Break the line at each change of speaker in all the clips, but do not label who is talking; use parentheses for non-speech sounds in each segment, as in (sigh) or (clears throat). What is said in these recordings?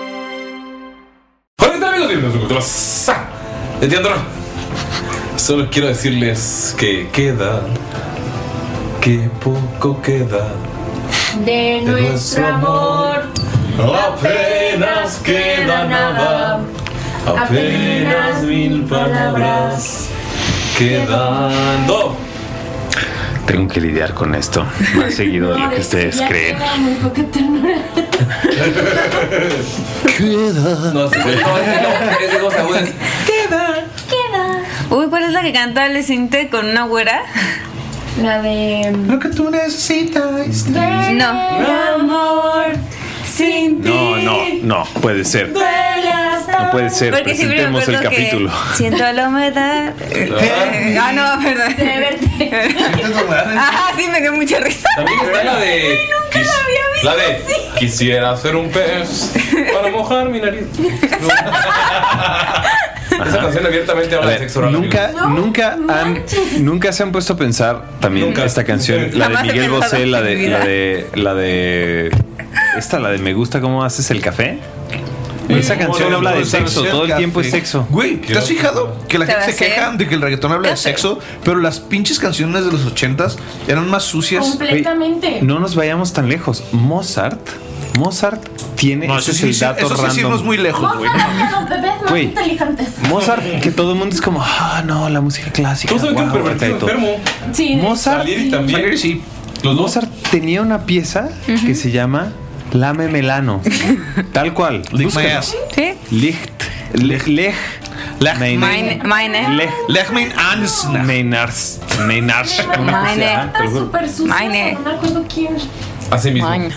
Hola, ¿qué tal amigos? Bienvenidos a un capítulo más de Teatro. Solo quiero decirles que queda, que poco queda
De nuestro amor apenas queda nada, apenas mil palabras.
quedando.
Tengo que lidiar con esto más seguido
(laughs)
de lo que ustedes
Ya
creen.
queda muy poca (laughs) ternura.
(laughs)
Queda.
No, sí, sí. No, es- no, es de voz aguda, es-
Queda, queda.
Uy, ¿cuál es la que canta el Cinte con una güera?
La de.
Lo que tú necesitas.
Duele
No.
el amor sin ti.
No, no, no, puede ser.
Duele hasta
No puede ser.
Porque siempre me
Presentemos el
acuerdo que
capítulo.
siento la humedad. Eh, Ah, no,
de
perdón.
verte.
Ah, sí, me dio mucha risa.
También está la de. quis-
la había visto
la de. Quisiera ser un pez para mojar mi nariz. Esa canción abiertamente
A
habla de
ver,
sexo oral.
nunca, nunca han, nunca se han puesto a pensar también
Nunca.
esta canción, la de
Jamás he
Miguel
pensado
Bosé,
en
la
mi
de,
vida.
la de, la de, esta, la de me gusta cómo haces el café. Esa canción habla de sexo, todo el tiempo es sexo.
Güey, ¿te has fijado que la
Te va
gente
a
se queja
hacer
de que el reggaetón habla de
café.
sexo? Pero las pinches canciones de los ochentas eran más sucias.
Completamente.
No nos vayamos tan lejos. Mozart, Mozart tiene
No, eso
ese es
sí,
el
sí,
dato
eso sí, sí,
random.
no es muy lejos, güey.
Mozart es de los bebés más
Güey.
inteligentes.
Mozart, que todo el mundo es como, ah, no, la música clásica.
¿Tú sabes que un
guau, qué
pervertido
taito".
enfermo?
Sí, de-
Mozart,
Salieri también.
Salieri sí.
Los dos.
Mozart tenía una pieza que se llama Lame Melano. Tal cual.
Lick my
búscalo.
ass.
¿Sí?
Licht. Lech. Lech.
Lech
Mine, mine,
Lech.
Lechmin Ansna.
Meinars. Meinars. Una cosa
(laughs) Meine.
así, ¿eh? ¿ah? te
Está
lo juro.
súper sucio.
Meine.
No me acuerdo quién.
Así mismo.
mine.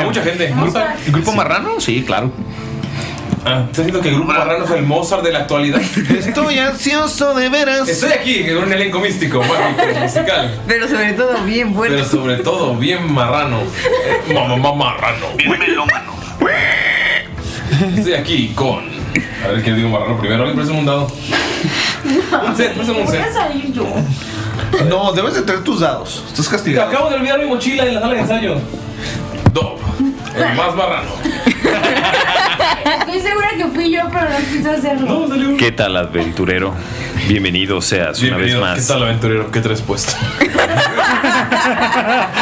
A mucha gente. Mozart.
¿El grupo marrano? Sí, claro.
Ah, ¿Estás diciendo que el grupo marrano es el Mozart de la
(laughs)
actualidad?
(laughs)
Estoy ansioso de veras.
Estoy aquí en un elenco místico, mágico, musical.
(laughs) Pero sobre todo bien bueno.
Pero sobre todo, bien marrano. Eh, Mamá, mamá, marrano. Bien melómano. Estoy aquí con. A ver quién digo marrano primero. Alguien préstame un dado.
(laughs)
Un set, préstame un
Voy
set.
a salir yo.
No, debes de tener tus dados. Estás
Te
castigado.
acabo de olvidar mi mochila en la sala de ensayo. Dob, el más marrano.
Estoy segura que fui yo, pero no quise hacerlo.
No, salió un.
¿Qué tal, aventurero? Bienvenido seas una vez
Bienvenido. ¿Qué
más.
tal, aventurero? ¿Qué traes puesto?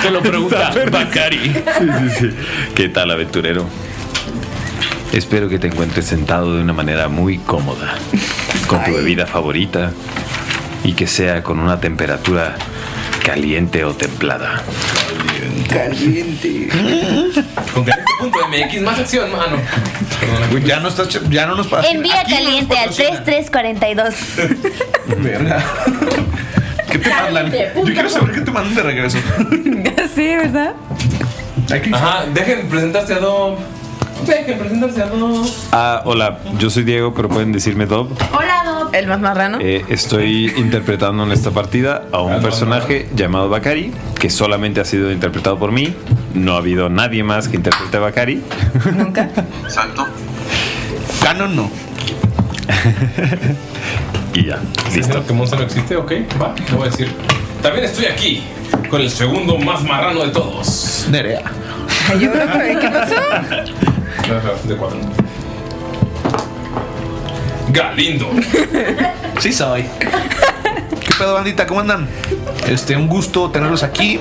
Te lo pregunta Bacari. Sí, sí, sí. ¿Qué tal, aventurero? Espero que te encuentres sentado de una manera muy cómoda, con tu bebida favorita y que sea con una temperatura caliente o templada.
Caliente.
Con punto MX, más acción, ah, mano.
Ya no, estás, ch- ya no nos pasa.
Envía caliente al 3342.
Verga. (laughs) ¿Qué te mandan? Yo quiero saber qué te mandan de regreso.
(laughs) sí, ¿verdad?
Ajá, dejen presentarse a Dom. Dejen presentarse a Dom.
Ah, hola, yo soy Diego, pero pueden decirme Dob.
Hola, Dob. El más marrano.
Eh, estoy interpretando en esta partida a un personaje llamado Bakari, que solamente ha sido interpretado por mí. No ha habido nadie más que interprete a Bakari.
Exacto. Canon no.
Y ya.
Listo. Que Monza no existe, ok. Va, lo voy a decir. También estoy aquí con el segundo más marrano de todos.
Nerea.
¿Qué pasó? De cuatro.
(laughs)
Galindo.
Sí soy. ¿Qué pedo, bandita? ¿Cómo andan? Este, un gusto tenerlos aquí.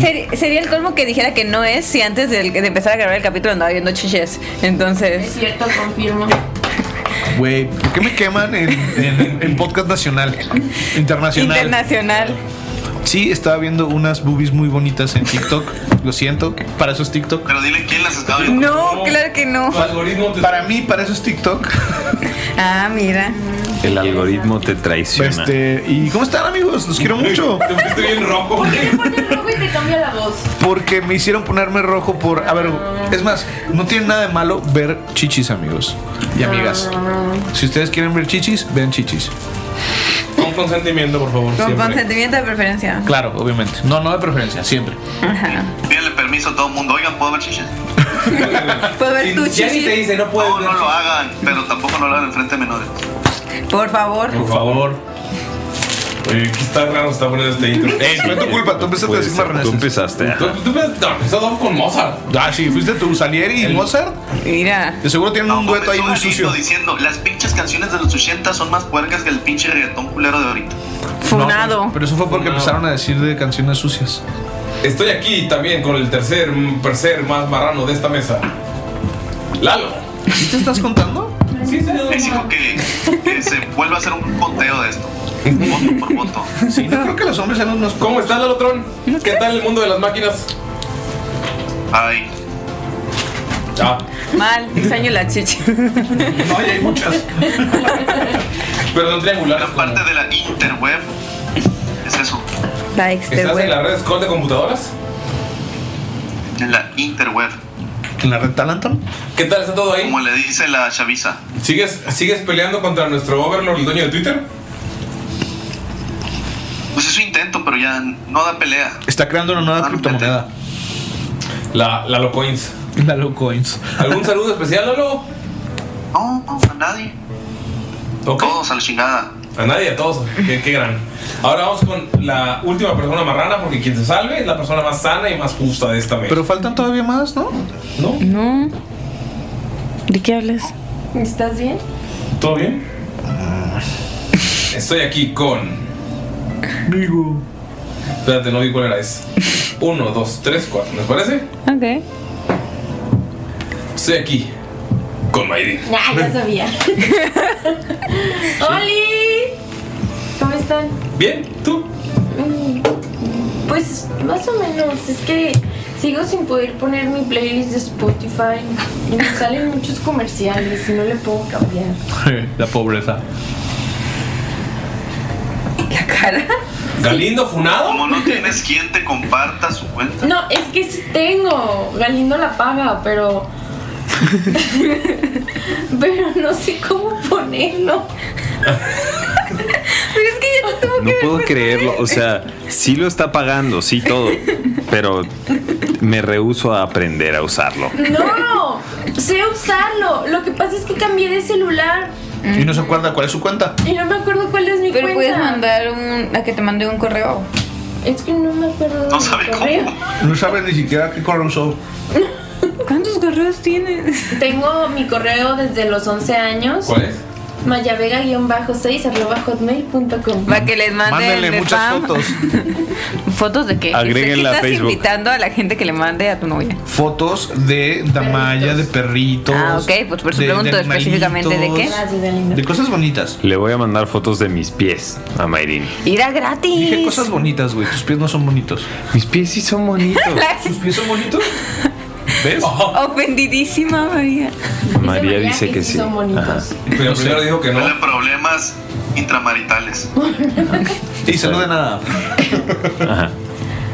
Seri- sería el colmo que dijera que no es si antes del- de, empezar a grabar el capítulo andaba viendo chiches. Entonces. Es cierto, confirmo.
Güey, ¿por qué me queman en, en- en podcast nacional? Internacional.
Internacional.
sí, estaba viendo unas boobies muy bonitas en TikTok. Lo siento, para eso es TikTok. Pero dile quién las está
No, claro que no.
Para mí, para eso es TikTok.
Ah, mira.
El algoritmo te traiciona.
Este, ¿y cómo están, amigos? Los quiero mucho.
(laughs) Te pusiste bien rojo.
Luego y te cambia la voz.
Porque me hicieron ponerme rojo por. A ver, es más, no tiene nada de malo ver chichis, amigos y amigas.
Ah.
Si ustedes quieren ver chichis, vean chichis.
Con consentimiento, por favor.
Con consentimiento de preferencia.
Claro, obviamente. No, no de preferencia, siempre.
Ajá.
Pídele permiso a todo el mundo. Oigan, ¿puedo ver chiches?
(laughs) Puedo ver tu
Ya si
chichis.
te dice, no puedo. No, no lo hagan, pero tampoco no lo hagan enfrente de menores.
Por favor.
Por favor. Oye, que está raro está poniendo este intro. Ey, fue tu culpa,
tú empezaste a decir
marranadas. Tú
empezaste.
Tú, tú empezaste no, empezó Dom con Mozart.
Ah, sí, fuiste tú, Salieri y Mozart.
Mira.
De seguro tienen un dueto ahí muy
Galindo
sucio.
diciendo, las pinches canciones de los 80 son más puercas que el pinche reggaetón culero de ahorita.
Funado. pero eso fue porque empezaron a decir de canciones sucias.
Estoy aquí también con el tercer, tercer más marrano de esta mesa. Lalo.
¿Sí te estás contando?
Sí, sí,
Exijo que, que se vuelva a hacer un conteo de esto. Voto por voto.
(laughs) Sí, no creo que los hombres sean unos.
¿Cómo está Lalotron? ¿Qué tal el mundo de las máquinas?
Ay.
(laughs)
Ah,
Mal. Extraño la chichi.
No, hay (laughs) muchas.
pero no triangular. La
parte de la interweb es eso.
La
¿Estás en la red Skull de computadoras?
En la interweb.
¿En la red Talanton?
¿Qué tal está todo ahí?
Como le dice la chaviza.
¿Sigues, ¿Sigues peleando contra nuestro Overlord, el dueño de Twitter?
Pues es su intento, pero ya no da pelea.
Está creando una
Ah,
nueva criptomoneda.
La, la Locoins.
La Locoins.
¿Algún saludo especial, Lalo?
No, no, a nadie. Todos a la chingada.
A nadie, a todos. Qué, qué gran. Ahora vamos con la última persona marrana, porque quien se salve es la persona más sana y más justa de esta mesa.
Pero faltan (laughs) todavía más, ¿no?
No.
No. ¿De qué hablas?
¿Estás bien?
¿Todo bien? Estoy aquí con.
Digo.
Espérate, no vi cuál era ese. Uno, dos, tres, cuatro. ¿Les parece?
Ok.
Estoy aquí con Mayrin.
Ah, ya sabía. ¡Oli! ¿Cómo están?
Bien, tú.
Mm, Pues más o menos, es que sigo sin poder poner mi playlist de Spotify y me salen muchos comerciales y no le puedo cambiar.
La pobreza.
¿Galindo funado?
Como no tienes quien te comparta su cuenta.
No, es que sí tengo, Galindo la paga, pero... (laughs) pero no sé cómo ponerlo. pero es que ya no tengo
No
que
puedo
ver-
creerlo, o sea, sí lo está pagando, sí todo, pero me rehúso a aprender a usarlo.
No, sé usarlo. Lo que pasa es que cambié de celular
Y no se acuerda cuál es su cuenta.
y no me acuerdo cuál es mi
Pero
cuenta.
puedes mandar un, a que te mande un correo.
Es que no me acuerdo.
No sabe
cómo. correo. (laughs)
No sabe ni siquiera qué correo usó.
Ah,
¿Cuántos correos tienes? Tengo mi correo desde los 11 años.
¿Cuál es?
mayavega-6 arroba hotmail.com.
Para que les manden
Mándenle
de
muchas
spam.
fotos.
¿Fotos de qué?
Agréguenla a
¿Estás
Facebook.
invitando a la gente que le mande a tu novia.
Fotos de damaya, de perritos.
Ah, ok, pues por eso pregunto específicamente de qué.
De cosas bonitas.
Le voy a mandar fotos de mis pies a Mayrin.
Irá gratis.
Dije cosas bonitas, güey. Tus pies no son bonitos.
Mis pies sí son
(laughs)
bonitos.
¿Sus pies son bonitos? ¿Ves?
Ofendidísima María.
María dice que sí. Ajá.
Pero primero dijo que no.
Problemas intramaritales.
Y saluda de nada.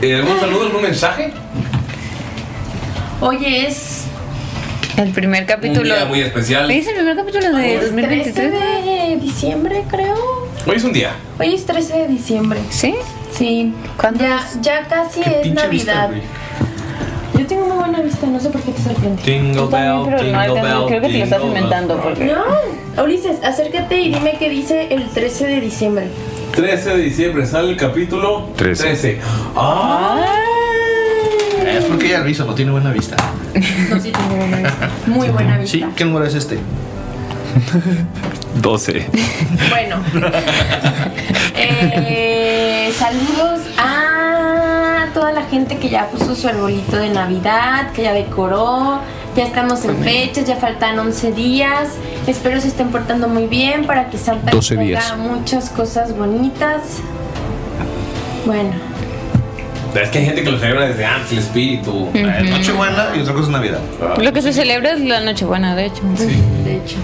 Eh,
Ah.
¿Algún saludo, algún mensaje?
Oye, es el primer
Un
capítulo.
día muy especial.
¿Es el primer capítulo de
Es 13
2023?
Pues, de diciembre, creo.
Hoy es un día.
Hoy es 13 de diciembre.
¿Sí?
Sí. Ya, ya casi es Navidad. Yo tengo muy buena vista, no sé por qué te sorprende.
Tingle bell, tingle bell. tingle bell.
No, Ulises, acércate y dime qué dice el 13 de diciembre.
13 de diciembre sale el capítulo 13.
Es porque ella lo hizo, no tiene buena vista.
No, sí tengo buena vista. Muy buena vista.
¿Sí? ¿Qué número es (laughs) este?
12.
Bueno. (laughs) Eh, saludos a toda la gente que ya puso su arbolito de Navidad, que ya decoró. Ya estamos en fechas, ya faltan 11 días. Espero se estén portando muy bien para que Santa les
12 días.
traiga muchas cosas bonitas. Bueno,
Es que hay gente que lo celebra desde antes, el espíritu.
Ujú.
Eh, Nochebuena y otra cosa es Navidad.
Lo que se celebra es la Nochebuena, de hecho.
De hecho.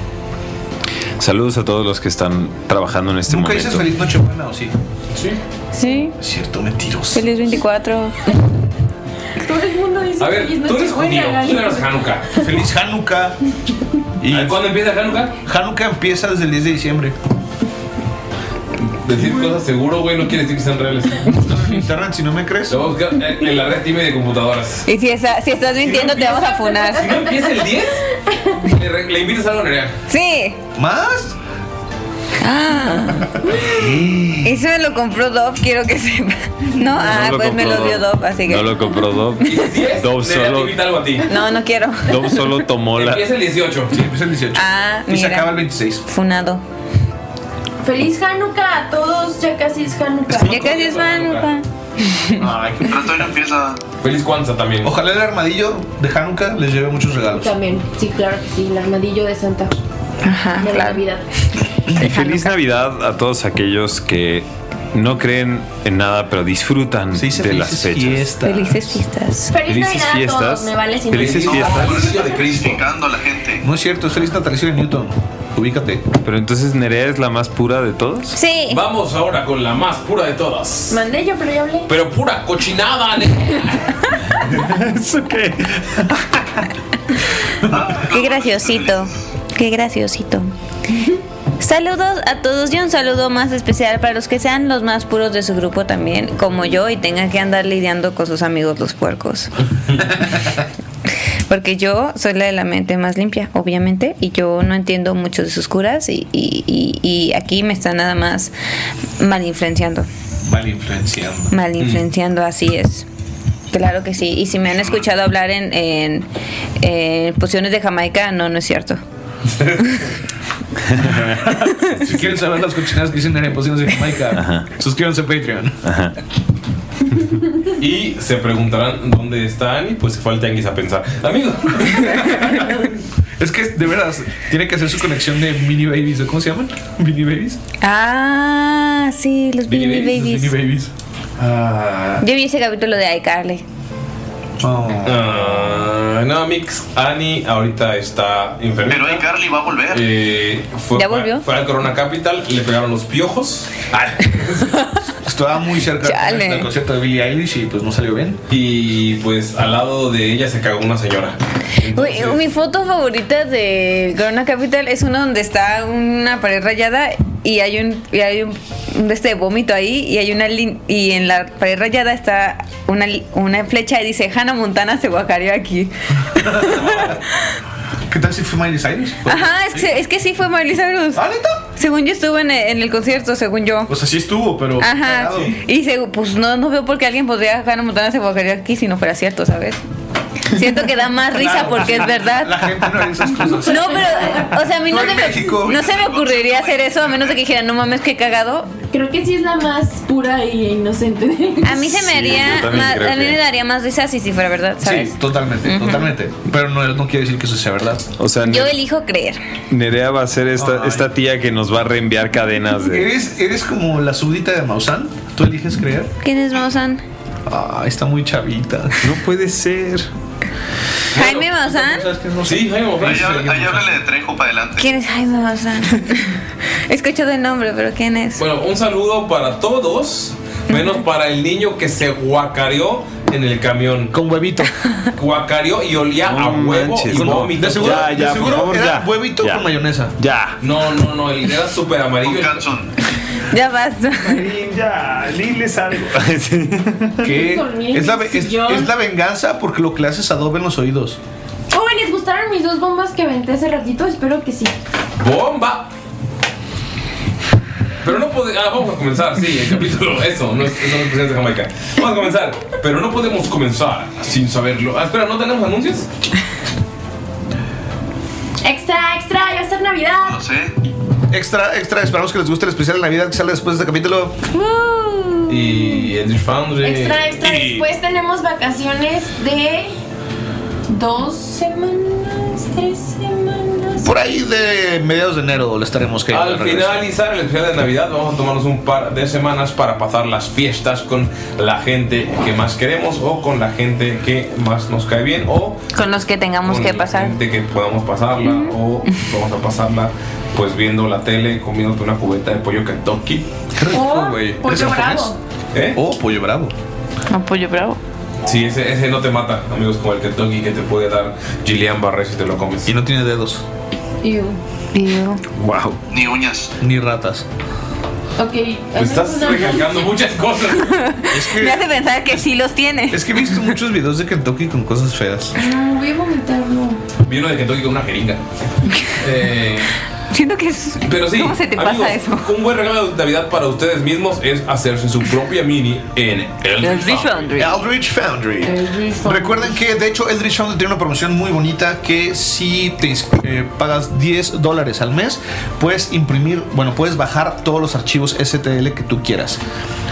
Saludos a todos los que están trabajando en este
¿Nunca
momento.
dices feliz Nochebuena o sí? Sí.
Sí.
Cierto, mentiroso.
Feliz 24.
Todo el mundo dice
A ver, tú eres judío, tú celebras Hanukkah.
Feliz Hanukkah. ¿Y
cuándo empieza Hanukkah?
Hanukkah empieza desde el 10 de diciembre.
Decir cosas seguro, güey, no quiere decir que sean reales.
En internet, si no me crees.
Lo voy a buscar en en la red time de computadoras.
Y si, esa- si estás mintiendo, te vamos a funar.
Si no empieza el 10, le, re- le invitas algo real.
Sí.
¿Más?
Ah. Eso me lo compró Dove, quiero que sepa. No, ah,
lo
pues me
compró
lo dio
Dove.
Dove, así que.
No lo compró Dove. Dove solo,
algo a ti.
No, no quiero.
Dove solo tomó la.
Empieza el 18.
Sí, empieza el 18.
Ah, Y se mira. acaba el
26.
Funado.
feliz Hanukkah a todos. Ya casi es Hanukkah.
Ya casi es Hanukkah.
Ay, qué
empieza.
Feliz Kwanzaa también.
Ojalá el armadillo de Hanukkah les lleve muchos regalos.
También, sí, claro que sí, el armadillo de Santa. Ajá, de Navidad.
Y feliz Navidad a todos aquellos que no creen en nada, pero disfrutan de las
felices
fechas.
Felices fiestas.
Feliz Navidad
Felices
a todos,
fiestas.
me vale si
Felices fiestas.
de Cristo.
a la gente.
No es cierto, es feliz natalicio de Newton. Ubícate.
Pero entonces Nerea es la más pura de todos.
Sí.
Vamos ahora con la más pura de todas.
Mandé yo, pero ya hablé.
Pero pura cochinada, ¿no?
(laughs) ¿Eso qué?
Qué graciosito.
(laughs)
Qué graciosito. Saludos a todos y un saludo más especial para los que sean los más puros de su grupo también, como yo, y tengan que andar lidiando con sus amigos los
(laughs)
puercos. Porque yo soy la de la mente más limpia, obviamente, y yo no entiendo mucho de sus curas y, y- y- y aquí me están nada más mal influenciando.
Mal influenciando.
Mal influenciando, así es. Claro que sí. Y si me han escuchado hablar en, en, en pociones de Jamaica, no, no es cierto.
(laughs) si quieren saber las cochinadas que dicen en pociones de Jamaica, suscríbanse a Patreon.
Y se preguntarán dónde están y pues se fue al tianguis a pensar. Amigo,
Es que, de veras, tiene que hacer su conexión de mini babies. ¿o ¿Cómo se llaman? Mini babies.
Ah, sí, los Beanie Babies.
Mini babies. Ah.
Yo vi ese capítulo de iCarly.
Ah, no, Mix, Annie ahorita está enferma. Pero
eh,
ahí Carly va a volver.
fue,
¿Ya volvió?
Fue al Corona Capital, le pegaron los piojos.
Ah.
(laughs)
Estaba muy cerca
Chale.
del concierto de Billie Eilish y pues no salió bien.
Y pues al lado de ella se cagó una señora.
Uy, mi foto favorita de Corona Capital es una donde está una pared rayada y hay un, y hay un, un de este vómito ahí y hay una lin- y en la pared rayada está una, li- una flecha y dice Hannah Montana se guacareó aquí.
(laughs) ¿Qué tal si fue Miley Cyrus?
Ajá, es que, es que sí fue Miley Cyrus.
¿Ah,
Según yo estuve en el, en el concierto, según yo.
O sea, sí estuvo, pero.
Ajá.
cagado.
Y segu- pues no, no veo por qué alguien podría Hannah Montana se guacareó aquí si no fuera cierto, ¿sabes? Siento que da más risa
Claro.
porque es verdad.
La gente no haría esas cosas.
No, pero, o sea, a mí no,
No en
se me,
México.
no se me ocurriría hacer eso a menos de que dijera, no mames, qué cagado.
Creo que sí es la más pura e inocente.
A mí se me
Sí, yo
haría,
también
más-
creo
a mí
que-
me daría más risa si sí fuera verdad, ¿sabes?
Sí, totalmente, totalmente. Pero no, no quiere decir que eso sea verdad.
O sea,
Yo
Ne-
elijo creer.
Nerea va a ser esta, esta tía que nos va a reenviar cadenas de.
¿Eres, eres como la súbdita de Maussan? ¿Tú eliges creer?
¿Quién es Maussan?
Ah, está muy chavita. No puede ser.
¿Jaime Maussan?
Sí, Jaime Maussan.
Ahí habla- ahí háblale de Trejo para adelante.
¿Quién es Jaime Maussan? (laughs) He escuchado el nombre, pero ¿quién es?
Bueno, un saludo para todos,
(laughs)
menos para el niño que se guacareó en el camión.
Con huevito.
Guacareó y olía a huevo y
Con-
vómito.
De seguro, de seguro era huevito con mayonesa.
Ya.
No, no, no, el era súper amarillo.
Ya basta.
ya,
(laughs)
diles algo.
¿Qué?
Dormí en
Es la,
el
ve- es-
sillón.
es la venganza porque lo que le haces adobe en los oídos.
Joven, ¿les gustaron mis dos bombas que aventé hace ratito? Espero que sí.
¡Bomba! Pero no podemos. Ah, vamos a comenzar, sí, el capítulo. Eso, no es, eso no es presidente de Jamaica. Vamos a comenzar, pero no podemos comenzar sin saberlo. Ah, espera, ¿no tenemos anuncios?
Extra, extra, ya va a ser Navidad.
No sé.
Extra, extra, esperamos que les guste el especial de Navidad que sale después de este capítulo.
Woo.
Y Edge Foundry.
Extra, extra. Después tenemos vacaciones de dos semanas, tres semanas.
Por ahí de Eh, mediados de enero le estaremos cayendo.
Al
de regreso.
finalizar el especial de Navidad vamos a tomarnos un par de semanas para pasar las fiestas con la gente que más queremos o con la gente que más nos cae bien o
Con los que tengamos
Con
que pasar.
gente que podamos pasarla o vamos a pasando pues viendo la tele comiéndote una cubeta de pollo Kentucky. Qué
rico,
güey.
pollo
¿Eres japonés?
bravo.
¿Eh? Oh, pollo bravo.
No, pollo bravo.
Sí, ese, ese no te mata, amigos, como el Kentucky que te puede dar Gillian Barré si te lo comes. Y no tiene dedos. Wow.
Ni uñas.
Ni ratas.
Ok.
Pues Estás
recalcando muchas cosas.
Es
Me
que,
hace pensar que sí los tiene.
es que he visto muchos videos de Kentucky con cosas feas.
No, voy a vomitar, no.
Vi uno de Kentucky con una
(laughs)
jeringa. Eh,
Siento que es.
Pero sí,
¿Cómo se te pasa eso?
amigos, Un buen regalo de Navidad para ustedes mismos es hacerse su propia mini en
Eldritch
Eldritch
Foundry.
Foundry.
Eldritch Foundry. Recuerden que de hecho Eldritch Foundry tiene una promoción muy bonita que si te ins- eh, pagas 10 dólares al mes puedes imprimir, bueno, puedes bajar todos los archivos STL que tú quieras.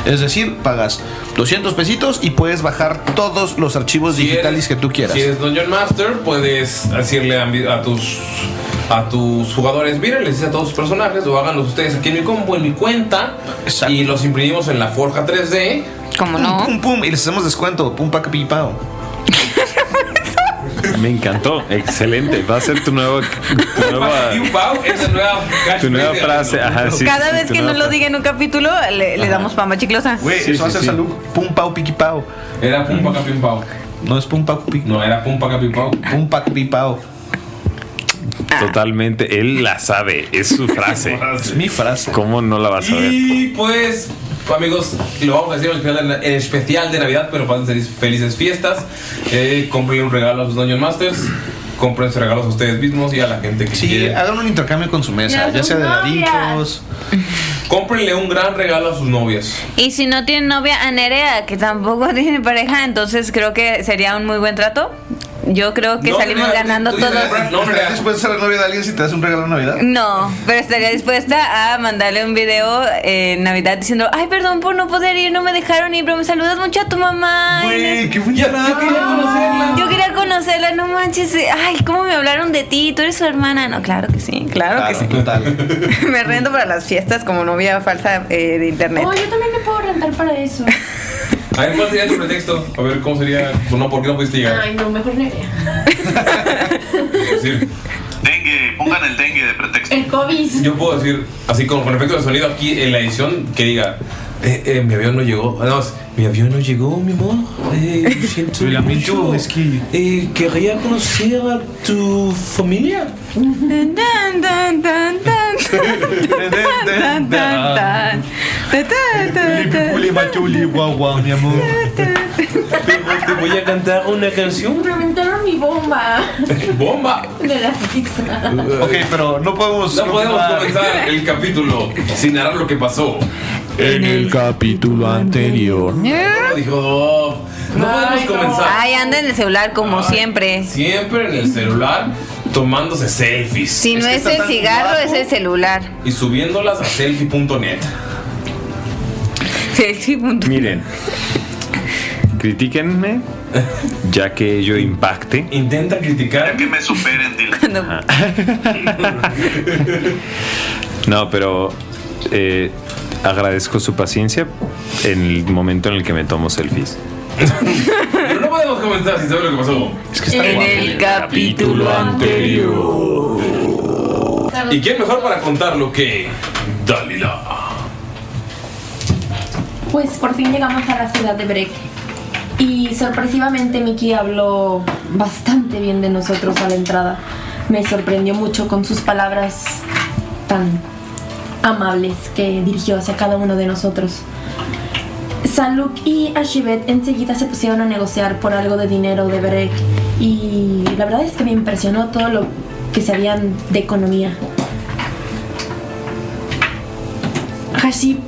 Es decir, pagas 200 pesitos y puedes bajar todos los archivos digitales que tú quieras.
Si eres Dungeon Master, puedes decirle a, mi- a tus a tus jugadores, miren, les hice a todos sus personajes o háganlos ustedes aquí en mi combo, en mi cuenta y los imprimimos en la forja 3D.
¿Cómo
Pum, pum, pum, y les hacemos descuento. Pum, paca, pi, pao.
Me encantó, excelente. Va a ser tu nueva,
(laughs)
tu nueva,
Esa nueva
(laughs) tu nueva frase.
Ah,
Ajá, sí,
Cada
sí,
vez
tu
que no
nueva
lo diga en un capítulo, le, le damos pamba chiclosa.
Güey, eso va a ser salud. Pum, pau, piqui, pau.
Era pum, paca, pim, pau.
No es pum, paca, pi.
No, era pum, paca, pi, pau.
Pum, paca, pi, pao.
frase. Totalmente, él la sabe,
(laughs)
es su frase.
es mi frase.
¿Cómo no la vas a ver?
Y pues, amigos, lo vamos a decir en el, final de na- en el especial de Navidad, pero pasen felices fiestas. Eh, compren un regalo a sus Dungeon Masters. Compren sus regalos a ustedes mismos y a la gente que
Sí,
quiere.
hagan un intercambio con su mesa, ya sea de daditos.
Cómprenle un gran regalo a sus novias.
Y si no tiene novia a Nerea, que tampoco (laughs) tiene pareja, entonces creo que sería un muy buen trato. Yo creo que
No,
salimos
Nerea,
ganando
tú dices,
todos.
Frank, No, ¿Estás dispuesta a ser novia de alguien si te das un regalo de Navidad?
No, pero estaría dispuesta a mandarle un video eh, en Navidad diciendo, ay, perdón por no poder ir, no me dejaron ir, pero me saludas mucho a tu mamá.
Güey, qué bonita.
Yo quería conocerla.
Yo quería conocerla, no manches. eh, Ay, ¿cómo me hablaron de ti? Tú eres su hermana. No, claro que sí, claro, que sí. (laughs) me rendo para las fiestas como novia falsa eh, de internet.
Oh,
(laughs)
yo también me puedo rentar para eso.
A ver, ¿cuál sería tu pretexto? A ver, ¿cómo sería? No, ¿por qué no pudiste llegar?
Ay, no, mejor Nerea.
(laughs) Dengue, pongan el dengue de pretexto.
El COVID.
Yo puedo decir, así como con efecto de sonido aquí en la edición, que diga: eh, eh, Mi avión no llegó. No, es, mi avión no llegó, mi amor. Eh, lo siento
Lo lamento,
mucho.
es
Eh, quería conocer a tu familia.
Tan, tan, tan, tan, tan. Tan, tan, tan. Tan, tan, tan, tan.
Uli, machuli, guau, guau, mi amor.
Pero te voy a cantar una canción.
Me aventaron mi bomba.
(laughs) ¡Bomba!
De la pizza.
Ok, pero no podemos.
No podemos
continuar.
comenzar el capítulo sin narrar lo que pasó.
En el capítulo anterior.
Dijo Dob, No podemos comenzar.
Ay, anda en el celular como siempre.
Siempre en el celular tomándose selfies.
Si no
que
es
está
el
tan
cigarro,
guapo.
es el celular. (laughs)
Y subiéndolas a selfie.net.
pues,
Miren, critíquenme ya que yo impacte.
Intenta criticar.
que me superen, dile.
No, pero eh, agradezco su paciencia en el momento en el que me tomo selfies.
Pero no podemos comenzar sin saber lo que pasó. Es que
En el capítulo
anterior. ¿Y quién mejor para contarlo que Dalila?
Pues por fin llegamos a la ciudad de Breck. Y sorpresivamente Mickey habló bastante bien de nosotros a la entrada. Me sorprendió mucho con sus palabras tan amables que dirigió hacia cada uno de nosotros. Saluk y Ashibet enseguida se pusieron a negociar por algo de dinero de Breck y la verdad es que me impresionó todo lo que sabían de economía. Hashib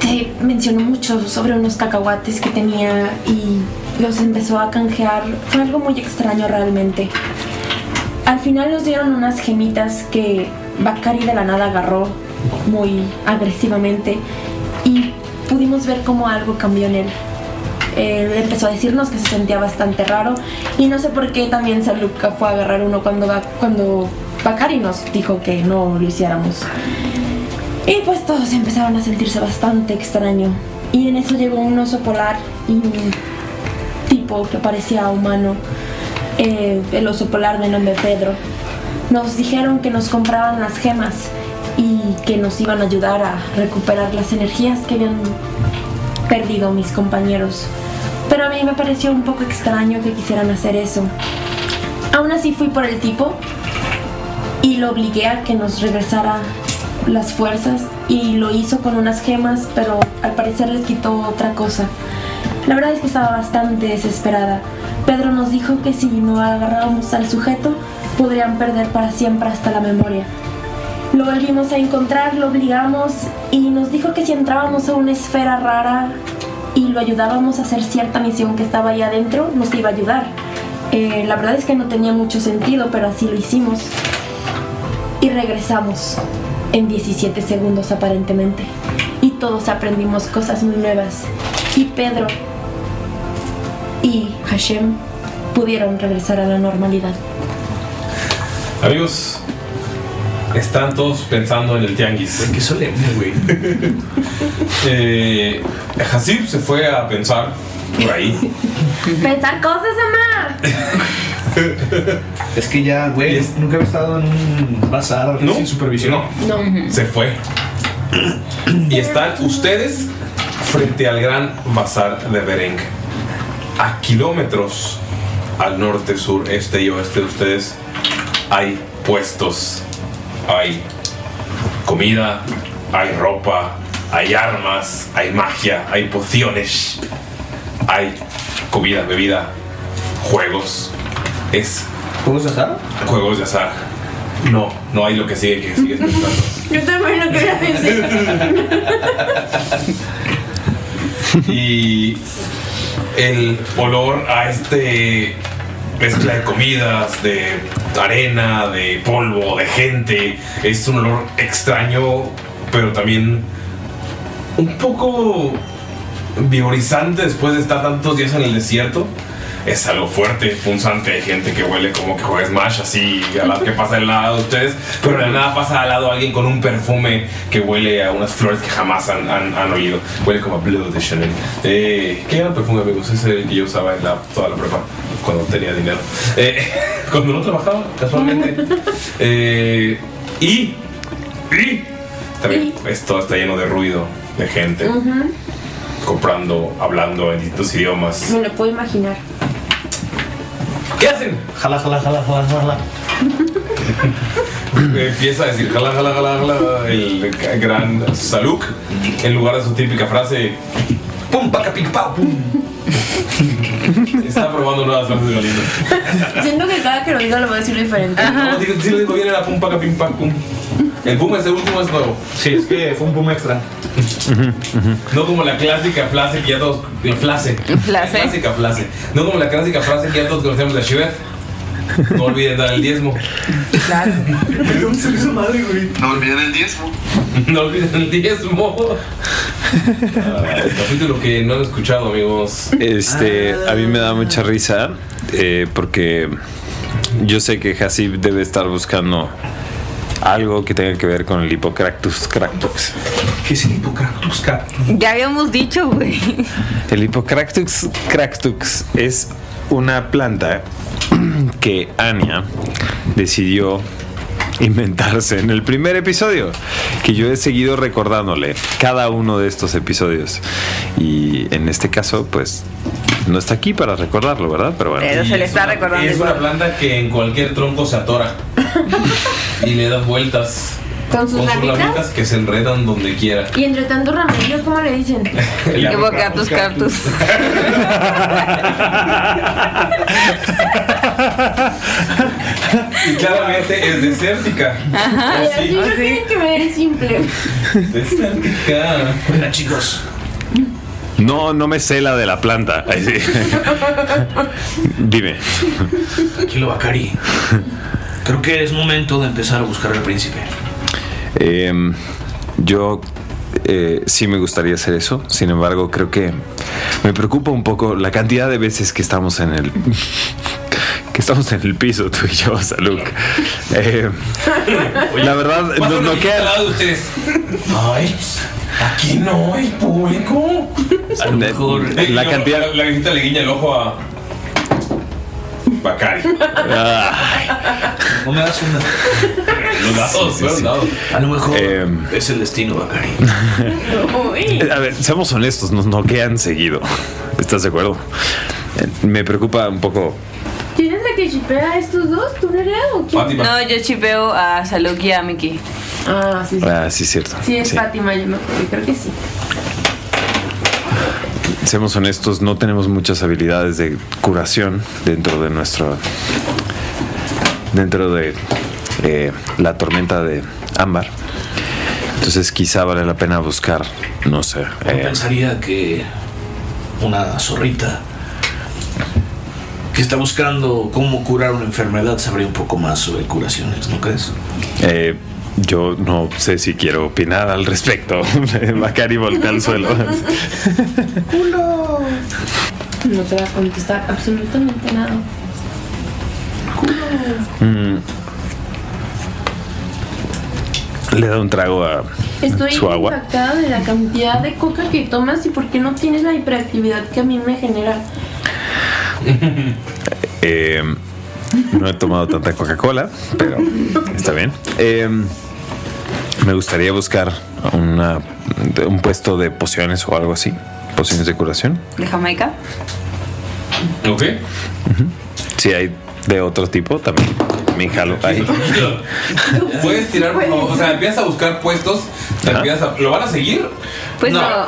te mencionó mucho sobre unos cacahuates que tenía y los empezó a canjear. Fue algo muy extraño realmente. Al final nos dieron unas gemitas que Bakari de la nada agarró muy agresivamente y pudimos ver cómo algo cambió en él. Él empezó a decirnos que se sentía bastante raro y no sé por qué también Saluka fue a agarrar uno cuando, Ba- cuando Bakari nos dijo que no lo hiciéramos. Y pues todos empezaron a sentirse bastante extraño. Y en eso llegó un oso polar y un tipo que parecía humano, eh, el oso polar de nombre Pedro. Nos dijeron que nos compraban las gemas y que nos iban a ayudar a recuperar las energías que habían perdido mis compañeros. Pero a mí me pareció un poco extraño que quisieran hacer eso. Aún así fui por el tipo y lo obligué a que nos regresara las fuerzas y lo hizo con unas gemas, pero al parecer les quitó otra cosa. La verdad es que estaba bastante desesperada. Pedro nos dijo que si no agarrábamos al sujeto, podrían perder para siempre hasta la memoria. Lo volvimos a encontrar, lo obligamos y nos dijo que si entrábamos a una esfera rara y lo ayudábamos a hacer cierta misión que estaba ahí adentro, nos iba a ayudar. Eh, la verdad es que no tenía mucho sentido, pero así lo hicimos. Y regresamos en 17 segundos aparentemente. Y todos aprendimos cosas muy nuevas. Y Pedro y Hashem pudieron regresar a la normalidad.
Amigos, están todos pensando en el tianguis. Qué solemne, güey. (laughs) eh, Hasib se fue a pensar por
(laughs)
ahí.
Pensar cosas, amar.
Es que ya, güey, nunca había estado en un bazar sin supervisión.
No.
Se fue. Y están ustedes frente al gran bazar de Bereng. A kilómetros al norte, sur, este y oeste de ustedes hay puestos, hay comida, hay ropa, hay armas, hay magia, hay pociones, hay comida, bebida, juegos. Es
¿Juegos de azar?
Juegos de azar. No, no hay lo que sigue que
(laughs)
sigues pensando.
Yo también lo quería decir.
(laughs) y el olor a este mezcla de comidas, de arena, de polvo, de gente, es un olor extraño, pero también un poco vigorizante después de estar tantos días en el desierto. Es algo fuerte, punzante, hay gente que huele como que juega Smash así, a la que pasa al lado de ustedes, pero de la nada pasa al lado alguien con un perfume que huele a unas flores que jamás han, han- han oído. Huele como a Blue de Chanel. Eh, ¿Qué era el perfume, amigos? Es el que yo usaba en la, toda la prepa, cuando tenía dinero. Eh, (laughs) cuando no trabajaba, casualmente. Eh, y, y también esto está lleno de ruido, de gente
Ujú,
comprando, hablando en distintos idiomas.
Me lo puedo imaginar.
¿Qué hacen?
Jala, jala, jala, jala, jala.
Empieza a decir jala, jala, jala, jala el gran Saluk en lugar de su típica frase pum, paca, pic, pau, pum. Está probando nuevas frases de Galindo.
Siento que cada que lo diga lo va a decir diferente.
No, digo- sí le digo bien era pum, paca, pim, pam, pum. El puma ese último es nuevo.
Sí, es que fue un puma extra.
No como la clásica frase que ya todos. La frase.
Frase.
La clásica frase. No como la clásica frase que ya todos conocemos de Shiver. No olviden dar el diezmo.
Claro.
se hizo madre, güey. No olviden el diezmo. (laughs) No olviden el diezmo. Ah, capítulo que no han escuchado, amigos.
Este, a mí me da mucha risa eh, porque yo sé que Hasib debe estar buscando algo que tenga que ver con el Hipocractus Cractus.
¿Qué es el Hipocractus Cractus?
Ya habíamos dicho, güey.
El Hipocractus Cractus es una planta que Anya decidió inventarse en el primer episodio, que yo he seguido recordándole cada uno de estos episodios. Y en este caso, pues, no está aquí para recordarlo, ¿verdad? Pero bueno.
Pero se le está recordando.
Es una planta que en cualquier tronco se
(laughs)
atora. y le das vueltas.
Con sus ramitas?
que se enredan donde quiera.
Y entre tantos remedios, ¿cómo le dicen?
El
Hipocractus cactus.
Y claramente es desértica. (laughs)
Ajá.
¿O sí?
Yo creo que tiene que ver es simple.
Desértica.
Bueno, chicos.
No, no me sé la de la planta. Ahí sí. (laughs) Dime.
Tranquilo, Bakari. Creo que es momento de empezar a buscar al príncipe.
Em, yo eh, sí me gustaría hacer eso, sin embargo creo que me preocupa un poco la cantidad de veces que estamos en el (laughs) que estamos en el piso tú y yo, Saluk. Em, la verdad nos noquean.
Ay, aquí no hay público.
A lo mejor- La cantidad-
eh, La, la viejita le guiña el ojo a. Bacari.
No me das una.
Los dados, fueron dados.
A lo mejor
Eh,
es el destino, Bakari.
A ver, seamos honestos, nos noquean seguido. ¿Estás de acuerdo? Eh, Me preocupa un poco
¿Quién es la que chipea a estos dos? ¿Tú no eres o quién?
Fátima.
No, yo chipeo a Saluk y a Miki.
Ah, sí,
Ah, sí, es cierto.
Sí, es
Sí.
Fátima, yo me acuerdo, creo que sí.
Seamos honestos, no tenemos muchas habilidades de curación dentro de nuestro. dentro de eh, la tormenta de ámbar. Entonces, quizá vale la pena buscar, no sé.
Yo
eh,
pensaría que una zorrita que está buscando cómo curar una enfermedad sabría un poco más sobre curaciones, ¿no crees?
eh, yo no sé si quiero opinar al respecto. (laughs) Macari voltea al suelo.
(laughs) ¡Culo! No te va a contestar absolutamente nada. ¡Culo!
Mm. Le da un trago a
Estoy
su agua.
impactada de la cantidad de coca que tomas y por qué no tienes la hiperactividad que a mí me genera.
(laughs) Eh, no he tomado tanta Coca-Cola, pero está bien. Eh, me gustaría buscar una- un puesto de pociones o algo así. Pociones de curación.
¿De Jamaica?
¿Ok?
Si hay de otro tipo, también me jalo ahí.
Puedes tirar, por favor, o sea, empiezas a buscar puestos, te empiezas a- ¿lo van a seguir?
Pues no.
No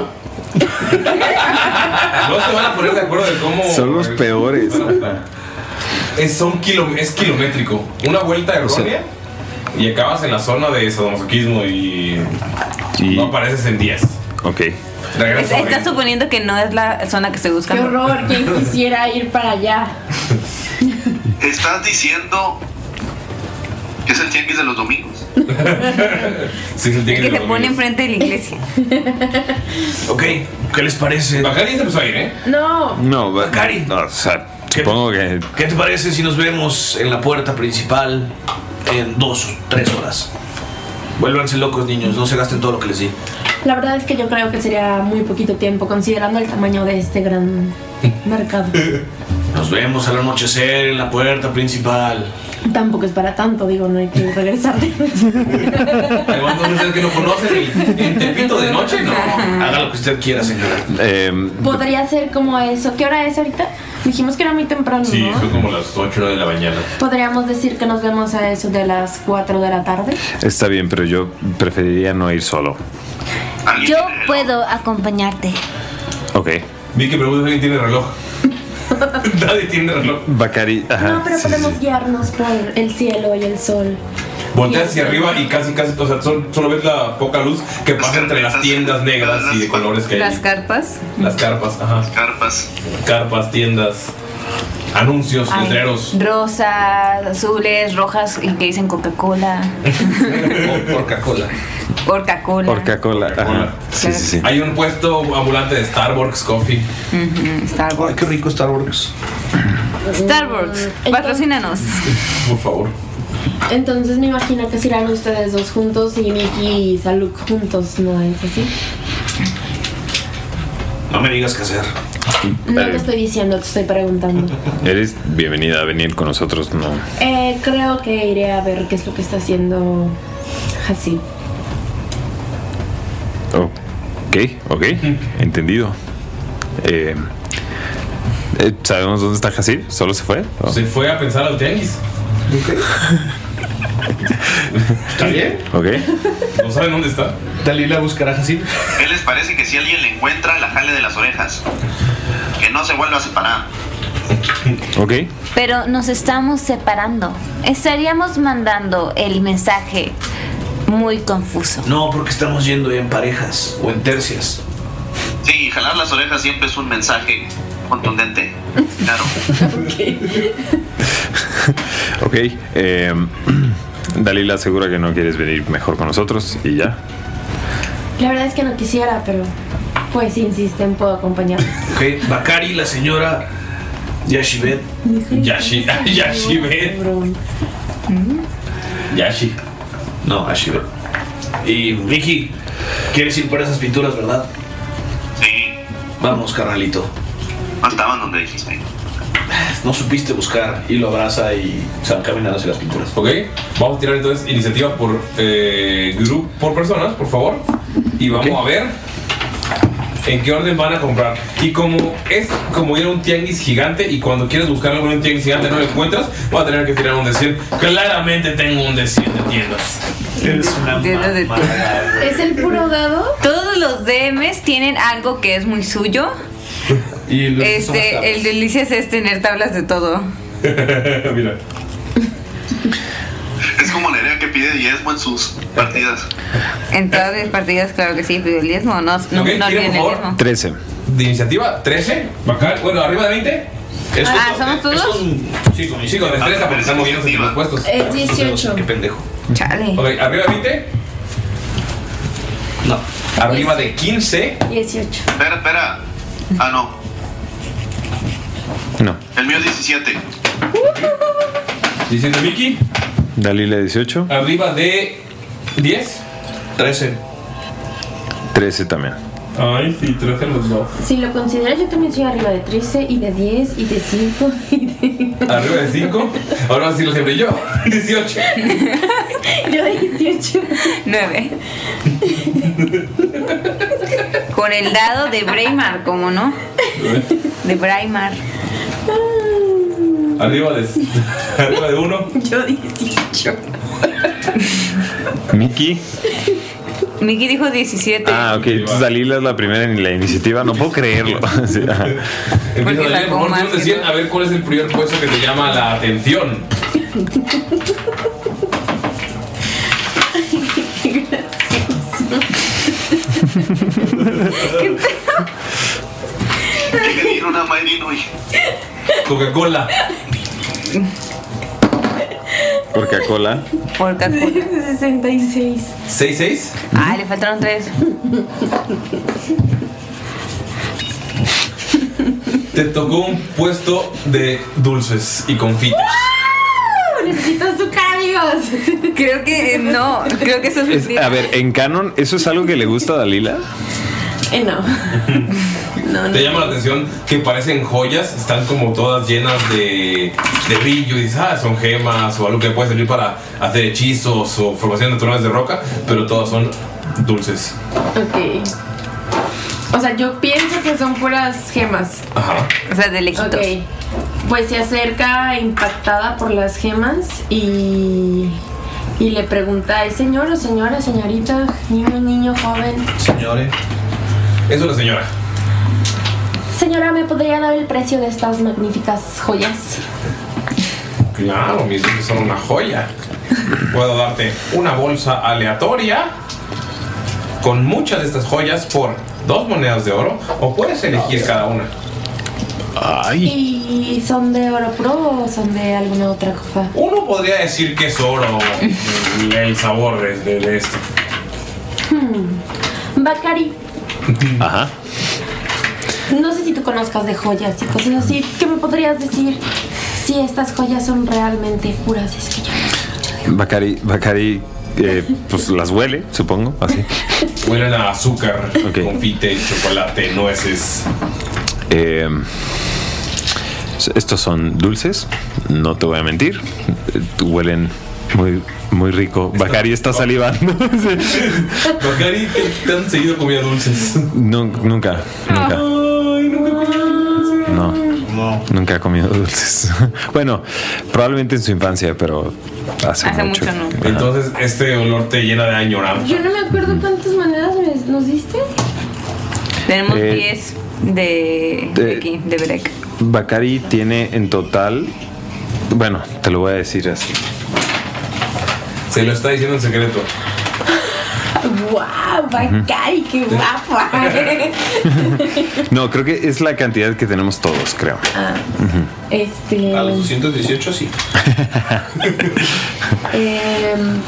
se van a poner de acuerdo de cómo.
Son los peores.
Es, son kilom- es kilométrico. Una vuelta errónea y acabas en la zona de sadomasoquismo y. No apareces en 10.
Ok.
Es-
Regresa.
Estás suponiendo que no es la zona que estoy
¡Qué
buscando.
horror! ¿Quién
(laughs)
quisiera ir para allá?
Estás diciendo que es el tianguis de los domingos.
(laughs) Sí,
El que se pone enfrente de la iglesia.
Ok, ¿qué les parece?
Bacari se empezó a ir, ¿eh?
(laughs) No.
No, Bacari. o sea, supongo que.
¿Qué te parece si nos vemos en la puerta principal en dos, tres horas? Vuélvanse locos, niños, no se gasten todo lo que les di.
La verdad es que yo creo que sería muy poquito tiempo considerando el tamaño de este
(laughs)
gran mercado.
Nos vemos al anochecer en la puerta principal.
Tampoco es para tanto, digo, no hay que
(laughs)
regresar.
Te mando un mensaje que no conocen el, el tepito de noche, ¿no?
Haga lo que usted quiera, señora.
Em.
Podría ser como eso. ¿Qué hora es ahorita? Dijimos que era muy temprano,
Sí,
¿no?
fue como las 8 de la mañana.
Podríamos decir que nos vemos a eso de las 4 de la tarde.
Está bien, pero yo preferiría no ir solo.
Yo puedo acompañarte.
Ok.
Vi que pregunta si alguien tiene reloj. (laughs) Nadie tiene reloj.
Bacari. Ajá.
Ah,
No, pero podemos guiarnos por el cielo y el sol.
Voltea hacia arriba y casi, casi, o sea, sol- solo ves la poca luz que pasa entre las tiendas negras y de colores que hay.
Las carpas.
Las carpas, ajá.
Carpas.
Carpas, tiendas, anuncios,
Ay,
letreros.
Rosas, azules, rojas y que dicen Coca-Cola,
Coca-Cola.
Coca-Cola.
Coca-Cola. ajá. Sí, sí, sí.
Hay un puesto ambulante de Starbucks Coffee.
Ujú, Starbucks.
qué rico Starbucks.
Starbucks, patrocínanos.
Por favor.
Entonces me imagino que se irán ustedes dos juntos y Nikki y Saluk juntos, ¿no es así?
No me digas qué hacer.
No pues- te estoy diciendo, te estoy preguntando.
Eh, (laughs) Eres bienvenida a venir con nosotros, no.
Eh, creo que iré a ver qué es lo que está haciendo Hasib.
Ok, ok, entendido. Eh, eh, ¿Sabemos dónde está Hasib? ¿Solo se fue? ¿O?
Se fue a pensar al tianguis.
(laughs)
¿Está bien?
(laughs) Ok.
No saben dónde está.
Dalila buscará a Hasib.
¿Qué les parece que si alguien le encuentra, la jale de las orejas? Que no se vuelva a separar.
Ok. (laughs)
Pero nos estamos separando. Estaríamos mandando el mensaje muy confuso.
No, porque estamos yendo en parejas o en tercias.
Sí, jalar las orejas siempre es un mensaje contundente.
(laughs)
Claro.
Ok. eh, (clears throat) Dalila asegura que no quieres venir mejor con nosotros y ya.
La verdad es que no quisiera, pero pues si insisten, puedo acompañar.
Ok, Bakari, la señora Yashibet. (laughs)
Yashi, Yashibet. Yashi.
No, Ashibet. Y Vicky, quieres ir por esas pinturas, ¿verdad?
Sí.
Vamos, carnalito.
No estaban donde dijiste.
No supiste buscar y lo abraza y se van caminando hacia las pinturas.
Ok, vamos a tirar entonces iniciativa por eh, grupo, por personas, por favor. Y vamos a ver en qué orden van a comprar. Y como es como ir a un tianguis gigante y cuando quieres buscar algo en un tianguis gigante no lo encuentras, vas a tener que tirar un decir. Claramente tengo un decir de tiendas.
Eres una
Tiendas de
¿Es el puro dado?
Todos los DMs tienen algo que es muy suyo.
Y los
Este, el delicias es tener tablas de todo.
(laughs) Mira.
Es como la idea que pide Diezmo en sus partidas.
En todas
Eh.
mis partidas, claro que sí, pido el diezmo. No, no,
Ok,
no
tira,
olviden el
por favor.
diezmo.
13.
De iniciativa 13, bacán. Bueno, arriba de 20.
Ah, ¿somos todos?
(laughs)
Sí, con sí, con destreza, porque estamos viendo los puestos.
Es 18.
Qué pendejo.
Chale.
Ok, arriba de 20. No. Arriba de 15.
18.
Espera, espera. Ah, no.
No.
El mío es 17.
Diciendo Vicky.
Dalila 18.
Arriba de 10.
13.
13 también.
Ay, sí, 13 los dos.
Si lo consideras, yo también soy arriba de 13 y de 10 y de 5 (laughs) y de...
Arriba de 5. Ahora sí lo siempre yo. (laughs) 18.
Yo de 18.
9. Con el dado de Braimar, ¿cómo no? De Braimar.
Arriba de arriba de 1.
Yo 18.
Miki.
Miki
(laughs)
dijo 17.
Ah, ok. Entonces Dalila es la primera en la iniciativa. No puedo creerlo. (laughs) Sí, ajá.
Empieza a leer,
sacó
por favor,
más
tienes de 100, a ver cuál es el primer puesto que te llama la atención.
Hay que pedir una Mayrin hoy.
Coca-Cola.
Coca-Cola.
Por Cancún.
66.
6-6.
Ah, le faltaron 3.
Te tocó un puesto de dulces y confites.
Necesito azúcar, amigos.
Creo que eh, no, creo que eso es
Es-
mentira.
a ver, en Canon, ¿eso es algo que le gusta a Dalila?
Eh, no.
Te llama la atención que parecen joyas, están como todas llenas de, de brillo y dices, ah, son gemas o algo que puede servir para hacer hechizos o formaciones naturales de roca, pero todas son dulces.
Ok. O sea, yo pienso que son puras gemas.
Ajá.
O sea, de lejitos.
Ok. Pues se acerca impactada por las gemas y. Y le pregunta, ¿es señor o señora, señorita, niño, niño, joven?
Señores.
Es una señora.
Señora, ¿me podría dar el precio de estas magníficas joyas?
Claro, mis dulces son una joya. Puedo darte una bolsa aleatoria con muchas de estas joyas por dos monedas de oro o puedes elegir cada una.
¿Y son de oro pro o son de alguna otra cosa?
Uno podría decir que es oro el- el sabor de, de- de esto.
Hmm. Bacari,
Ajá.
no sé si tú conozcas de joyas y cosas así. ¿Qué me podrías decir si estas joyas son realmente puras? Es que yo-
Bacari, Bacari eh, pues las huele, supongo, así.
Huelen a azúcar, confite, chocolate, nueces.
Eh, estos son dulces, no te voy a mentir. Eh, Huelen muy, muy rico. Bacari está salivando. (laughs)
Bacari, ¿qué tan seguido comía dulces?
Nu- nunca, nunca.
Ay, nunca comí
No, nunca ha comido dulces. (laughs) Bueno, probablemente en su infancia, pero hace, mucho. Ajá.
Entonces este olor te llena de añoranza.
Yo no me acuerdo cuántas monedas me- nos diste.
Tenemos
Eh,
10 de, de
eh,
aquí, de Breck.
Bacari tiene en total, bueno, te lo voy a decir así.
Se lo está diciendo en secreto.
(laughs) ¡Guau! Bacari, qué guapa.
(laughs) No, creo que es la cantidad que tenemos todos, creo.
Ah, (laughs)
Ujú.
este.
A los 218 sí.
em,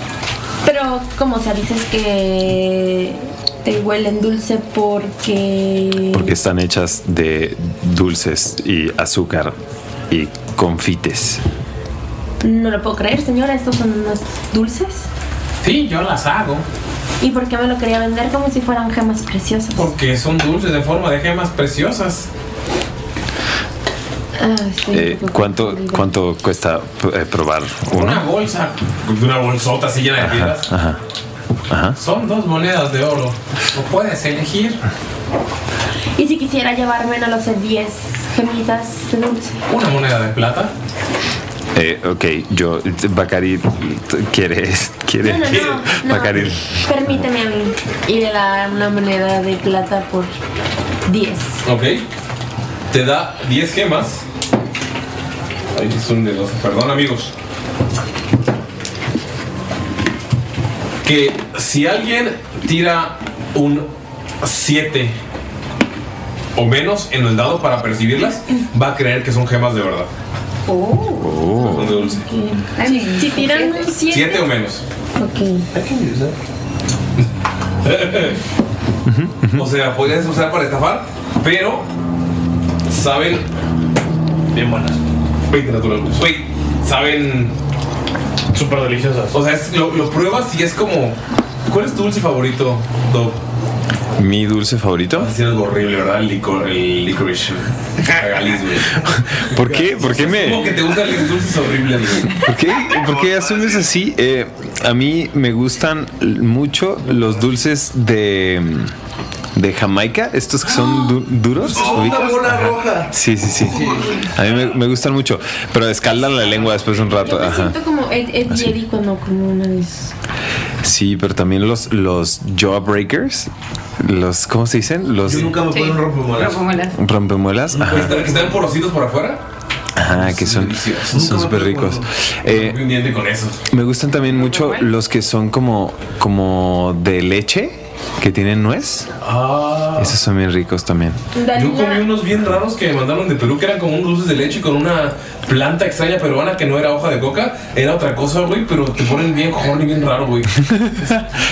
pero, como o sea, dices que te huelen dulce porque.
Porque están hechas de dulces y azúcar y confites.
No lo puedo creer, señora, estos son unos dulces.
Sí, yo las hago.
¿Y por qué me lo quería vender como si fueran gemas preciosas?
Porque son dulces de forma de gemas preciosas.
Ah, estoy un
Eh,
poco
¿cuánto,
confundida.
¿Cuánto cuesta eh, probar
Una
uno?
bolsa, una bolsota así llena de
Ajá,
piedras.
ajá, ajá.
Son dos monedas de oro. Lo puedes elegir.
¿Y si quisiera llevarme, no lo sé, 10 gemitas de dulce?
Una moneda de plata.
Eh, ok, yo, Bacari t- quiere, quiere,
No, no, no,
(laughs)
no.
Bacari,
Permíteme a mí. Y le da una moneda de plata por 10.
Ok. Te da 10 gemas. Ay, es un de los. Perdón, amigos. Que si alguien tira un 7 o menos en el dado para percibirlas, va a creer que son gemas de verdad.
Oh.
Son de dulce.
Si, si tiran un 7.
7 o menos.
Ok.
(laughs) o sea, podrías usar para estafar, pero saben. Bien buenas. 20 natural. Güey, saben. Súper deliciosas. O sea, es- lo, lo pruebas y es como. ¿Cuál es tu dulce
(laughs)
favorito, Doc?
mi dulce favorito.
Es algo horrible, ¿verdad? El, licor, el licorice. Regaliz, güey.
¿Por qué? ¿Por qué me...?
Como que te gustan los dulces horribles, güey.
¿Por qué, por qué asumes así? Eh, a mí me gustan mucho los dulces de, de Jamaica, estos que son du- duros. ¿ubicas? Ajá.
roja.
Sí, sí, sí. A mí me, me gustan mucho, pero escaldan la lengua después de un rato. Ajá.
Siento como Ed, Ed Jedi cuando como una de sus-
Sí, pero también los, los jawbreakers, los, ¿cómo se dicen? Los
Yo nunca me
Sí.
pongo un rompemuelas.
rompemuelas.
Pues,
Ajá.
Que están porositos por afuera.
Ajá, que son son súper ricos. Eh,
Un diente con esos.
Me gustan también mucho los que son como, como de leche, que tienen nuez.
Ah.
Esos son bien ricos también.
(laughs)
Yo comí unos bien raros que me mandaron de Perú que eran como un dulces de leche con una planta extraña peruana que no era hoja de coca, era otra cosa, güey, pero te ponen bien y bien raro,
(laughs)
güey.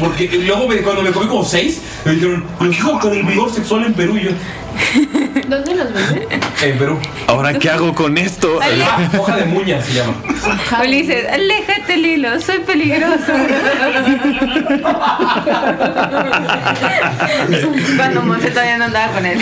Porque eh, luego me- cuando me comí como seis, me dijeron, lo dijo con el vigor sexual en Perú y yo.
¿Dónde los
(laughs)
venden?
En Perú.
Ahora, ¿qué hago con esto?
Ah, hoja de muña se llama.
Ulises, aléjate, Lilo, soy (laughs) peligroso. Cuando Monse todavía no andaba con él.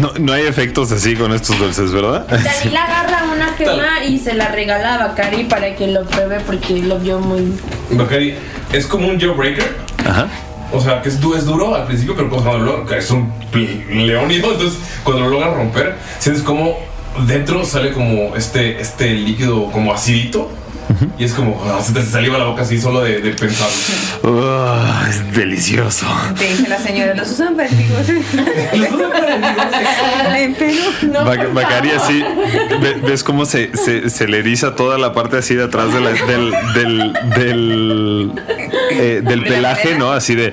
No, no hay efectos así con estos dulces, ¿verdad?
Dalila agarra una gema y se la regala a Bakari para que lo pruebe porque lo vio muy.
Bacari, es como un jawbreaker.
Ajá.
O sea, que es, du- es duro al principio, pero cuando lo es un pl- leónido, entonces cuando lo logras romper, sientes como dentro sale como este, este líquido como acidito Y es como, ah, se te saliva la boca así solo de, de pensar.
Ah, es
(laughs)
delicioso.
Te dice la señora, los usan para amigos. los usan para En Perú. No,
Bac-
por
Bacari
favor.
así, ve- ves cómo se, se- se le eriza toda la parte así de atrás de la- del, del, del, eh, del pelaje, ¿no? Así de,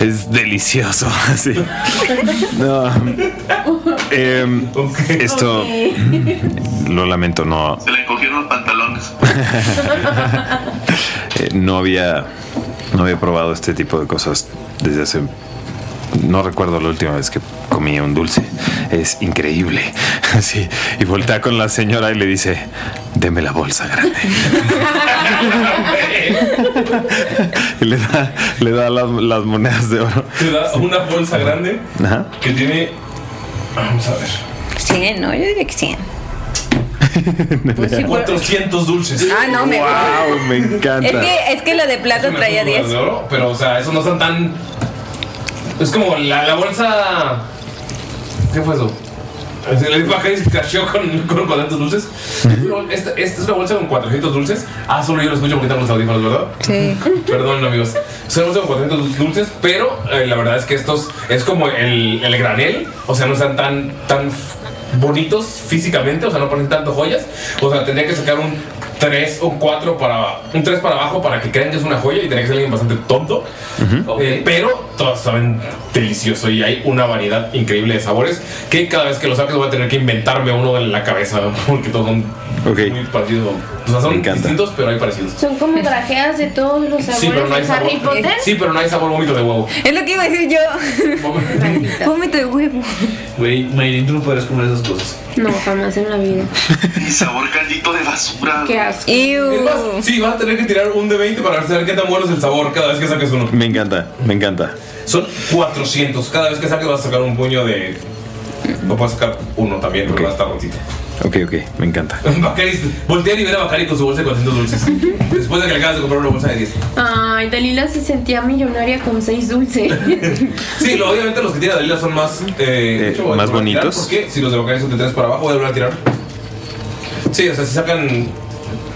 es delicioso, (laughs) así.
(laughs)
No, em, Esto, lo
(laughs)
lamento, no,
Se le cogieron los pantalones.
eh, no había, no había probado este tipo de cosas desde hace, no recuerdo la última vez que comía un dulce. Es increíble, (laughs) así. Y voltea con la señora y le dice, deme la bolsa grande. Y le da, le da las, las monedas de oro.
Te da una bolsa grande
Ajá.
que
(laughs)
tiene. Vamos a ver.
100, ¿no? Yo diría que 100.
400 dulces.
Ah, no, me-
Wow, me encanta.
Es que, es que la de plata
Son
traía
las
10.
Pues, de oro, pero, o sea, eso no están tan. Es como la, la bolsa. ¿Qué fue eso? El Bacari se cachó con, con 400 dulces. Pero Esta, esta es una bolsa con 400 dulces. Ah, solo yo lo escucho porque tengo los audífonos, ¿verdad?
Sí.
(laughs) Perdón, amigos. Solo bolsa con 400 dulces, pero eh, la verdad es que estos es como el, el granel. O sea, no están tan, tan f- bonitos físicamente. O sea, no ponen tanto joyas. O sea, tendría que sacar un 3 o 4 para. Un 3 para abajo para que crean que es una joya y tendría que ser alguien bastante tonto. Eh, pero todos saben delicioso y hay una variedad increíble de sabores que cada vez que los saques voy a tener que inventarme uno en la cabeza (laughs) porque todos son muy parecidos. O sea, son distintos, pero hay parecidos.
Son como grajeas de todos los sabores
Sí, pero no hay
de
sabor.
Harry Potter.
Sí, pero no hay sabor vómito de huevo.
Es lo que iba a decir yo. Vómito de huevo.
Güey, Mayrin, tú no podrías comer esas cosas.
No, jamás en la vida.
Y sabor caldito de basura.
Qué asco.
Es más, sí, vas a tener que tirar un de 20 para saber qué tan bueno es el sabor cada vez que saques uno.
Me encanta, me encanta.
Son 400. Cada vez que saques vas a sacar un puño de. No puedes sacar uno también, pero va a estar rotito. (laughs)
Ok, ok, me encanta.
Bacari, voltear y ver a Bacari con su bolsa de 400 dulces.
(laughs)
Después de que le acabas de comprar una bolsa de 10.
Ay, Dalila se sentía millonaria con seis dulces.
Sí, lo- obviamente los que tira Dalila son más. eh, de hecho, voy a
más
volver a tirar,
bonitos.
Porque si los de Bacari son de 3 para abajo, voy a volver a tirar. Sí, o sea, si sacan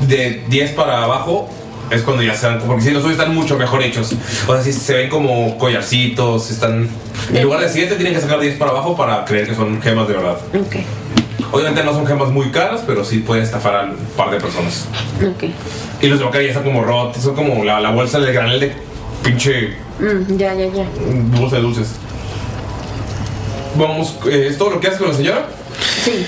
de 10 para abajo. Es cuando ya se dan, porque si los hoy están mucho mejor hechos. O sea, si se ven como collarcitos, están. En lugar de 7, tienen que sacar 10 para abajo para creer que son gemas de verdad.
Ok.
Obviamente no son gemas muy caras, pero sí pueden estafar a un par de personas.
Ok.
Y los de Bacari ya están como rotos, son como la, la bolsa del granel de pinche
Mm, ya, ya, ya.
bolsa de dulces. Vamos, eh, ¿es todo lo que haces con la señora?
Sí.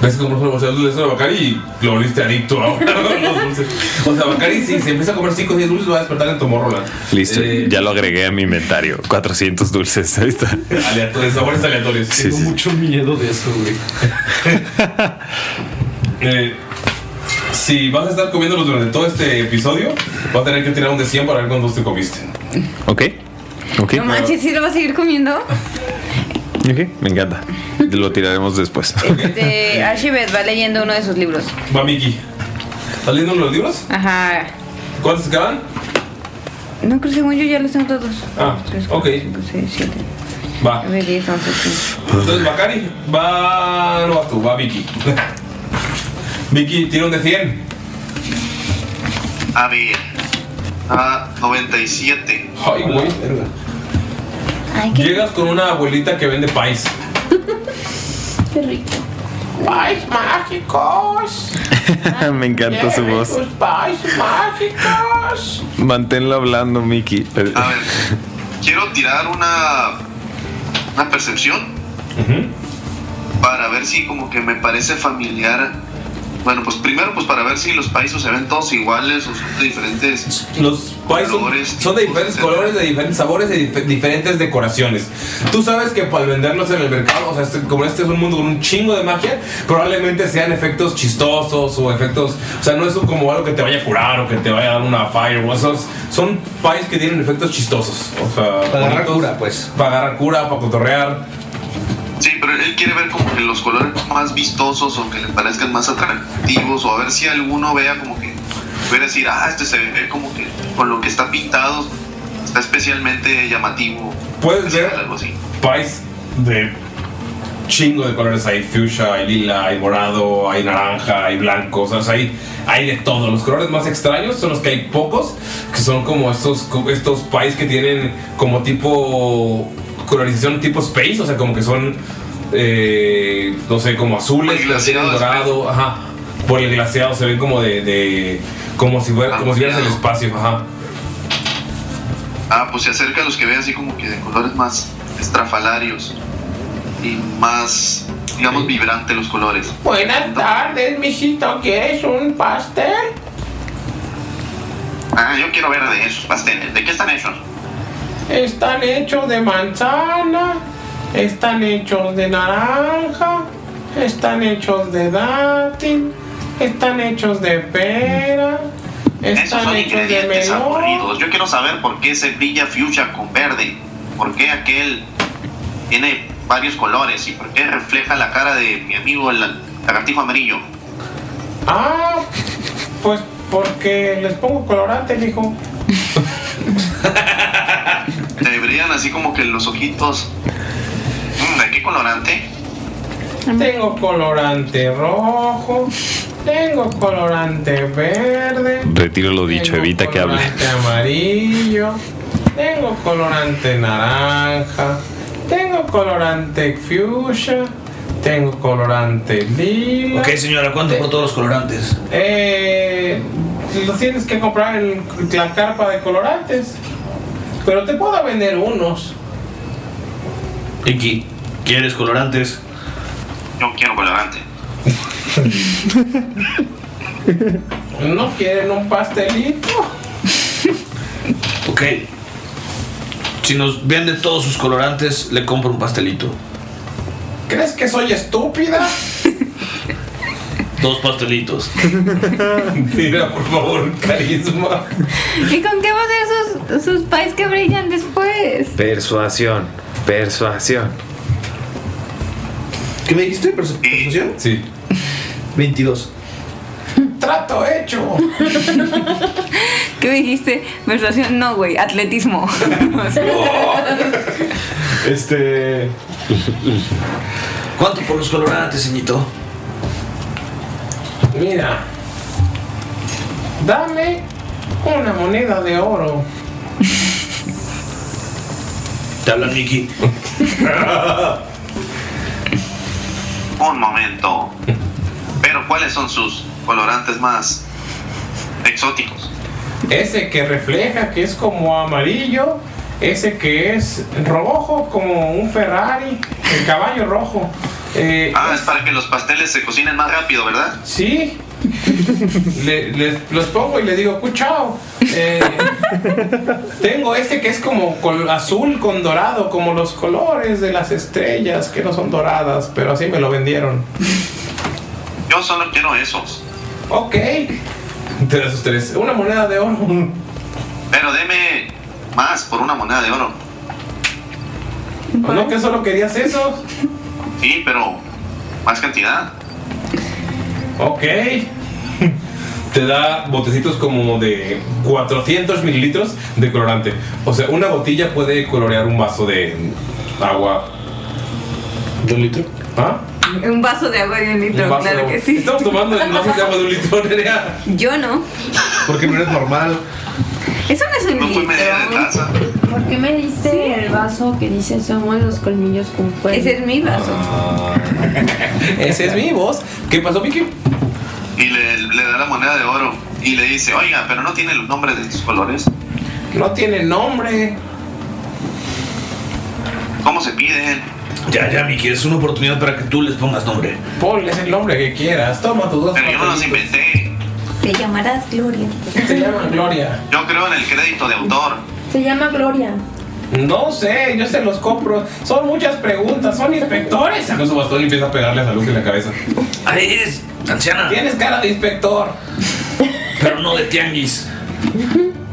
Ves que compras una bolsa de dulces a Bacari y lo volviste adicto a los dulces. O sea, Bacari, si se empieza a comer 5 o 10 dulces, va a despertar en Tomorrowland.
Listo, ya lo agregué a mi inventario. 400 dulces, ahí está.
Aleatorios, sabores aleatorios.
Tengo
mucho miedo de eso, (laughs) güey. Eh, si vas a estar comiéndolos durante todo este episodio, vas a tener que tirar un de 100 para ver cuántos te comiste.
Ok, ok.
No manches, ¿sí lo vas a seguir comiendo? (laughs)
Ok, me encanta. Lo tiraremos después.
Este, Archibald va leyendo uno de sus libros.
Va Miki. ¿Estás leyendo los libros?
Ajá.
¿Cuántos te quedan?
No, creo que según yo ya los tengo todos.
Ah, ok. Va.
A ver, 10, 11, 15.
Entonces, Bacari, va. No vas tú, va Vicky. (laughs) Vicky, tira un de 100.
A ver. A 97.
Ay, güey. Llegas con una abuelita que vende pais.
Qué rico.
¡Pais mágicos!
(laughs) me encanta su voz.
pais mágicos!
Manténlo hablando, Mickey.
Quiero tirar una. Una percepción. Para ver si, como que me parece familiar. Bueno, pues primero, pues para ver si los países se ven todos iguales o son de diferentes.
Los pais son, son de diferentes colores, de diferentes sabores, de dif- diferentes decoraciones. Tú sabes que para venderlos en el mercado, o sea, este- como este es un mundo con un chingo de magia, probablemente sean efectos chistosos o efectos. O sea, no es como algo que te vaya a curar o que te vaya a dar una fire. O esos, son pais que tienen efectos chistosos. O sea,
Para agarrar
cura, pues. Para agarrar cura, para cotorrear.
Sí, pero él quiere ver como que los colores más vistosos o que le parezcan más atractivos o a ver si alguno vea como que ver decir, ah, este se ve como que con lo que está pintado está especialmente llamativo.
Puedes ver pais de chingo de colores. Hay fuchsia, hay lila, hay morado, hay naranja, hay blanco. O sea, hay
hay de todo. Los colores más extraños son los que hay pocos, que son como estos, estos pies que tienen como tipo colorización tipo space, o sea, como que son, eh, no sé, como azules, pero tienen dorado, ajá, por el glaseado, se ven como de, de- como si fuera, como si vieras el espacio, ajá.
Ah, pues se acerca a los que ve así como que de colores más estrafalarios y más, digamos, vibrante los colores.
Buenas tardes, mijito. ¿Quieres un pastel?
Ah, yo quiero ver de esos pasteles. ¿De qué están hechos?
Están hechos de manzana, están hechos de naranja, están hechos de dátil, están hechos de pera,
Esos
están
son
hechos de
ingredientes
melón.
aburridos. Yo quiero saber por qué se brilla fuchsia con verde. ¿Por qué aquel tiene varios colores? ¿Y por qué refleja la cara de mi amigo el lagartijo amarillo?
Ah, pues porque les pongo colorante, dijo.
Te brillan así como que los ojitos. Mm, ¿De qué colorante?
Tengo colorante rojo, tengo colorante verde,
(laughs) Retiro lo dicho, evita que hable.
colorante amarillo, tengo colorante naranja, tengo colorante fuchsia, tengo colorante lila.
Ok, señora, ¿cuánto por todos los colorantes?
Eh, lo tienes que comprar en la carpa de colorantes, pero te puedo vender unos.
Iki, ¿quieres colorantes?
Yo quiero colorante.
¿No quieren un pastelito?
Ok. Si nos vende todos sus colorantes, le compro un pastelito.
¿Crees que soy estúpida?
Dos
(laughs)
pastelitos.
Tira, por favor, carisma.
¿Y con qué va a ser sus, sus pais que brillan después?
Persuasión, persuasión.
¿Qué me dijiste? ¿Persu- ¿Persuasión?
Sí.
22.
Trato hecho.
¿Qué dijiste? Versación, no, güey, atletismo.
(laughs) Este. ¿Cuánto por los colorantes, ceñito?
Mira, dame una moneda de oro.
Te habla Mickey.
(laughs) Un momento. Pero ¿cuáles son sus colorantes más exóticos?
Ese que refleja que es como amarillo, ese que es rojo como un Ferrari, el caballo rojo. Eh,
Ah,
pues-
es para que los pasteles se cocinen más rápido, ¿verdad?
Sí. Le- les- los pongo y les digo, cuchao. Eh, tengo este que es como col- azul con dorado, como los colores de las estrellas que no son doradas, pero así me lo vendieron.
Yo solo quiero esos.
Ok. Te das sus tres. Una moneda de oro.
Pero deme más por una moneda de oro.
¿No que solo querías eso?
Sí, pero más cantidad.
Ok. (laughs) Te da botecitos como de 400 mililitros de colorante. O sea, una botella puede colorear un vaso de agua.
¿De un litro?
¿Ah?
un vaso de agua y un litro,
Un vaso de
claro
agua.
que sí.
Estamos tomando el vaso de agua de un litro, Nerea.
Yo no.
Porque no eres
(laughs)
normal.
Eso no es un
¿Por qué me diste el vaso que dice somos los colmillos con fuego?
Ese es mi vaso.
Ah.
Ah. Ese es mi voz. ¿Qué pasó, Vicky?
Y le, le da la moneda de oro. Y le dice, oiga, pero no tiene los nombres de sus colores.
No tiene nombre.
¿Cómo se piden?
Ya, ya, Mickey, es una oportunidad para que tú les pongas nombre.
Ponles el nombre que quieras. Toma tus dos.
Pero yo no los inventé.
Te llamarás Gloria.
Se llama Gloria.
Yo creo en el crédito de autor.
Se llama Gloria.
No sé, yo se los compro. Son muchas preguntas, son inspectores.
Saca su bastón y empieza a pegarle a la luz en la cabeza.
Ahí es, anciana.
Tienes cara de inspector.
Pero no de tianguis.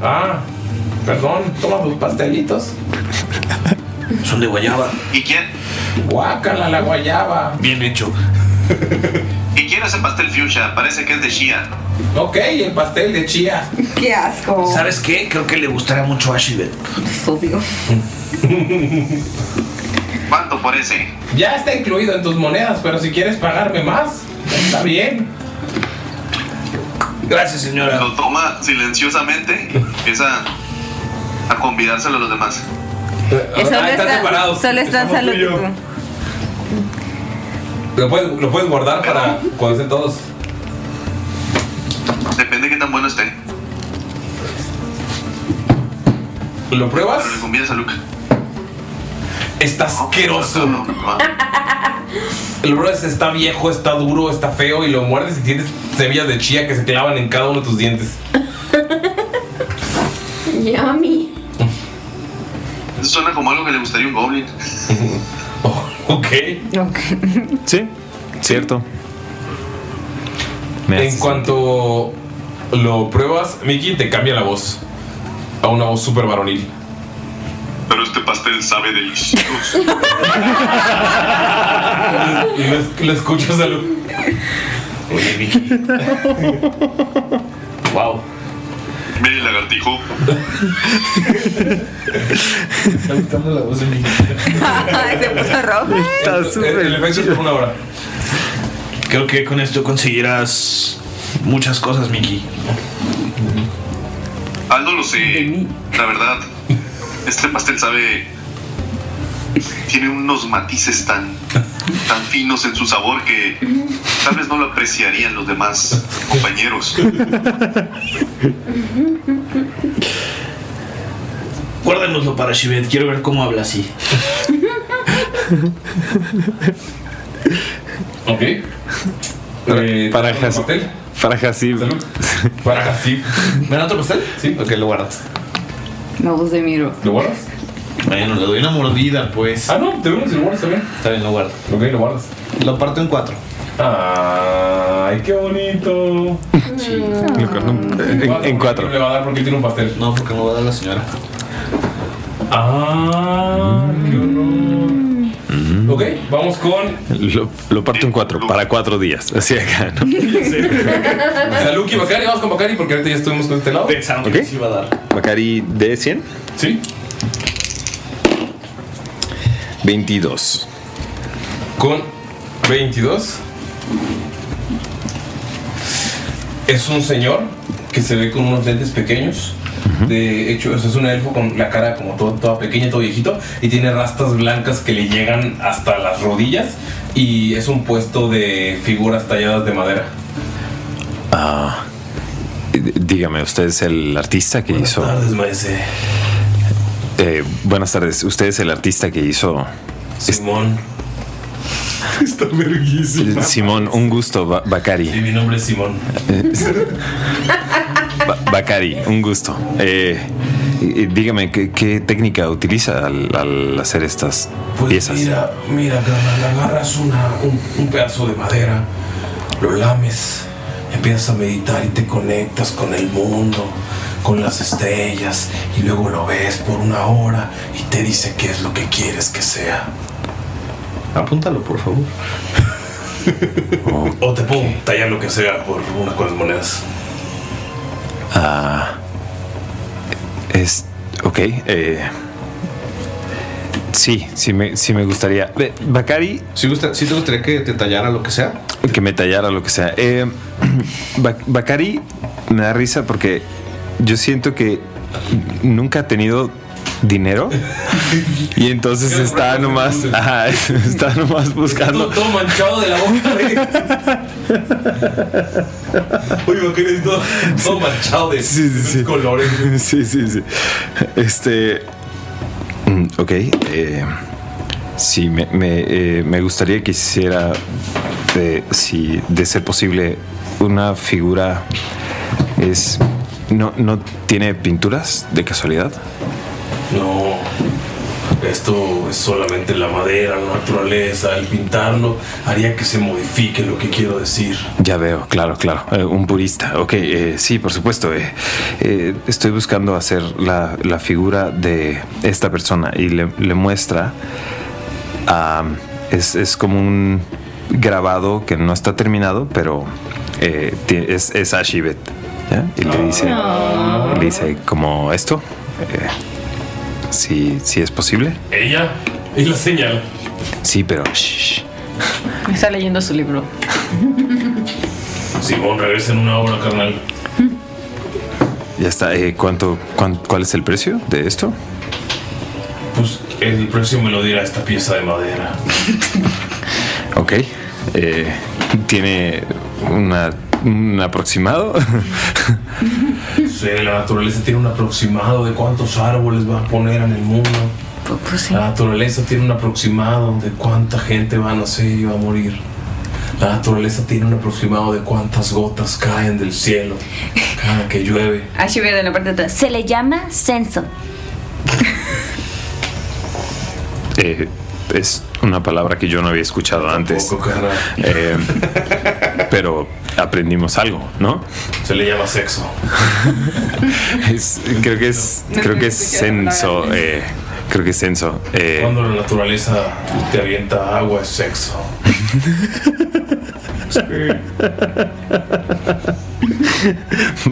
Ah, perdón, toma tus pastelitos.
Son de guayaba.
¿Y quién?
Guácala la guayaba.
Bien hecho.
(laughs) Y quiero ese pastel fuchsia. Parece que es de Shia.
Ok, el pastel de chía.
Qué asco.
¿Sabes qué? Creo que le gustará mucho a Shibet.
Oh. Obvio.
¿Cuánto por ese?
Ya está incluido en tus monedas, pero si quieres pagarme más, está bien.
Gracias, señora.
Lo toma silenciosamente y empieza a convidárselo a los demás.
Eh, solo está- Solo están
Estamos tú y yo.
saludando.
Lo puedes, lo puedes guardar para cuando estén todos.
Depende de qué tan bueno esté.
¿Lo pruebas?
Pero le convidas a Luca.
Está asqueroso. El bros está viejo, está duro, está feo y lo muerdes y tienes semillas de chía que se clavan en cada uno de tus dientes.
Yummy.
Eso suena como algo que le gustaría a un goblin.
ok.
Sí, cierto.
en cuanto lo pruebas, Mickey te cambia la voz a una voz súper varonil.
Pero este pastel sabe delicioso.
Y lo, es- lo escuchas a Luke. Oye, Mickey. (laughs) wow.
Ve,
(laughs)
lagartijo.
Está gustando la voz de Mickey.
(laughs) Se puso rojo.
Está súper. El efecto es por una hora.
(laughs) Creo que con esto conseguirás muchas cosas, Mickey.
Ah, no lo sé. La verdad, este pastel sabe. Tiene unos matices tan, tan finos en su sabor que tal vez no lo apreciarían los demás compañeros.
Guárdenoslo para Shivet, quiero ver cómo habla así.
(laughs) Ok. Eh,
para Hasib. Para Hasib.
Para (laughs) Hasib. ¿Me dan otro pastel? Sí, ok, lo guardas.
No, pues de miro.
¿Lo guardas?
Bueno, le doy una mordida, pues.
Ah, no, te vemos si lo guardas también.
Está bien, lo guardo.
Ok, lo guardas.
Lo parto en cuatro.
Ay, qué bonito.
En, en cuatro.
Le va a dar porque tiene un pastel.
No, porque me va a dar la señora.
Ah, qué
Mm.
horror. Ok, vamos con.
Lo, lo parto en cuatro, para cuatro días. Así acá, ¿no?
Salud y Bacari. Vamos con Bacari porque ahorita ya estuvimos con este lado.
Pensaron
que sí
iba a dar.
Macari de 100.
Sí.
22.
Con 22. Es un señor que se ve con unos lentes pequeños. De hecho, eso es un elfo con la cara como todo, toda pequeña, todo viejito. Y tiene rastas blancas que le llegan hasta las rodillas. Y es un puesto de figuras talladas de madera.
Ah, d- dígame, ¿usted es el artista que hizo?
Buenas tardes, maese.
Eh, buenas tardes. ¿Usted es el artista que hizo?
Simón. Está verguísimo.
Simón, un gusto, Ba- Bacari.
Y mi nombre es Simón.
Eh, Ba- Bacari, un gusto. Eh, eh, dígame, ¿qué, qué técnica utiliza al, al hacer estas piezas?
Pues Mira, mira, carnal, agarras una, un, un pedazo de madera, lo lames, empiezas a meditar y te conectas con el mundo, con las estrellas, y luego lo ves por una hora y te dice qué es lo que quieres que sea.
Apúntalo, por
(laughs)
favor.
O te puedo tallar lo que sea por unas cuantas monedas.
Ah, es. Ok. eh, sí, sí me, sí me gustaría. Ve, Bacari.
Si, te gustaría que te tallara lo que sea.
Que me tallara lo que sea. Eh, (clears throat) Bac- Bacari me da risa porque yo siento que nunca ha tenido dinero. Y entonces está nomás, (laughs) ajá, está nomás buscando.
Todo manchado de la boca. (laughs) Oye, ¿por qué eres todo, todo manchado de colores?
Sí, sí, sí. (laughs) Este. mm, Ok. eh, sí, me, me, eh, me gustaría que hiciera, eh, si de ser posible, una figura. Es. No, no tiene pinturas de casualidad.
No, esto es solamente la madera, la naturaleza. El pintarlo haría que se modifique lo que quiero decir.
Ya veo, claro, claro. Eh, un purista. Ok, eh, sí, por supuesto. eh, eh, estoy buscando hacer la, la figura de esta persona y le, le muestra. ah, es, es como un grabado que no está terminado, pero eh, ti- es, es Ashibet. ¿ya? Y le dice,
Ah.
le dice como esto. eh, si, si es posible.
Ella y la señal.
Sí, pero... shh, shh,
Está leyendo su libro.
Simón, regresa en una hora, carnal.
Ya está. eh, ¿cuánto, cuán- ¿Cuál es el precio de esto?
Pues el precio me lo dirá esta pieza de madera.
Ok. eh, ¿Tiene una, un aproximado? (laughs)
Sí, la naturaleza tiene un aproximado de cuántos árboles va a poner en el mundo. La naturaleza tiene un aproximado de cuánta gente va a nacer y va a morir. La naturaleza tiene un aproximado de cuántas gotas caen del cielo cada que llueve.
Ah, de la parte de atrás. Se le llama censo.
Eh, es una palabra que yo no había escuchado antes. Eh, pero aprendimos algo, ¿no?
Se le llama sexo.
(laughs) Es- creo que es,
No
creo que es
escuché la palabra.
censo. eh, creo que es censo. eh,
Cuando la naturaleza te avienta agua es sexo.
(laughs)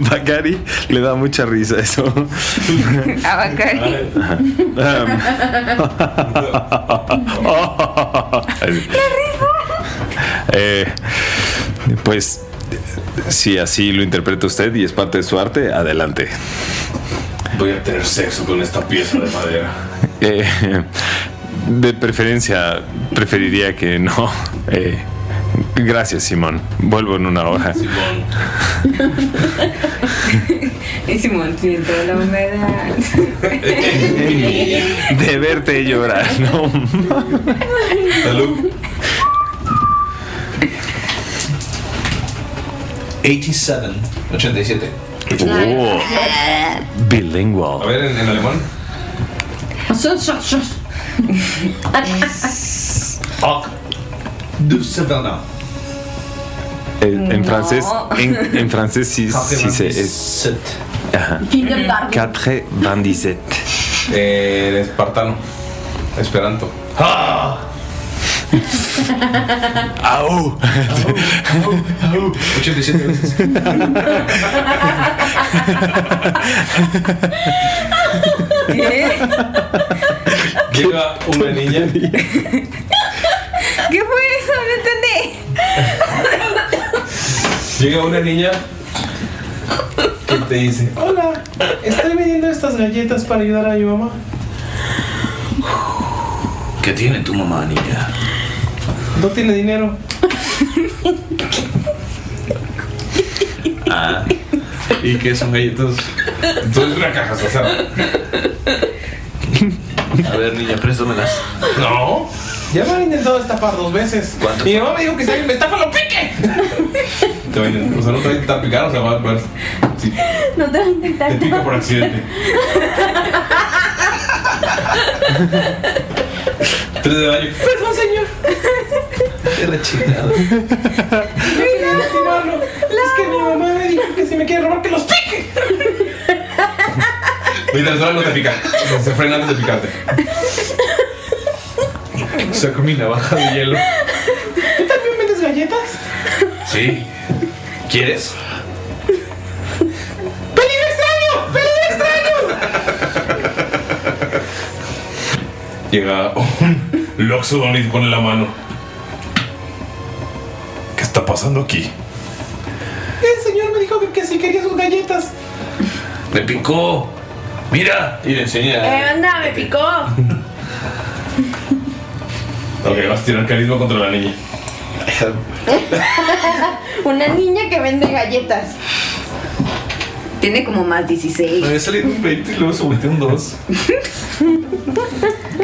Bacari le da mucha risa eso.
(laughs)
A Bacari.
Ajá. (laughs) Así. Eh, pues si así lo interpreta usted y es parte de su arte, adelante.
Voy a tener sexo con esta pieza de madera.
Eh, de preferencia, preferiría que no. Eh, gracias, Simón. Vuelvo en una hora.
(laughs) Y Simón siento
(laughs)
la humedad.
De verte llorar, no.
Salud.
87. 87.
Oh, bilingual.
A ver, en, en alemán.
Ok. Du Savannah.
Eh, en
No.
francés, en, en francés sí, sí se es. Ajá.
Kindergarten.
97.
(laughs)
Eh, espartano. Esperanto. (laughs)
¡Ah!
¡Au!
87 veces.
Llega una niña.
¿Qué fue eso? No entendí.
Llega una niña que te dice.
Hola, estoy vendiendo estas galletas para ayudar a mi mamá.
¿Qué tiene tu mamá, niña?
No tiene dinero.
Ah. ¿Y qué son galletas?
Entonces una caja,
A ver, niña, préstamelas.
No. Ya me han intentado estafar dos veces.
¿Cuánto?
Mi mamá me dijo que si alguien me estafa lo pique.
Te va a intentar- o sea, no te va a intentar picar, o sea, va a ver. Sí,
No te va a intentar.
te pica por accidente. Tres de daño.
Perdón, señor.
Qué la chingada.
Mira, continuarlo. Es que mi mamá me dijo que si me quiere robar que los pique.
Mientras no, no te pica. O sea, se frena antes de picarte.
Saco mi navaja de hielo.
¿Tú también vendes galletas?
Sí. ¿Quieres?
¡Peligro extraño! ¡Peligro extraño!
Llega un Loxodon y pone la mano. ¿Qué está pasando aquí?
El señor me dijo que, que si quería sus galletas.
Me picó. Mira. Y le
Eh.
enseña.
anda, Eh, me picó.
Ok, vas a tirar carisma contra la niña.
Una niña que vende galletas.
Tiene como más 16.
Me había salido un 20 y luego se volteó un 2.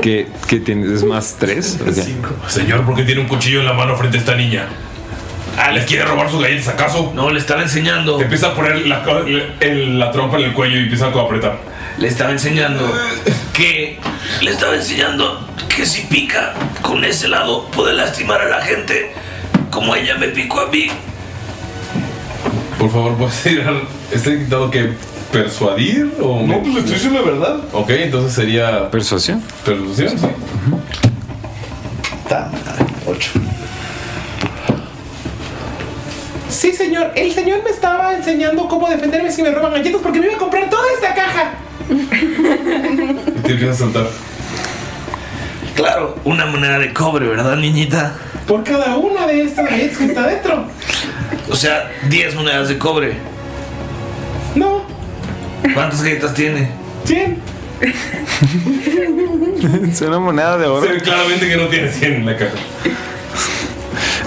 ¿Qué, qué tienes? ¿Es más 3?
Señor, ¿por qué tiene un cuchillo en la mano frente a esta niña? Ah, ¿les quiere robar sus galletas acaso? No, le estaba enseñando. Te empieza a poner la, co- el- la trompa en el cuello y empieza a apretar.
Le estaba enseñando que. Le estaba enseñando que si pica con ese lado puede lastimar a la gente. Como ella me picó a mí.
Por favor, ¿puedes tirar? ¿Está intentando que persuadir o.? No, pues estoy diciendo la verdad. Ok, entonces sería.
¿Persuasión?
Persuasión, sí.
Ta 8.
Sí, señor. El señor me estaba enseñando cómo defenderme si me roban galletas porque me iba a comprar toda esta caja.
Y te empieza a soltar.
Claro, una moneda de cobre, ¿verdad, niñita?
Por cada una de estas galletas que está dentro.
O sea, 10 monedas de cobre.
No.
¿Cuántas galletas tiene?
100.
(laughs) Es una moneda de oro.
claramente que no tiene 100 en la caja.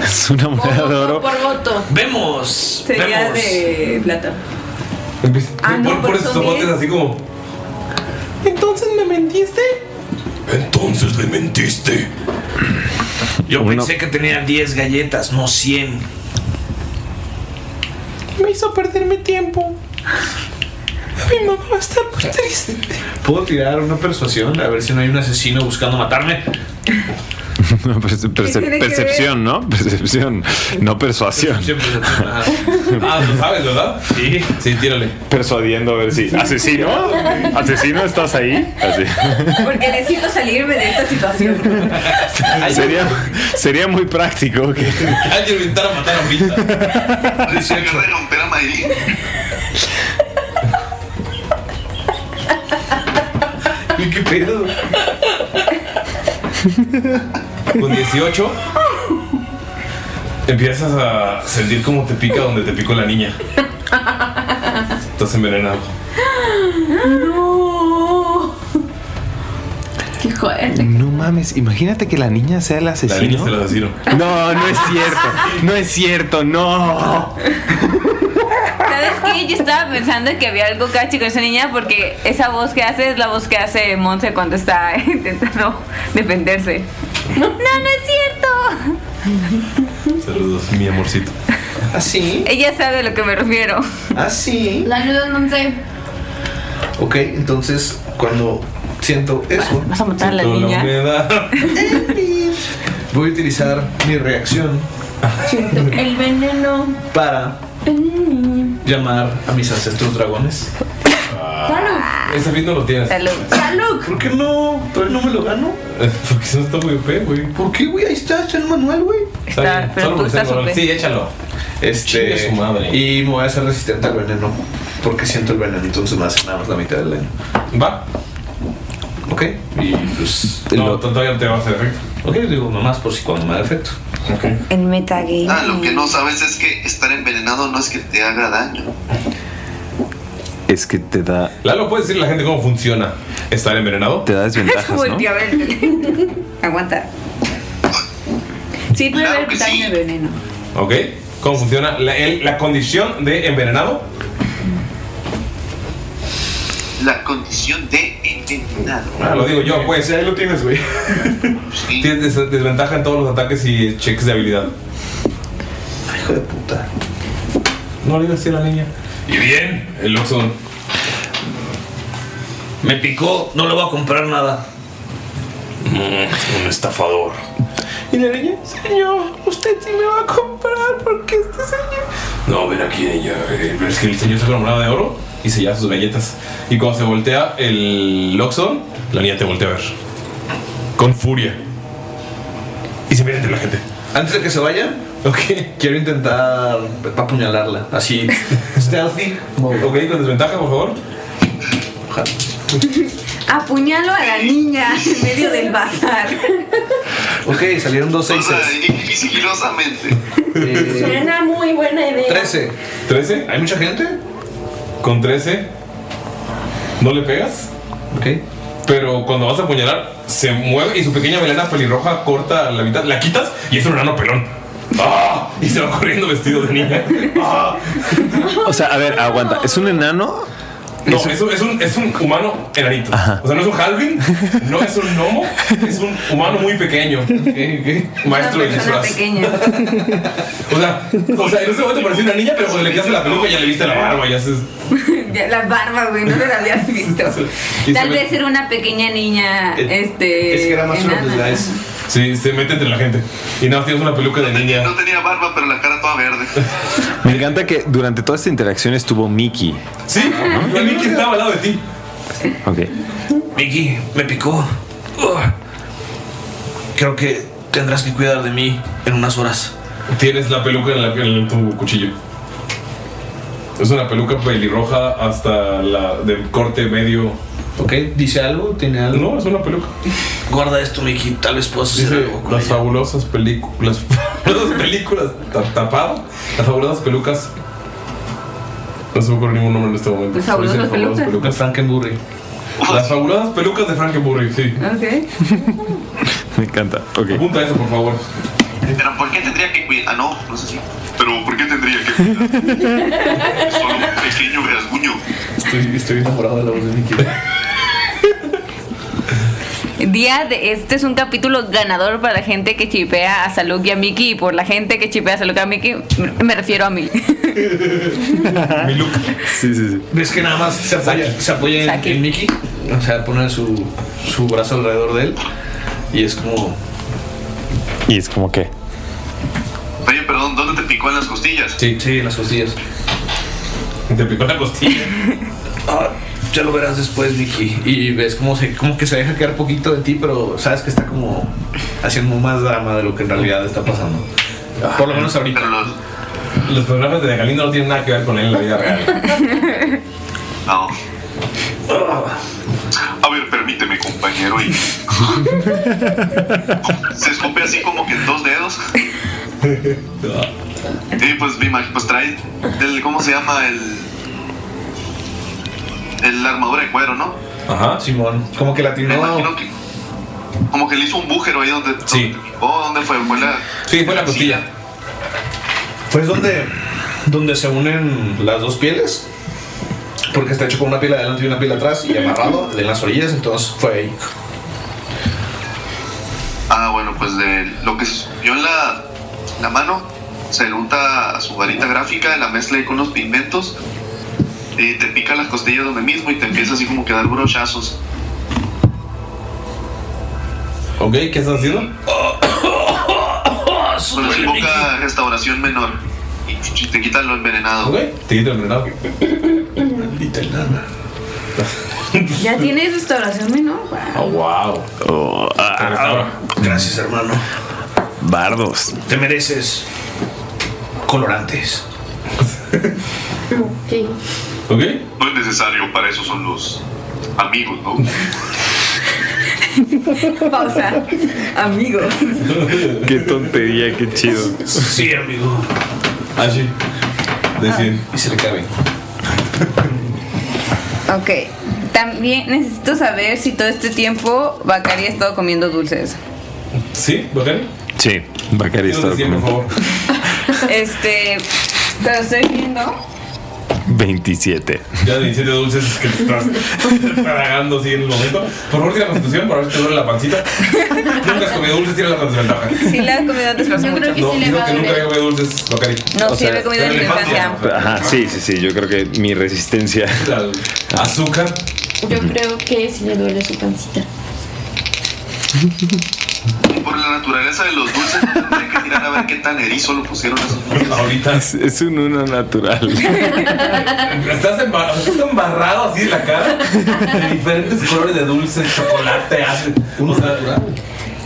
Es una moneda de oro.
Por voto.
Vemos.
Sería
vemos.
de plata.
Ah,
por,
no, por
por
eso
esos ojotes
bien.
así como.
Entonces me mentiste.
Entonces le mentiste. Yo pensé que tenía 10 galletas, no 100.
Me hizo perder mi tiempo. Mi mamá va a estar muy triste.
¿Puedo tirar una persuasión? A ver si no hay un asesino buscando (laughs) matarme.
(laughs) No, perce- perce-
tiene que
percepción, ¿no? (laughs) Percepción, no persuasión.
Ah, lo sabes, ¿verdad? Sí. Sí, tírale.
Persuadiendo a ver si. ah, ¿Asesino?
(laughs)
¿Asesino estás ahí? Así.
Porque necesito salirme de esta situación.
sería, sería muy práctico que.
Alguien me intentara matar a
Brita.
Pero Maylin,
¿Y qué pedo? Con 18 empiezas a sentir cómo te pica donde te picó la niña. Estás envenenado.
No. Qué fuerte.
No mames, imagínate que la niña sea el asesino.
niña es el asesino.
No, no es cierto. No es cierto, no.
¿Sabes qué? Yo estaba pensando que había algo cachi con esa niña porque esa voz que hace es la voz que hace Monse cuando está (laughs) intentando defenderse. No, no es cierto.
Saludos, mi amorcito. ¿Ah,
¿Así?
Ella sabe a lo que me refiero.
¿Así?
La ayuda Monse.
Ah, Ok, entonces cuando siento eso.
Vas a matar a la
siento
niña.
humedad, voy a utilizar mi reacción
(laughs) El veneno.
para llamar a mis ancestros dragones.
Claro.
Ese fin no lo tienes.
Salud.
¿Por qué no? ¿Todavía no me lo gano?
Porque eso está muy OP, güey.
¿Por qué, güey? Ahí está, está el manual, güey.
Está Está, bien, pero solo tú porque sea estás manual. OP. Sí, échalo.
Este,
Chingue su madre.
Y me voy a hacer resistente al veneno. Porque siento el veneno, entonces me hace nada más la mitad del daño.
Va.
Ok. Y pues.
No, todavía no te va a hacer efecto.
Ok, digo nomás por si cuando me da efecto.
En metagame.
ah,
(laughs)
lo que no sabes es que estar envenenado no es que te haga daño.
Es que te da.
Lalo, ¿puedes decirle a la gente cómo funciona estar envenenado?
Te da
Volteo a ver. Aguanta. Sí, pero el daño de veneno.
Ok. ¿Cómo funciona la, el- la condición de envenenado?
La condición de envenenado.
Ah, lo digo yo, pues. Ahí lo tienes, güey. Tienes des- desventaja en todos los ataques y cheques de habilidad.
Hijo de puta.
No le digas así a la niña. Y bien, el Oxon.
Me picó, no le voy a comprar nada. Mm, un estafador.
Y la niña, señor, usted sí me va a comprar porque este señor.
No, ven aquí, niña. eh, pero es que el señor sacó la moneda de oro y se lleva sus galletas. Y cuando se voltea el Oxon, la niña te voltea a ver. Con furia. Y se mira entre la gente.
Antes de que se vaya, quiero intentar apuñalarla.
(laughs)
Así. Stealthy.
Ok, con desventaja, por favor.
Apuñalo a la niña en medio del bazar.
Ok, salieron dos seises.
Y sigilosamente.
Eh,
Suena muy buena idea. (laughs)
13.
¿13?
¿Hay mucha gente?
Con 13. ¿No le pegas?
Ok.
Pero cuando vas a apuñalar, se mueve y su pequeña melena pelirroja corta la mitad, la quitas y es un enano pelón. ¡Ah! Y se va corriendo vestido de niña. ¡Ah!
O sea, a ver, aguanta. ¿Es un enano?
No, es un, es un, es un humano enanito. O sea, no es un halving, no es un gnomo, es un humano muy pequeño. Maestro de
Persona
disfraz.
pequeña.
O sea, o sea, en ese momento parecía una niña, pero cuando le quitaste la peluca ya le viste la barba, ya se.
Ya, La barba, güey, no la habías visto.
Y
Tal
se ve-
vez era una pequeña niña,
Eh,
este. enana.
Sí, se mete entre la gente. Y nada, más tienes una peluca de niña.
No tenía barba, pero la cara toda verde.
Me encanta que durante toda esta interacción estuvo Mickey.
(laughs) Sí, el Mickey (laughs) estaba al lado de ti.
Ok.
Mickey, me picó. Ugh. Creo que tendrás que cuidar de mí en unas horas.
Tienes la peluca en, la- en tu cuchillo. Es una peluca pelirroja hasta la de corte medio.
Ok, ¿dice algo? ¿Tiene algo?
No, es una peluca.
Guarda esto, Mickey. Tal vez puedas hacer
Dice,
algo.
las fabulosas películas. (laughs) fabulosas películas ta- tapado. Las fabulosas pelucas. No se me ocurre ningún nombre en este momento.
Las fabulosas
Solo dicen
pelucas.
De Frankenburry. Las fabulosas pelucas de Frankenburry, sí.
Ah.
Ok.
Me encanta. Ok.
Apunta eso, por favor.
Pero ¿por qué tendría que cuidar? Ah, no, no sé si. Pero ¿por qué tendría que cuidar? Es solo un pequeño rasguño.
Estoy, estoy enamorado de la voz de Nicky. (laughs)
Día de este es un capítulo ganador para la gente que chipea a Saluk y a Miki y por la gente que chipea a Saluk y a Miki me- me refiero a mí.
Mi look.
Sí, sí, sí.
¿Ves que nada más se apoya, se apoya en, en Mickey? O sea, pone su, su brazo alrededor de él. Y es como.
Y es como que.
Oye, perdón, ¿dónde te picó en las costillas?
Sí, sí, en las costillas.
Te picó la costilla.
(laughs) Ah, ya lo verás después, Mickey. Y ves cómo se, como que se deja quedar poquito de ti, pero sabes que está como haciendo más drama de lo que en realidad está pasando. Por lo menos ahorita.
Los programas de Galindo no tienen nada que ver con él en la vida real.
No. A ver, permíteme, compañero. Y... se escupe así como que en dos dedos. Y pues, me imag- pues trae el, ¿cómo se llama? El, el la armadura de cuero, ¿no?
Ajá.
Simón. Como que la
Me
atinó.
imagino que como que le hizo un bújero ahí donde... Sí. Oh, ¿dónde fue? Fue la...
Sí, fue la costilla.
Pues donde, donde se unen las dos pieles. Porque está hecho con una piel adelante y una piel atrás y amarrado en las orillas, entonces fue ahí.
Ah, bueno, pues de lo que yo en la, la mano se le unta a su varita gráfica, la mezcla ahí con los pigmentos y te pica las costillas donde mismo y te empieza así como que a dar brochazos.
Ok, ¿qué estás haciendo?
Pues les invoca restauración menor y te quita lo envenenado.
Te quito el venado.
Maldita enana.
¿Ya tienes restauración menor?
Oh, wow.
Gracias, hermano.
Bardos.
Te mereces colorantes.
¿Ok?
No es necesario, para eso son los amigos,
(laughs)
¿no?
Pausa. Amigo.
(laughs) Qué tontería, qué chido. Ah,
Sí, amigo.
Así. Decir.
Y se le cabe.
Ok. También necesito saber si todo este tiempo Bacari ha estado comiendo dulces.
¿Sí? ¿Bacari?
Sí, Bacari está
por favor.
Este. Te lo estoy viendo.
27.
Ya de 17 dulces que te estás (laughs) tragando así en el momento. Por favor, tira la constitución para ver si te duele la pancita. Nunca has comido dulces, tira la desventaja.
Sí, la has comido antes, pero hace mucho.
No, digo que nunca he comido dulces, Bacari.
No, sí, lo he comido en mi infancia.
Ajá, sí, sí, sí. Yo creo que mi resistencia.
Azúcar.
Yo creo que sí le duele su pancita.
Por la naturaleza de los dulces, hay que tirar a ver qué tan erizo lo pusieron a esos dulces.
Ahorita.
Es, es un uno natural.
(laughs) Estás embarrado, estás embarrado así en la cara de diferentes colores de dulce, chocolate, ácido. O sea,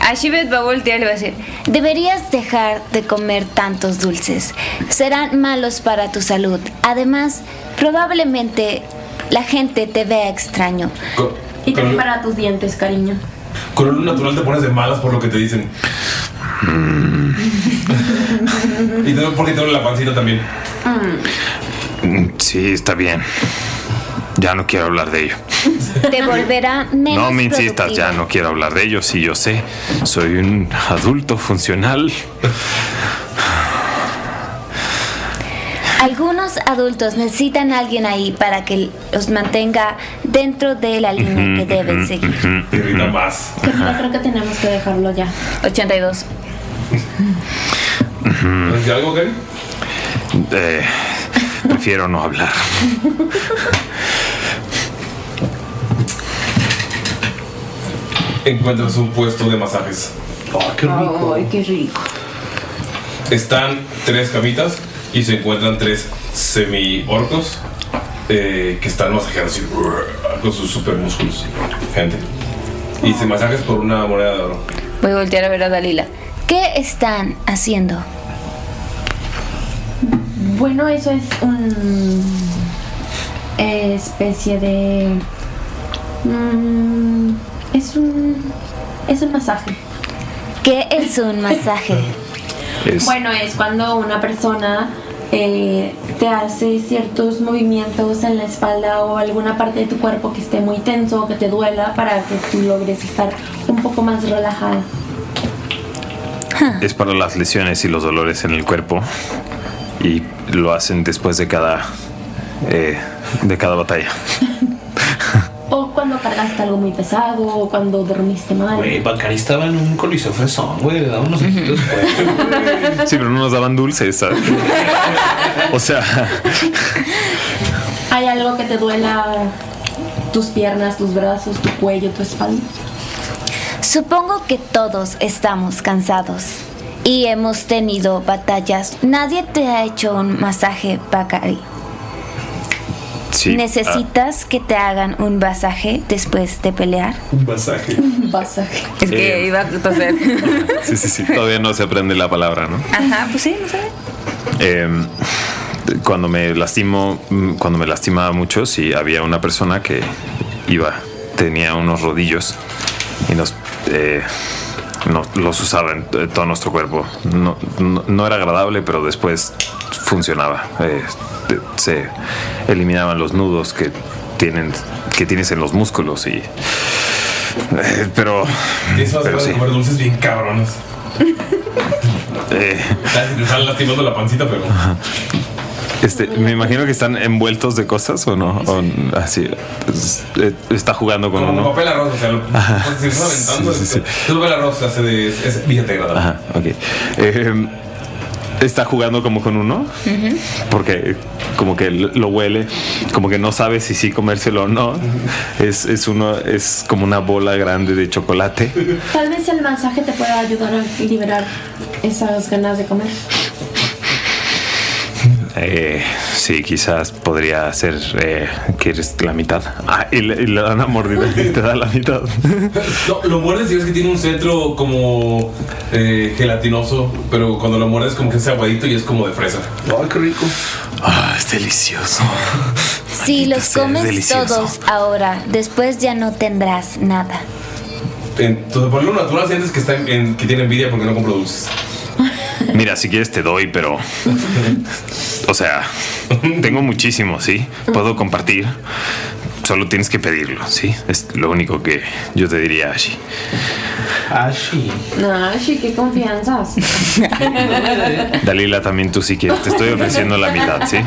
A Shibet va a voltear y le va a decir, deberías dejar de comer tantos dulces. Serán malos para tu salud. Además, probablemente la gente te vea extraño.
co-
Y
con,
para tus dientes, cariño.
con un natural te pones de malas por lo que te dicen.
Mm.
Y te, porque te duele la pancita también.
Mm.
Mm, Sí, está bien. Ya no quiero hablar de ello.
(laughs) Te volverá menos
No me insistas, ya no quiero hablar de ello. Sí, yo sé. Soy un adulto
(laughs)
funcional.
Algunos adultos necesitan a alguien ahí para que los mantenga dentro de la línea que deben seguir.
Te irrita
(laughs)
más.
Yo creo que tenemos que dejarlo ya.
82.
¿De algo, Kevin?
Eh, prefiero no hablar.
Encuentras un puesto de masajes.
qué
rico. Ay, qué rico.
Están tres camitas y se encuentran tres semi-orcos eh, que están masajeando así, con sus super músculos. Gente. Y se masajes por una moneda de oro.
Voy a voltear a ver a Dalila.
¿Qué están haciendo?
Bueno, eso es un especie de mm, es un es un masaje.
¿Qué es un masaje?
(laughs) Es-
Bueno, es cuando una persona eh, te hace ciertos movimientos en la espalda o alguna parte de tu cuerpo que esté muy tenso o que te duela para que tú logres estar un poco más relajada.
Es para las lesiones y los dolores en el cuerpo. Y lo hacen después de cada. eh, de cada batalla. (laughs)
O cuando cargaste algo muy pesado o cuando dormiste mal. (laughs)
Güey, Bacari estaba en un coliseo fresón, güey. Le daban unos ojitos, güey.
Sí, pero no nos daban dulces, ¿sabes? O sea, (laughs)
¿Hay algo que te duela tus piernas, tus brazos, tu cuello, tu espalda?
Supongo que todos estamos cansados y hemos tenido batallas. Nadie te ha hecho un masaje, Bakari.
ah.
sí.
¿Necesitas que te hagan un masaje después de pelear?
ah, un masaje.
Un masaje.
Es que iba a toser.
(laughs)
Sí, sí, sí. Todavía no se aprende la palabra, ¿no?
Ajá, pues sí, no sé.
Eh, cuando me lastimo, mm, cuando me lastimaba mucho, sí había una persona que iba, tenía unos rodillos y nos, eh, no- los usaba en t- todo nuestro cuerpo. No, no- no era agradable, pero después funcionaba. Eh, te- se eliminaban los nudos que tienen, que tienes en los músculos y. eh, pero.
Eso hace
pero sí.
de comer dulces bien
(laughs)
cabrones.
Eh,
Están- Están lastimando la pancita, pero.
Este, me imagino que están envueltos de cosas o no. O, así, es- eh, está jugando con
Como
uno.
papel arroz, o sea, lo, pues, si estás aventando,
sí, sí,
este, es papel arroz se hace de. Es, es billete degradable.
Ajá, ok. Eh, está jugando como con uno porque como que l- lo huele, como que no sabe si sí comérselo o no. Es, es uno, es como una bola grande de chocolate.
Tal vez el masaje te pueda ayudar a liberar esas ganas de comer.
Eh, sí, quizás podría ser eh, que eres la mitad. Ah, y le, y le dan una mordida (laughs) y te da la mitad.
No, lo muerdes y ves que tiene un centro como eh, gelatinoso, pero cuando lo muerdes como que es aguadito y es como de fresa.
Ay, qué rico.
Ah, es delicioso.
Si
sea,
los
es
comes
delicioso.
todos ahora, después ya no tendrás nada.
Entonces, por lo natural sientes que, está en- en- que tiene envidia porque no compro dulces.
Mira, si quieres te doy, pero. O sea, tengo muchísimo, ¿sí? Puedo compartir. Solo tienes que pedirlo, ¿sí? Es lo único que yo te diría, Ashi.
Ashi.
Ay, sí, qué confianzas.
Dalila, también tú sí quieres. Te estoy ofreciendo la mitad, ¿sí?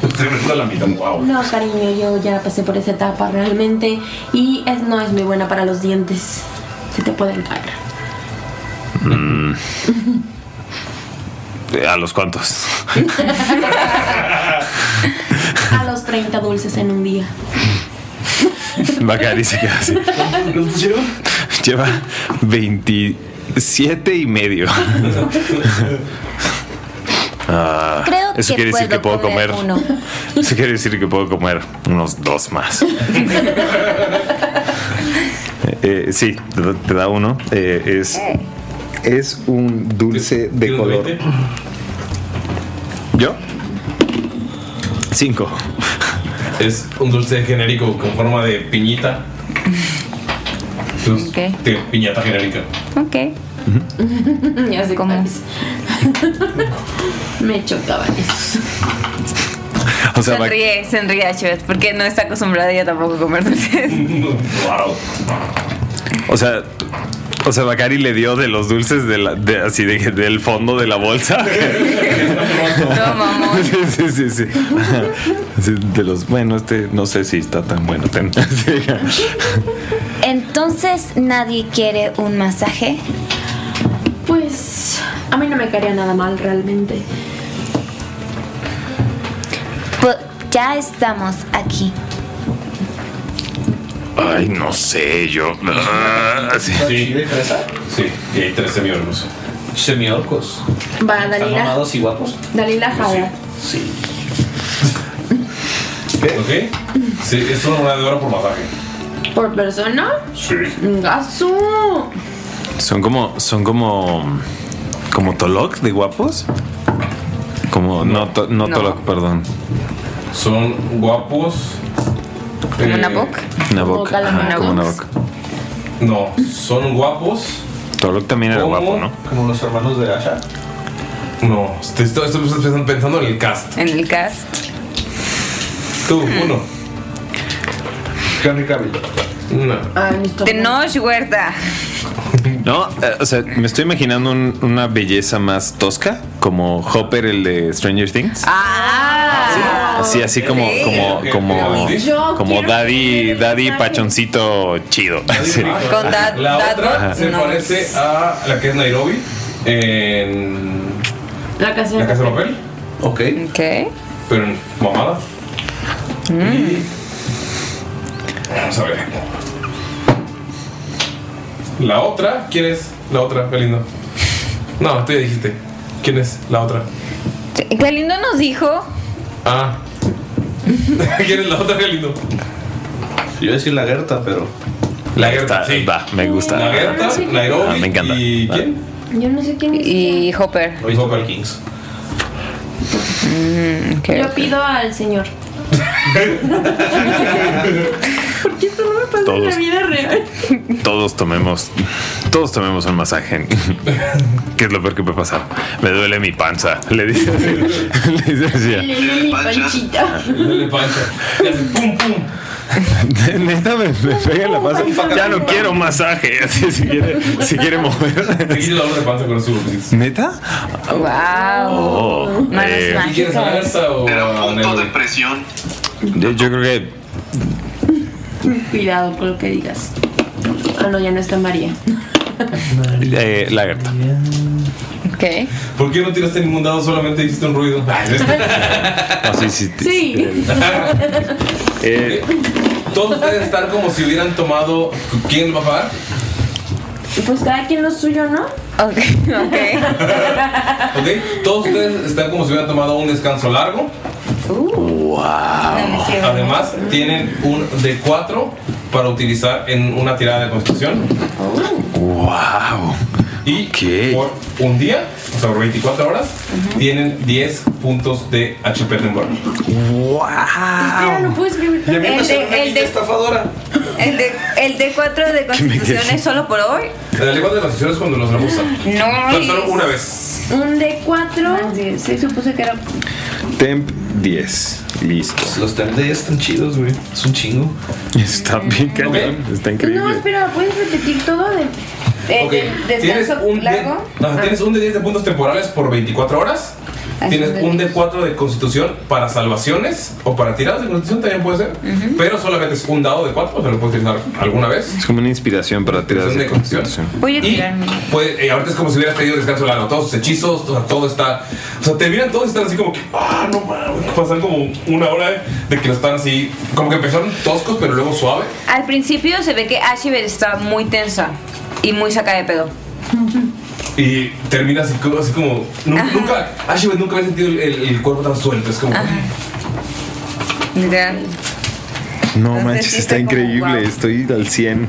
Te
estoy ofreciendo la mitad, wow.
No, cariño, yo ya pasé por esa etapa realmente y es, no es muy buena para los dientes. Se te pueden caer.
Mm. ¿A los cuantos?
A los 30 dulces en un día.
Bacari se queda así. Lleva 27 y medio. Ah,
Creo
eso
que
quiere
puedo
decir que puedo comer.
uno.
(laughs) Eso quiere decir que puedo comer unos dos más. Eh, sí, te da, te da uno. Eh, es, es un dulce de color. ¿Yo? Cinco.
Es un dulce genérico con forma de piñita. Entonces,
Ok.
de piñata genérica.
Ok.
(laughs) ya sé cómo. Me chocaban esos.
O sea, Bac-
sonríe, sonríe a Shivet, porque no está acostumbrada ella tampoco a comer dulces.
o sea, o sea, Bacari le dio de los dulces de la- de- así de- del fondo de la bolsa. (laughs) Sí, sí, sí, (laughs) sí. Sí, De los, bueno, este no sé si está tan bueno. Ten- (laughs) sí.
Entonces, ¿nadie quiere un masaje?
Pues a mí no me caería nada mal realmente.
Pues ya estamos aquí.
Ay, no sé, yo. Ah, sí.
¿De fresa?
Sí, y hay tres semiorcos.
Semiorcos.
Va,
¿Están
Dalila.
mamados y guapos?
Dalila jala.
Sí.
¿Ok? Sí, es una moneda de oro por masaje.
¿Por persona?
Sí.
¡Gasu!
Son como, son como, como Tolok de guapos. Como, no, to- no,
No.
Tolok, perdón.
Son guapos.
¿Como
eh,
Nabok?
Nabok. ajá, Como Nabok.
No, son guapos.
Tolok también era guapo, ¿no?
Como los hermanos de Asha.
No, estoy, estoy- estoy pensando en el cast.
En el cast.
Tú,
Mm.
uno.
Henry Cavill.
No.
De Noche Huerta.
No, eh, o sea, me estoy imaginando un- una belleza más tosca, como Hopper, el de Stranger Things. Así, así como,
Ah. Sí.
como, como,
Yo
como
quiero
daddy, daddy pachoncito chido. Sí.
Con dad-
La
dad-
otra se
no.
parece a la que es Nairobi en
La casa
La Casa de Papel,
Ok.
Ok.
pero en mamada.
Mm.
Vamos a ver. La otra, ¿quién es? La otra, Galindo. No, tú ya dijiste. ¿Quién es la otra?
Galindo nos dijo.
Ah. (laughs) ¿Quién es la otra, Galindo?
Yo iba a decir Lagerta, pero.
Lagerta, sí.
Ah, Va, me gusta.
Lagerta, Nairobi.
Ah, me encanta.
¿Y quién?
Yo no sé quién es.
Y Hopper.
Hopper Kings.
Mm,
Yo pido al señor. Porque esto no me pasa en
Todos.
la vida real.
Todos tomemos, todos tomemos un masaje. (laughs) ¿Qué es lo peor que puede pasar? Me duele mi panza. Le dice así. (laughs) Le dice así.
Le doy mi panchita.
Dale pancha. Pum, pum.
Neta, me, me pega en la panza. Ya no quiero masaje. (laughs) Así, si quiere, si quiere mover.
Dice la otra panza con su.
¿Neta?
Wow.
Oh,
Manos
eh,
mágicas.
¿Quieres Lagerta o
Era
a
punto de
Nairobi?
presión.
yo, yo creo que
Cuidado con lo que digas. Ah, no, ya no está María.
eh, Lagerta.
Ok.
¿Por qué no tiraste ningún dado? Solamente hiciste un ruido.
No, sí, sí.
Sí.
Eh,
Todos ustedes están como si hubieran tomado. ¿Quién va a pagar?
(laughs) Pues cada quien lo suyo, ¿no?
Ok, (laughs) ok.
¿Ok? Todos ustedes están como si hubieran tomado un descanso largo.
¡Wow!
Además, tienen un D4 para utilizar en una tirada de constitución.
¡Wow!
Y por un día, o sea, por 24 horas, tienen 10 puntos de HP temporal.
Espera,
no puedes escribir.
Y a mí me
El
suena una
de, el de
estafadora.
El de el de
(laughs)
4 de constitución es solo por hoy.
La de la constitución es cuando los rehusan.
No.
Pero solo una vez.
Un D4. Ah, Sí, supuse que era.
Temp 10. Listo.
Los temp 10 están chidos, güey. Es un chingo.
Está bien cañón. Está
No, espera, ¿puedes repetir todo de. de-
Ok,
del
tienes
descanso
un de,
largo?
no, tienes un de 10 de puntos temporales por 24 horas.
Así
Tienes
es.
un de 4 de constitución para salvaciones o para tiradas de constitución también puede ser. Pero solamente es un dado de 4, o sea, lo puedes utilizar alguna vez.
Es como una inspiración para tirar
Inspiración de constitución.
Voy a tirar.
Puede- eh, ahorita es como si hubieras pedido descanso largo. Todos sus hechizos, o sea, todo está. O sea, te miran todos y están así como que. ¡Ah, no mames! Pasan como una hora de que lo están así. Como que empezaron toscos, pero luego suave.
Al principio se ve que Ashibel está muy tensa y muy saca de pedo.
Y termina así, como- así como. nu- Nunca. Ashibet nunca había sentido el, el- el cuerpo tan suelto. Es como.
Literal.
No manches, está increíble. Estoy al 100.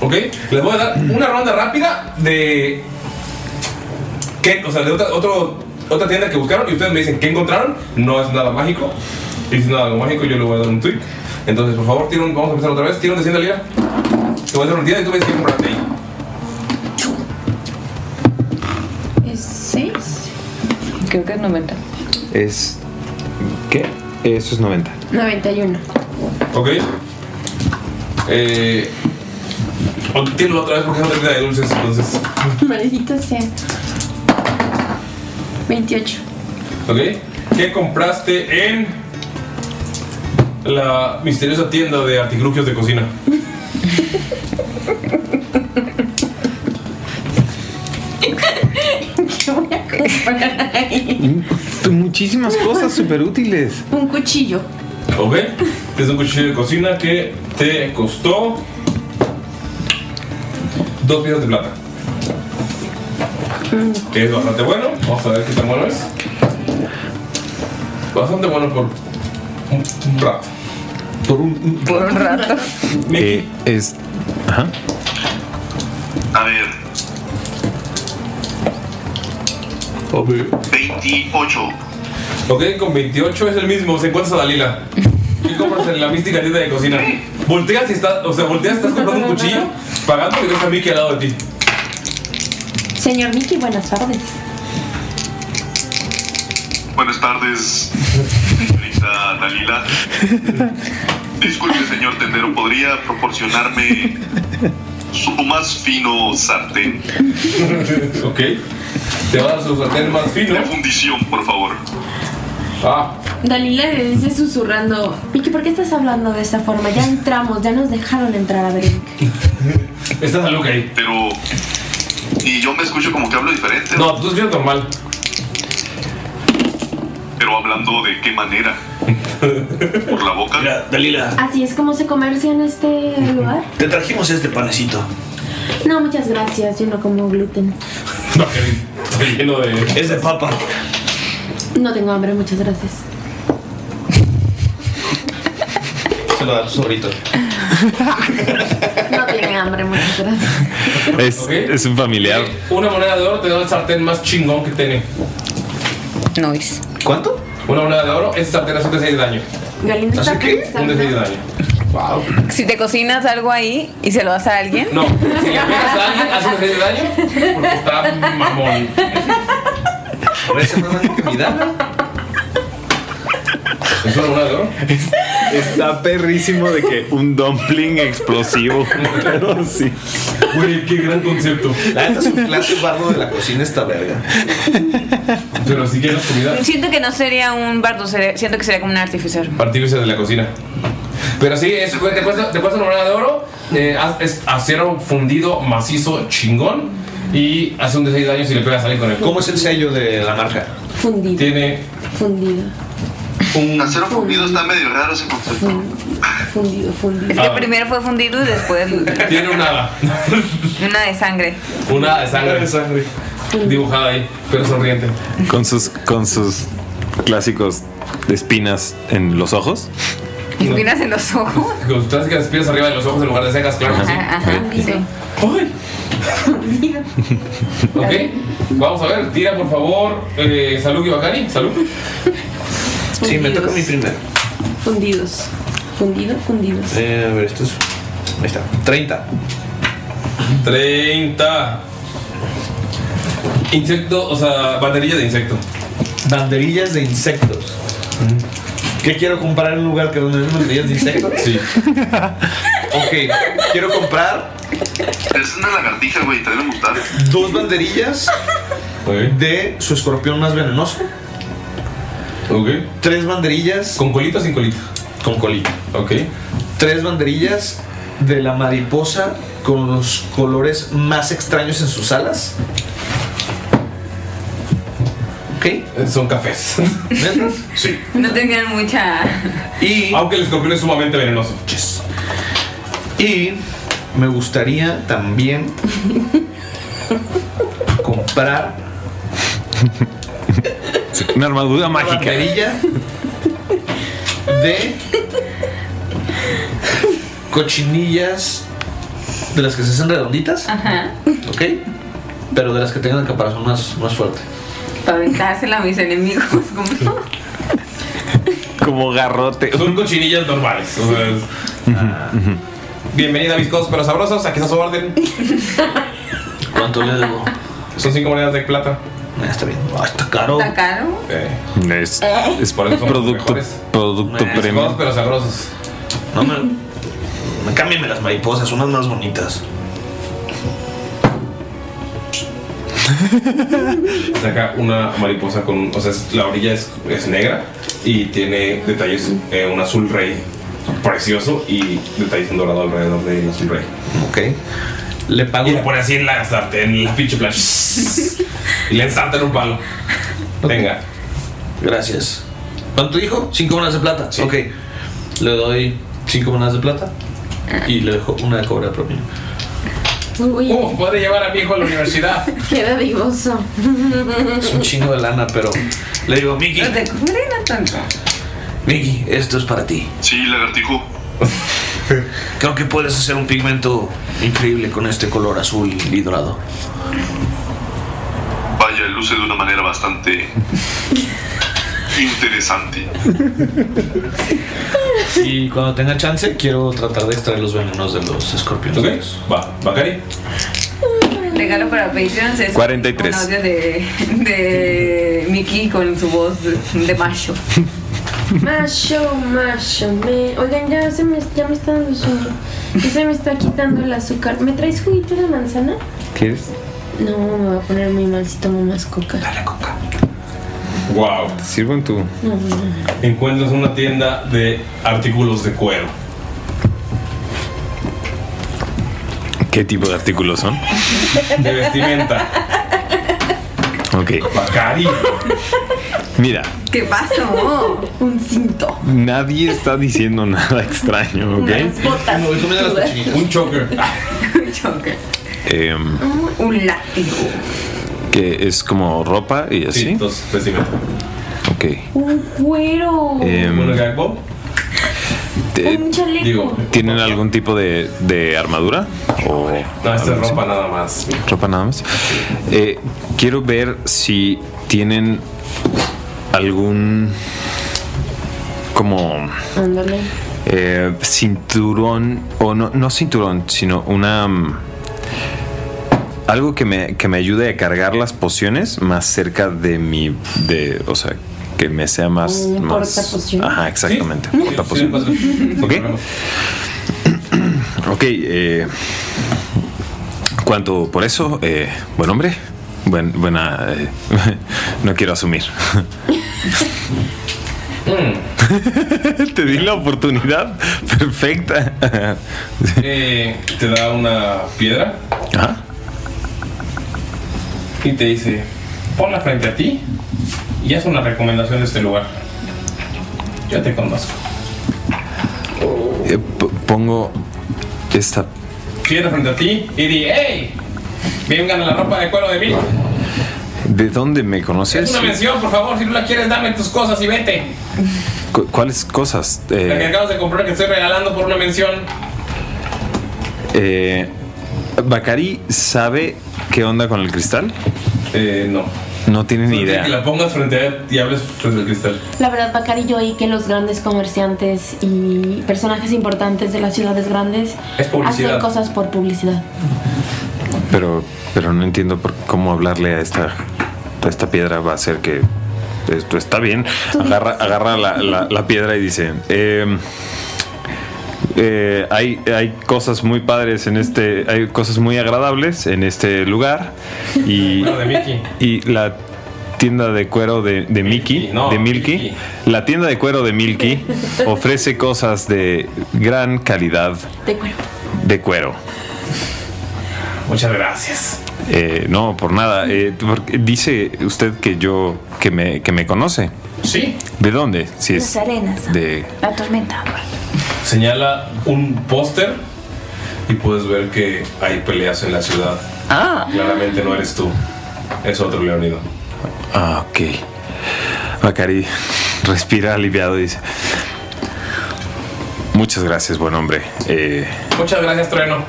Ok, les voy a dar una ronda rápida de. ¿Qué? O sea, de otra, otro- otra tienda que buscaron y ustedes me dicen qué encontraron. No es nada mágico. Y si es nada mágico, yo le voy a dar un tweet. Entonces, por favor, tira un, vamos a empezar otra vez. Tira un de 100 de lira. Te voy a hacer un día y tú me dices qué compraste ahí.
¿Es 6?
Creo que es 90.
Es. ¿Qué? Eso es 90.
91.
Ok. Eh. o- Tíralo otra vez porque no te queda de dulces, entonces.
(laughs) Maldito sea. (laughs) 28.
¿Ok? ¿Qué compraste en la misteriosa tienda de artilugios de cocina?
¿Qué voy a comprar ahí?
Muchísimas cosas súper útiles.
Un cuchillo.
¿Ok? Es un cuchillo de cocina que te costó dos piezas de plata. Que es bastante bueno. Vamos a ver qué tan bueno es. Bastante bueno por un un rato. Por un,
por un rato.
Eh, es. Ajá.
A ver. 28.
Ok, con 28 es el mismo. Se encuentras a Dalila. ¿Qué compras en la mística tienda de cocina? Volteas y estás, o sea, volteas, estás comprando un cuchillo, pagando y ves a Mickey al lado de ti.
Señor Mickey, buenas tardes.
Buenas tardes, señorita Dalila. Disculpe, señor tendero, ¿podría proporcionarme su más fino sartén?
ok. Te va a dar su sartén más fino.
De fundición, por favor.
Ah,
Dalila le dice susurrando, Vicky, ¿por qué estás hablando de esta forma? Ya entramos, ya nos dejaron entrar a ver.
está Saluk ahí.
Pero. Y yo me escucho como que hablo diferente.
No, tú escuchas normal.
Pero hablando de qué manera. Por la boca.
Mira, Dalila,
¿Así es como se comercia en este lugar?
te trajimos este panecito.
No, muchas gracias, yo no como gluten.
Estoy lleno de.
Es de papa.
No tengo hambre, muchas gracias.
Se lo da a tu sobrito.
No tiene hambre, muchas gracias.
Es, es un familiar.
Una moneda de oro te da el sartén más chingón que tiene.
Nois.
¿Cuánto? Una moneda de oro, ese sartén hace un D6 de daño.
Galindo
¿Hace qué? Un D6 de daño. Wow.
Si te cocinas algo ahí y se lo das a alguien.
No, si le pegas a alguien, hace un D6 de daño porque está mamón.
Por eso fue más que mi dama.
¿Es una moneda de oro?
Está perrísimo de que un dumpling explosivo. Pero sí.
Güey, qué gran concepto.
La neta es un clase bardo de la cocina esta verga.
Pero si quieres comida,
Siento que no sería un bardo, sería- siento que sería como un artificer.
partíbese de la cocina. Pero sí, es, te, cuesta, te cuesta una moneda de oro, eh, haz- es acero fundido, macizo, chingón. Y hace un D6 de daño si le pegas a alguien con él.
¿Cómo es el sello de la marca?
Fundido.
Tiene
Fundido.
un
acero fundido, está medio raro ese concepto.
Fundido, fundido.
Es
Ah.
que primero fue fundido y después
Tiene un hada.
una de sangre.
Una de sangre. Dibujada ahí, pero sonriente.
Con sus, con sus clásicos de espinas en los ojos.
Espinas en los ojos.
Con sus clásicas espinas arriba de los ojos en lugar de cejas,
(laughs)
claro que sí.
Ajá, ajá, sí.
Ok, vamos a ver, tira por favor, eh, Salud y Bacani. Salud.
Sí, me toca mi primero.
Fundidos. Fundido, fundidos.
Eh, a ver, esto es. Ahí está. 30.
30. Insecto, o sea, banderilla de insecto.
Banderillas de insectos. ¿Qué quiero comprar en un lugar que donde venden banderillas de insectos?
Sí.
ok, quiero comprar.
Es una lagartija, güey, te deben gustar.
Dos banderillas de su escorpión más venenoso.
Ok.
Tres banderillas.
¿Con colita o sin colita?
Con colita.
Ok.
Tres banderillas de la mariposa con los colores más extraños en sus alas.
Eh, Son cafés. Sí.
No tenían mucha.
Y.
Aunque el escorpión es sumamente venenoso.
Y me gustaría también comprar
Una armadura
una
mágica.
banderilla de cochinillas de las que se hacen redonditas,
Ajá.
¿ok? Pero de las que tengan el caparazón más, más fuerte.
Para aventársela a mis enemigos. como-
Como garrote.
Son cochinillas normales. o sea, es-
Ah,
Bienvenida a Biscos Pero Sabrosos, aquí está su orden.
¿Cuánto le debo?
Son cinco monedas de plata.
Está bien. está caro.
¿Está caro?
Es,
Eh.
es
Por eso somos
producto,
mejores.
producto
Eh,
premium.
pero sabrosos.
No me, me cámbienme las mariposas, unas más bonitas.
Saca una mariposa con. O sea, es- la orilla es, es negra y tiene detalles, eh, un azul rey precioso y detalles en dorado alrededor del azul rey.
Ok. Le pago.
Y la pone así en la sartén, en la pinche plancha. (laughs) y le ensarta en un palo. Venga.
Gracias. ¿Cuánto dijo? Cinco monedas de plata. Ok. Le doy cinco monedas de plata y le dejo una de cobre de propina.
Uy,
¿Cómo puede llevar a mi hijo a la universidad?
qué dadivoso.
Es un chingo de lana, pero le digo, Miki,
No te cubre, no tanto.
Miki, esto es para ti.
Sí, lagartijo.
(laughs) Creo que puedes hacer un pigmento increíble con este color azul y dorado.
Vaya, luce de una manera bastante
(laughs)
interesante.
Y cuando tenga chance, quiero tratar de extraer los venenos de los escorpiones.
Va, Bacari.
regalo para Patreons es
43.
un audio de, de Mickey con su voz de macho.
Macho, macho, me... Oigan, ya, se me, ya me está dando sueño. Ya se me está quitando el azúcar. ¿Me traes juguito de manzana?
¿Quieres?
No, me voy a poner muy mal si tomo más coca. Dale
coca.
Wow.
Te sirvo en tu.
No, no, no.
Encuentras una tienda de artículos de cuero.
¿Qué tipo de artículos son?
De vestimenta.
Ok. Mira,
¿Qué pasó? Un cinto.
nadie está diciendo nada extraño, ¿ok?
Unas botas.
Un choker.
Un choker.
Em,
Un látigo.
que es como ropa y así. Sí, Ok.
Un cuero.
Em,
Eh,
te-
Un chaleco.
¿Tienen algún tipo de, de armadura? O
No, esta es
algo así?
ropa nada más.
Ropa nada más. Eh, quiero ver si tienen algún como
Ándale.
eh, cinturón o no, no cinturón, sino una mm, algo que me, que me ayude a cargar las pociones más cerca de mi de, o sea, que me sea más,
Un
más
portapociones.
Ajá, exactamente.
Sí, sí,
portapociones. ok. (clears throat) Ok, eh, ¿cuánto por eso? Eh, buen hombre, buen, buena. eh, (laughs) no quiero asumir. (laughs) Mm.
(laughs)
(laughs) Te di la oportunidad perfecta.
(laughs) Eh, te da una piedra
Ajá.
y te dice, ponla frente a ti y haz una recomendación de este lugar. Yo te conozco.
Eh, p- pongo esta.
Piedra frente a ti y di, ¡Ey! Vengan a la ropa de cuero de mil.
¿De dónde me conoces?
Una mención, por favor, si no la quieres, dame tus cosas y vete.
Cu- ¿Cuáles cosas?
La que
Eh,
acabas de comprar que estoy regalando por una mención.
eh, ¿Bacari sabe qué onda con el cristal?
no.
Eh, No tiene ni idea.
Que la pongas frente a él y hables frente al cristal.
La verdad, Bacari, yo oí que los grandes comerciantes y personajes importantes de las ciudades grandes
Es publicidad.
hacen cosas por publicidad.
Pero, pero no entiendo por cómo hablarle a esta, a esta piedra va a hacer que esto está bien. Agarra, agarra la, la- la piedra y dice, "Em, eh, hay, hay cosas muy padres en este, hay cosas muy agradables en este lugar
(laughs)
y,
Bueno, de Mickey.
y la tienda de cuero de, de Mickey, de Milky, la tienda de cuero
(laughs)
de Milky ofrece cosas de gran calidad
De cuero.
de cuero.
Muchas gracias.
Eh, no, por nada. Eh, porque dice usted que yo, que me, que me conoce.
Sí.
¿De dónde? Si
Las
es
arenas.
de...
La tormenta.
Señala un póster y puedes ver que hay peleas en la ciudad.
Ah.
Claramente no eres tú. Es otro Leonido.
Ah, ok. Bacari (laughs) respira aliviado y dice... Muchas gracias, buen hombre. Eh,
Muchas gracias, Trueno.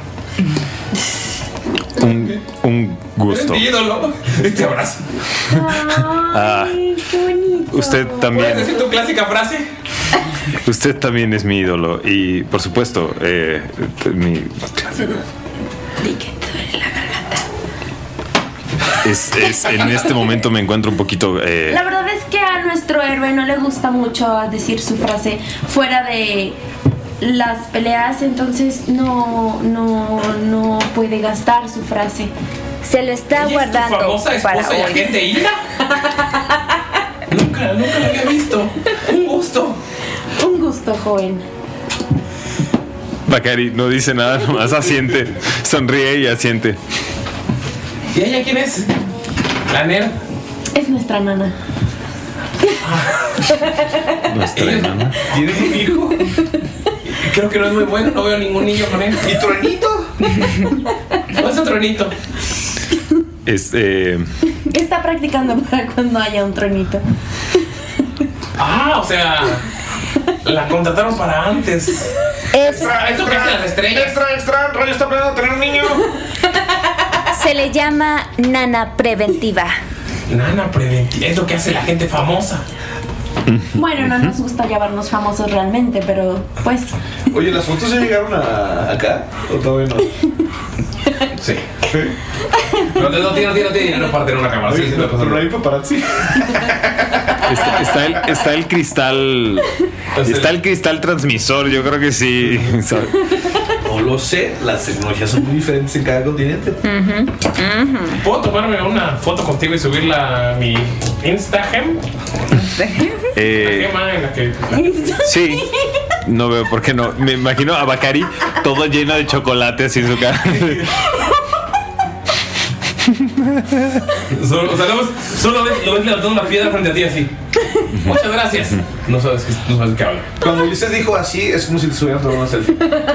un, un gusto.
Eres mi ídolo. Y (laughs) te abrazo.
Ah, usted
¿Puedes
también,
decir tu clásica frase?
usted también es mi ídolo y, por supuesto, eh, mi, es, es- en este momento me encuentro un poquito eh,
La verdad es que a nuestro héroe no le gusta mucho decir su frase fuera de las peleas, entonces no, no, no puede gastar su frase.
Se lo está
Tu
guardando
famosa
para
esposa y
(laughs)
hoy.
agente Hilda. nunca, nunca la había visto. Un gusto.
Un gusto, joven.
Bacari no dice nada, nomás asiente, sonríe y asiente.
¿Y ella quién es? La nerd.
Es nuestra nana.
Nuestra hermana.
¿Tienes un hijo? Creo que no es muy bueno, no veo ningún niño con él. ¿Y Truenito? (laughs) ¿Dónde está Truenito?
Es, eh,
(laughs)
Está practicando para cuando haya un tronito.
Ah, o sea, la contrataron para antes.
Extra,
¿Esto qué hace las estrellas? Extra, extra, rollo está planeando tener un
(laughs)
niño.
Se le llama nana preventiva.
Nana preventiva, es lo que hace la gente famosa.
Bueno, no nos gusta llamarnos famosos realmente, pero pues
(laughs)
Oye, ¿las fotos ya llegaron a acá? ¿O todavía no?
Sí. No, no, no tiene, no tiene, no tiene dinero para tener una cámara. Sí, sí, no, no hay
paparazzi.
Está, está el, está el cristal. Está el cristal transmisor, yo creo que sí. (laughs)
No lo sé, las tecnologías son muy diferentes en cada continente.
¿Puedo tomarme una foto contigo y subirla a mi Instagram?
Eh,
Gema en la que.
sí. No veo por qué no. Me imagino a Bacari todo lleno de chocolate así en su cara.
(laughs) Solo, o sea, lo ves- solo ves, lo ves levantando la piedra frente a ti así. Muchas gracias. No sabes, qué- no sabes qué habla.
Cuando Ulises dijo así, es como si te estuvieran tomando una selfie.
Es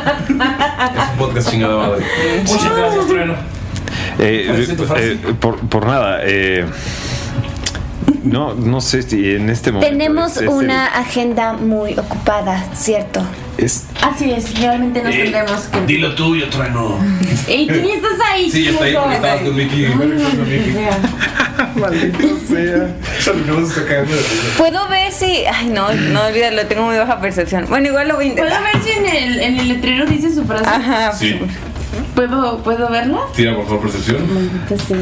un podcast chingado madre. Muchas gracias, Trueno.
Eh,
¿Cuál es
eh,
tu frase?
por, por nada. eh, no, no sé si en este momento.
Tenemos
es- es el-
una agenda muy ocupada, ¿cierto?
es-
Así es, realmente
nos Eh, tendremos
que...
Dilo tú, yo trueno. (laughs)
¿Y
quién
estás ahí?
Sí, yo estoy ahí porque estabas con Vicky.
(laughs) Maldito
(laughs)
sea. Terminamos hasta cagando de risa.
Puedo ver si. Ay, no, no olvídalo, tengo muy baja percepción. Bueno, igual lo voy a
¿Puedo
intentar.
ver si en el, en el letrero dice su frase?
Ajá.
Sí,
¿Puedo, ¿Puedo verla?
tira por favor percepción.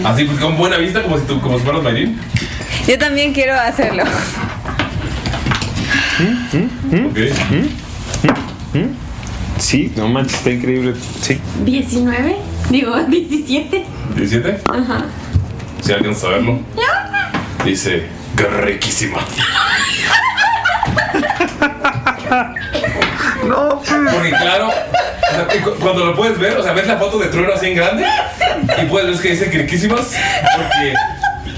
Así, pues con buena vista, como si, tú, como si fueras bailarín.
Yo también quiero hacerlo.
¿Mm?
Ok.
Sí, no manches, está increíble. Sí.
19, digo (laughs) 17.
17.
Ajá.
Si alguien sabe verlo, dice: ¡Qué riquísima!
No,
Porque claro, o sea, que cu- cuando lo puedes ver, o sea, ves la foto de Trueno así en grande y puedes ver que dice que riquísimas porque,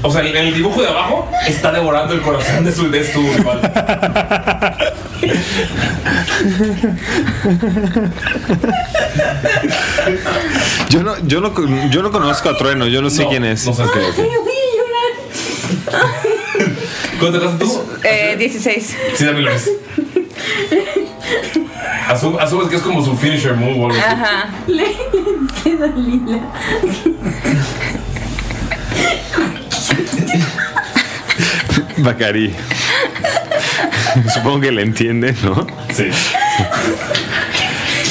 o sea, en el dibujo de abajo está devorando el corazón de su, de su rival.
Yo no, yo no, con- yo no conozco a Trueno, yo no sé quién es. No sé
Ay, voy a llorar.
¿Cuánto estás tú?
Eh, 16.
Sí, también lo ves. Asum- asumes que es como su finisher move o algo así.
Ajá.
Léense, Dalila.
Bacari. (laughs) Supongo que le entiende, ¿no?
Sí.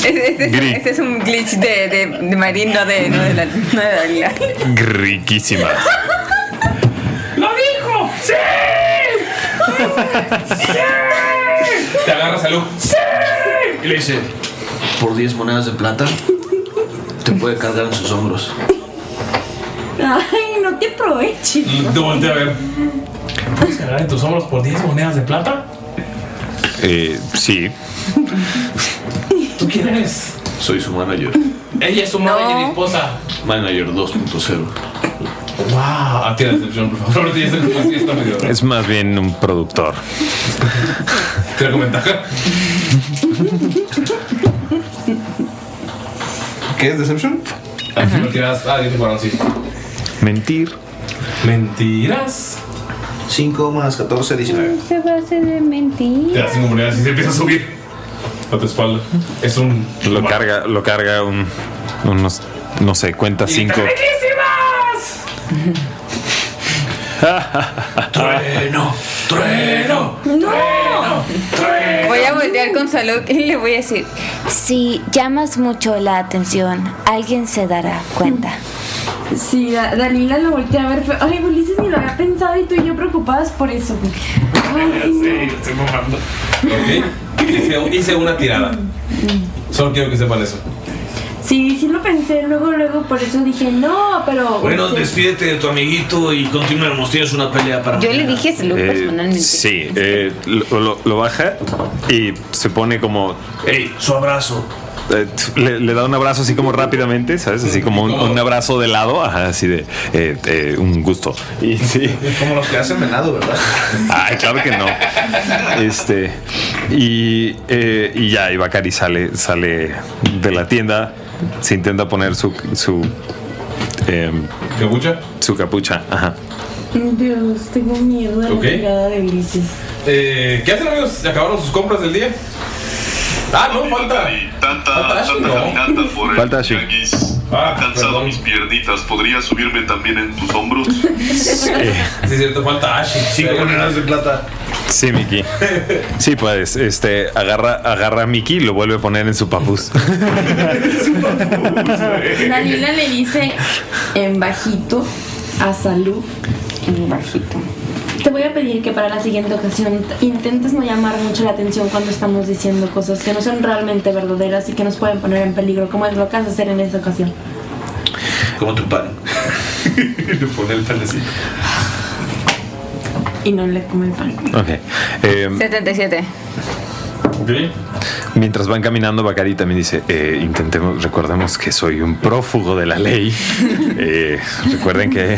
Este, este-
Gris.
este es un glitch de, de, de Marín, no de, no de la no de Dalila.
Riquísima.
¡Lo dijo! ¡Sí! Te agarra salud.
Y le dice, por 10 monedas de plata, te puede cargar en sus hombros.
Ay, no te aproveches.
Te volteé a ver. ¿Puedes cargar en tus hombros por 10 monedas de plata?
Eh, sí.
¿Tú quién eres?
Soy su manager.
Ella es su madre y mi esposa.
Manager 2.0.
¡Wow! Tira Ah, decepción, por favor. Tienes el sí, está medio. (laughs)
Es más bien un productor.
Tira con ventaja.
¿Qué es Deception?
Al final tiras. Ah, 10 jugaron, sí.
Mentir.
Mentiras.
5 más 14, 19.
Se base de
Te
mentira.
das 5 monedas y se empieza a subir a tu espalda. Es un.
Lo carga, lo carga un. Unos, no sé, cuenta cinco.
¡Riquísimas!
Trueno, trueno.
¡No! Voy a voltear con Salud y le voy a decir.
Si llamas mucho la atención, alguien se dará cuenta.
Sí, Da- Dalila lo volteé a ver. fue- Ay, Ulises ni lo había pensado y tú y yo preocupadas por eso. güey.
Sí, lo estoy mamando. Ok. Hice, hice una tirada. Solo quiero que sepan eso.
Sí, sí lo pensé. Luego, luego, por eso dije no, pero.
Bueno,
Sí.
despídete de tu amiguito y continuemos. Tienes una pelea para
Yo le dije a Salud
(laughs) Eh,
personalmente.
sí, eh, lo, lo- lo baja y se pone como. eh,
¡Ey! Su abrazo.
le, le da un abrazo así como rápidamente, ¿sabes? Así como un, un abrazo de lado, ajá, así de. eh, eh, un gusto. Y sí.
Como los que hacen
(laughs)
venado, ¿verdad?
Ay, claro que no. Este. Y, eh, y ya, y Bacari sale, sale de la tienda. Se intenta poner su. su em,
¿Capucha?
Su capucha, ajá.
Dios, tengo miedo de
Ok.
la llegada de Ulises.
Eh, ¿Qué hacen, amigos? ¿Se acabaron sus compras del día? Ah, no, falta. Falta Ashley,
Tanta
no.
caminata por el
Falta Ashley.
tianguis. Ha cansado mis piernitas. ¿Podrías subirme también en tus hombros?
Sí, es cierto, falta Ashley.
5 monedas de plata.
Sí, Miki. Sí, puedes. Este, agarra, agarra a Miki y lo vuelve a poner en su papus.
(laughs) Dalila le dice en bajito a Salud. En bajito. Te voy a pedir que para la siguiente ocasión t- intentes no llamar mucho la atención cuando estamos diciendo cosas que no son realmente verdaderas y que nos pueden poner en peligro, como es lo que vas a hacer en esta ocasión.
Como tu
(laughs)
pan.
Le pone el panecito.
Y no le come el pan.
Ok. Em,
77.
Mientras van caminando, Bacari también dice: eh, Intentemos, recordemos que soy un prófugo de la ley. Eh, recuerden que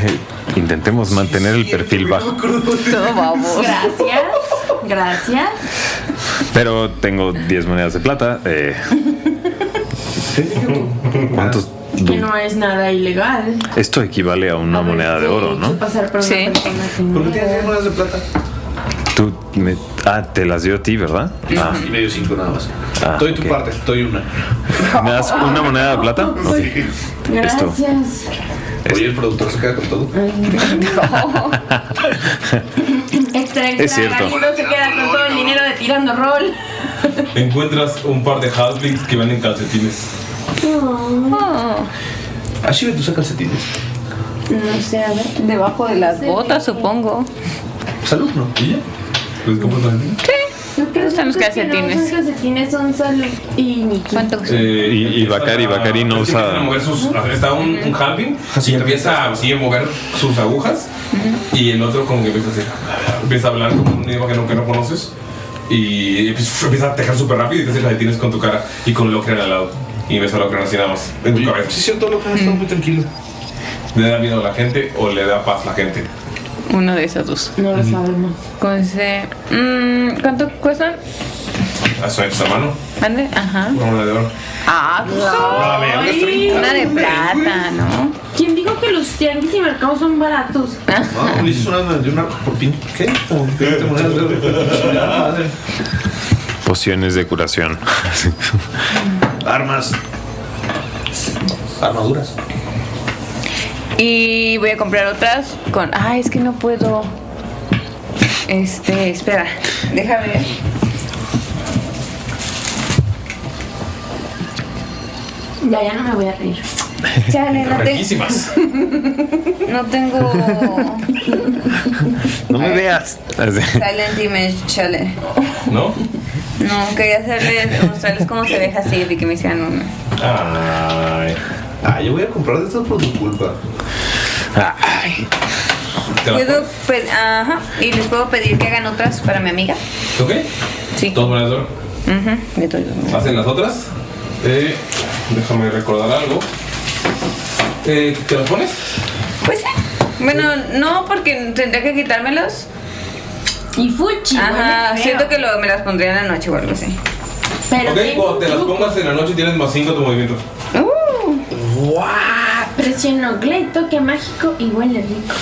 intentemos mantener el perfil bajo.
Todo Gracias. Gracias.
Pero tengo 10 monedas de plata. eh. ¿Cuántos?
Que no es nada ilegal.
Esto equivale a una moneda de oro, ¿no?
Pasar por una persona que no.
¿Por qué tienes 10 monedas de plata?
Tú me- ah, te las dio a ti, ¿verdad? Ah.
Y medio cinco nada más.
Ah,
Doy tu parte, doy una.
¿Me das una moneda de plata? Ok. Esto.
Gracias.
Oye, el productor se queda con todo.
Extra, extra.
Es cierto.
Galindo se queda con todo el dinero de tirando rol.
Encuentras un par de halflings que van en calcetines.
Oh.
Así ven tus calcetines.
No sé, a ver. Debajo de las botas, supongo.
(laughs) Salud, ¿no? ¿Y ya?
Pues, ¿cómo están?
Sí. ¿Dónde están los
Los
calcetines?
calcetines son Salud y Nikki. ¿Cuánto?
Eh,
y, y Bacari, Bacari no
Es que empiezan a
usa.
mover sus- está un, un halving y empieza así a mover sus agujas y el otro como que empieza a hacer- empieza a hablar como un idioma que no, que no conoces y empieza empieza a tejer súper rápido y te haces la detienes con tu cara y con Locran al lado y ves a Locran así nada más en tu cabeza.
Sí, cierto, lo que has estado muy tranquilo.
¿Le da miedo a la gente o le da paz a la gente?
Uno de esos dos.
No lo sabemos.
Con ese. mm, ¿Cuánto cuestan?
¿A su esa mano?
¿Mande? Ajá.
Una moneda de oro.
Ah,
Ay,
Una de
Ah,
plata, ¿no?
¿Quién dijo que los tianguis y mercados son baratos?
Ah,
Ah.
No, le hiciste una de una por pin. ¿Qué? Como 20 monedas de
(laughs)
oro.
Pociones de curación.
Armas. Armaduras.
Y voy a comprar otras con. Ay, es que no puedo. Este, espera. Déjame. ver.
(laughs) Ya, ya no me voy a
(laughs)
reír.
Chale, no te- (laughs)
Riquísimas.
No
(laughs)
tengo.
(laughs) No me veas.
Silent Image, chale.
¿No?
No, quería hacerles, mostrarles cómo se deja así y que me hicieran una.
Ay.
Ah, yo voy a comprar de estas por tu culpa.
Ay.
Puedo pe- Ajá. Y les puedo pedir que hagan otras para mi amiga.
¿Ok? Sí. ¿Dos monedas de oro?
Ujú, de todo.
¿Hacen las otras? Eh, déjame recordar algo. Eh, ¿Te las pones?
Pues sí. Bueno, no, porque tendría que quitármelos.
Y fuchi.
Ajá,
huele feo.
siento que luego me las pondría en la noche o algo así.
Pero
ok, cuando te las pongas en la noche tienes más 5 tu movimiento.
Uh.
Presiono Glade, toque mágico y huele rico.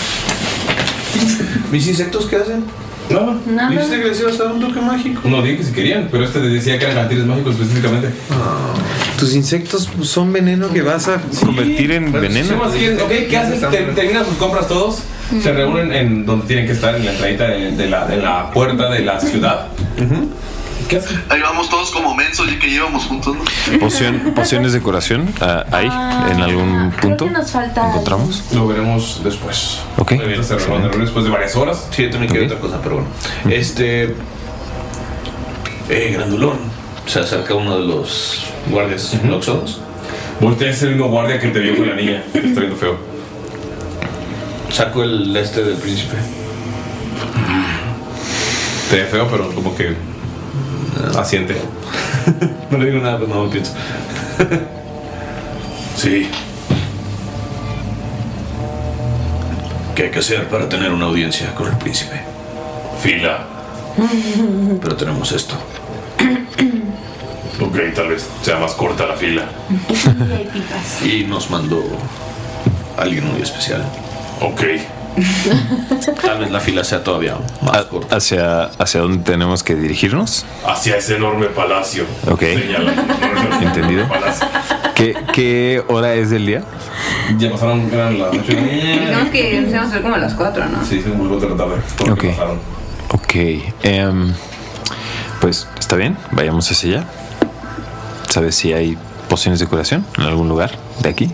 ¿Mis insectos qué hacen?
No,
Nada.
Dijiste que les ibas a dar un toque mágico.
No dije que si querían, pero este te decía que eran cantiles mágicos específicamente.
Ah. Tus insectos pues, son veneno que vas a convertir en veneno.
Sí, sí, sí. Ok, ¿qué haces? Te- terminan sus compras todos, se
Mm.
reúnen en donde tienen que estar, en la entradita de, de la, de la puerta de la ciudad. ¿Qué hacen?
Ahí vamos todos como mensos y que íbamos juntos, ¿no?
Poción- pociones de curación ah, ahí en algún punto.
nos falta?
¿Encontramos?
Lo veremos después.
Ok.
Se reúnen
excelente.
después de varias horas.
Sí, yo también quiero otra cosa, pero bueno. Este. Eh, grandulón. Se acerca uno de los guardias noxodos.
Voltea a ser el mismo guardia que te vio con la niña. que Te (laughs) está viendo feo.
Saco el este del príncipe.
Te ve feo, pero como que asiente.
No le digo nada, pero no lo (laughs) pienso.
Sí. ¿Qué hay que hacer para tener una audiencia con el príncipe? Fila.
(laughs)
Pero tenemos esto.
Ok, tal vez sea más corta la fila.
Y nos mandó alguien muy especial.
Ok.
Tal vez la fila sea todavía.
A- Ah, ¿Hacia, ¿Hacia dónde tenemos que dirigirnos?
Hacia ese enorme palacio.
Ok.
Señala.
Entendido. ¿Qué, qué hora es del día?
Ya pasaron, eran las 8
Digamos que nos íbamos a ver como a las 4, ¿no?
Sí, se me volvió a la tarde.
Ok. Ok. em, pues está bien, vayamos hacia allá. ¿Sabes si hay pociones de curación en algún lugar de aquí?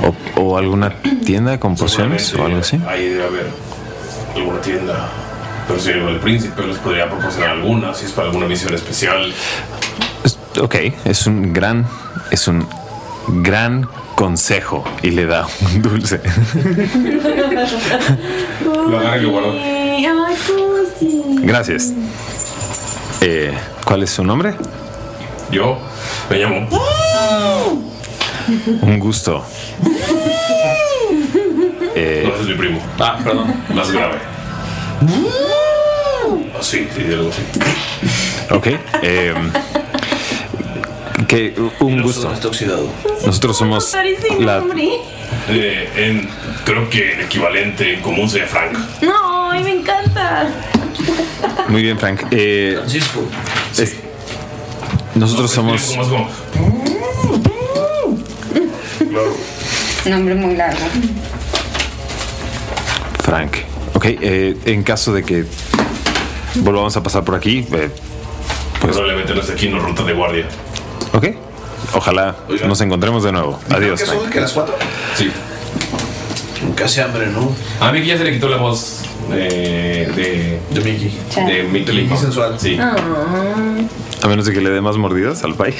¿O, o alguna tienda con pociones o algo así?
Ahí debe haber alguna tienda. Pero si el príncipe les podría proporcionar alguna, si es para alguna misión especial.
Es- Ok, es un gran, es un gran consejo y le da un dulce. (laughs)
Lo agarra y lo guarda.
Ay, ay, Cosi.
Gracias. Eh, ¿Cuál es su nombre?
Yo me llamo.
Un gusto. Eh,
No, ese es mi primo. Ah, perdón. Más grave. Ah, Sí, sí, algo así.
ok. eh, que un gusto. Nosotros somos la
Eh, en- creo que el equivalente en común sería Frank.
No, ay, me encanta.
Muy bien, Frank. Eh, es- nosotros somos.
Nombre muy largo.
Frank. Ok, eh, en caso de que volvamos a pasar por aquí, eh,
Probablemente no esté aquí en la ruta de guardia.
ok. Ojalá nos encontremos de nuevo. Adiós.
¿Qué son?
Frank.
¿Que las cuatro?
Sí.
Casi hambre, ¿no?
A Mickey ya se le quitó la voz eh, de. De Mickey. De Mickey. sensual. Sí.
Ah.
Ah.
A menos de que le dé más mordidas al pay.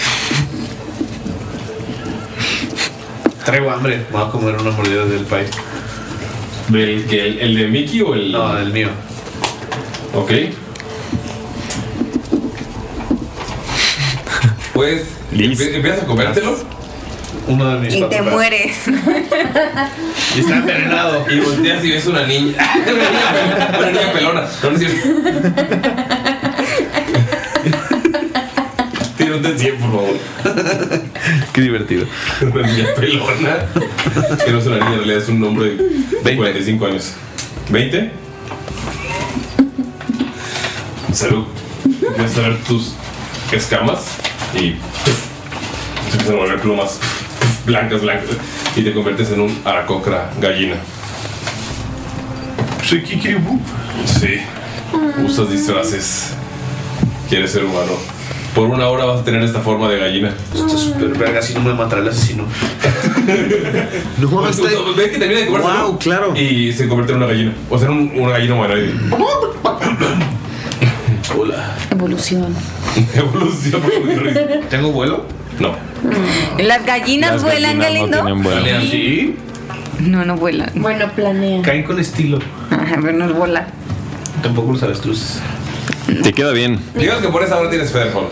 Traigo hambre. Vamos a comer una mordida del país.
¿El, que- el, el de Mickey o el.? No, el mío. Ok. Pues. empie- Empiezas a comértelo. Uno de
Y te mueres.
(laughs)
Y está envenenado. Y volteas y ves una niña. (laughs) Una niña, pelona, una niña pelona. No, no es cierto. Tira un de 100, por favor.
Qué divertido.
Una niña pelona. Que no es una niña, en realidad es un hombre de 45 años. ¿20? Salud. Puedes ver tus escamas y se empiezan a volver plumas blancas, blancas. Y te conviertes en un aracocra gallina. Soy Kikiribu. Sí. Usas disfraces. Quieres ser humano. Por una hora vas a tener esta forma de gallina. Esto es súper verga, si no me matará el (laughs) asesino. no, está... Ve que termina de comerse. Wow, claro. Y se convierte en una gallina. O sea, en un, una gallina humanoide. (laughs) Hola.
Evolución.
Evolución. ¿Tengo vuelo? No.
Las gallinas vuelan, Galindo.
Sí.
No, no vuelan. Bueno, planean.
Caen con estilo.
Ajá, pero no es bola.
Tampoco los avestruces.
Te queda bien.
Digamos que por esa hora tienes Fairphone.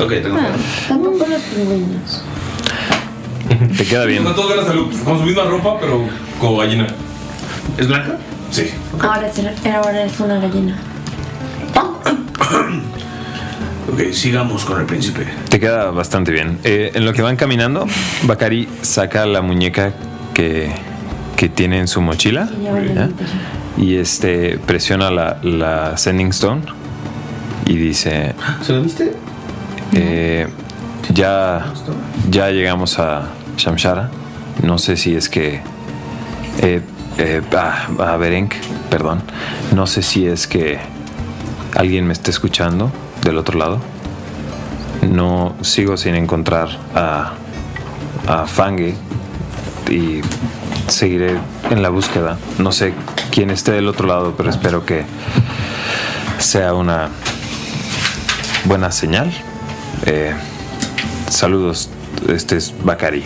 Ok, tengo fe.
Tampoco los pingüinos.
(laughs) Te queda bien.
Con todos ganas de salud. Con su misma ropa, pero como gallina. ¿Es blanca? Sí.
Ahora, es- ahora es una gallina.
Ok, sigamos con el príncipe.
Te queda bastante bien. Eh, en lo que van caminando, Bakari saca la muñeca que, que tiene en su mochila ¿ya? y este presiona la, la Sending Stone y dice...
¿Se lo viste?
Eh, ya, ya llegamos a Shamshara. No sé si es que. eh, eh, ah, a Berenk, perdón. No sé si es que alguien me está escuchando del otro lado. No sigo sin encontrar a, a Fange y seguiré en la búsqueda. No sé quién esté del otro lado, pero espero que sea una buena señal. Eh, saludos, este es Bakari.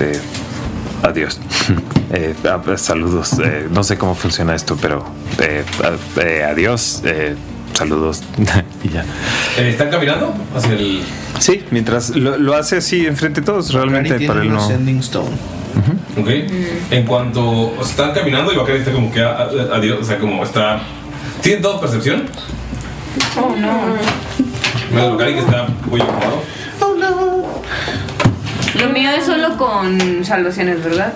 Eh, adiós. (laughs) Eh, ah, saludos, eh, no sé cómo funciona esto, pero eh, ah, eh, adiós. eh, saludos (laughs) y ya.
Eh, ¿Están caminando hacia el.
Sí, mientras lo, lo hace así enfrente de todos, realmente
tiene
para él
una
no.
sending Ok. En cuanto están caminando, y Bacari está como que. a- a- Adiós. O sea, como está. ¿Tienen todos percepción?
Oh, no.
Menos Bacari que está muy ocupado.
Oh, no. Lo mío es solo con salvaciones, ¿verdad?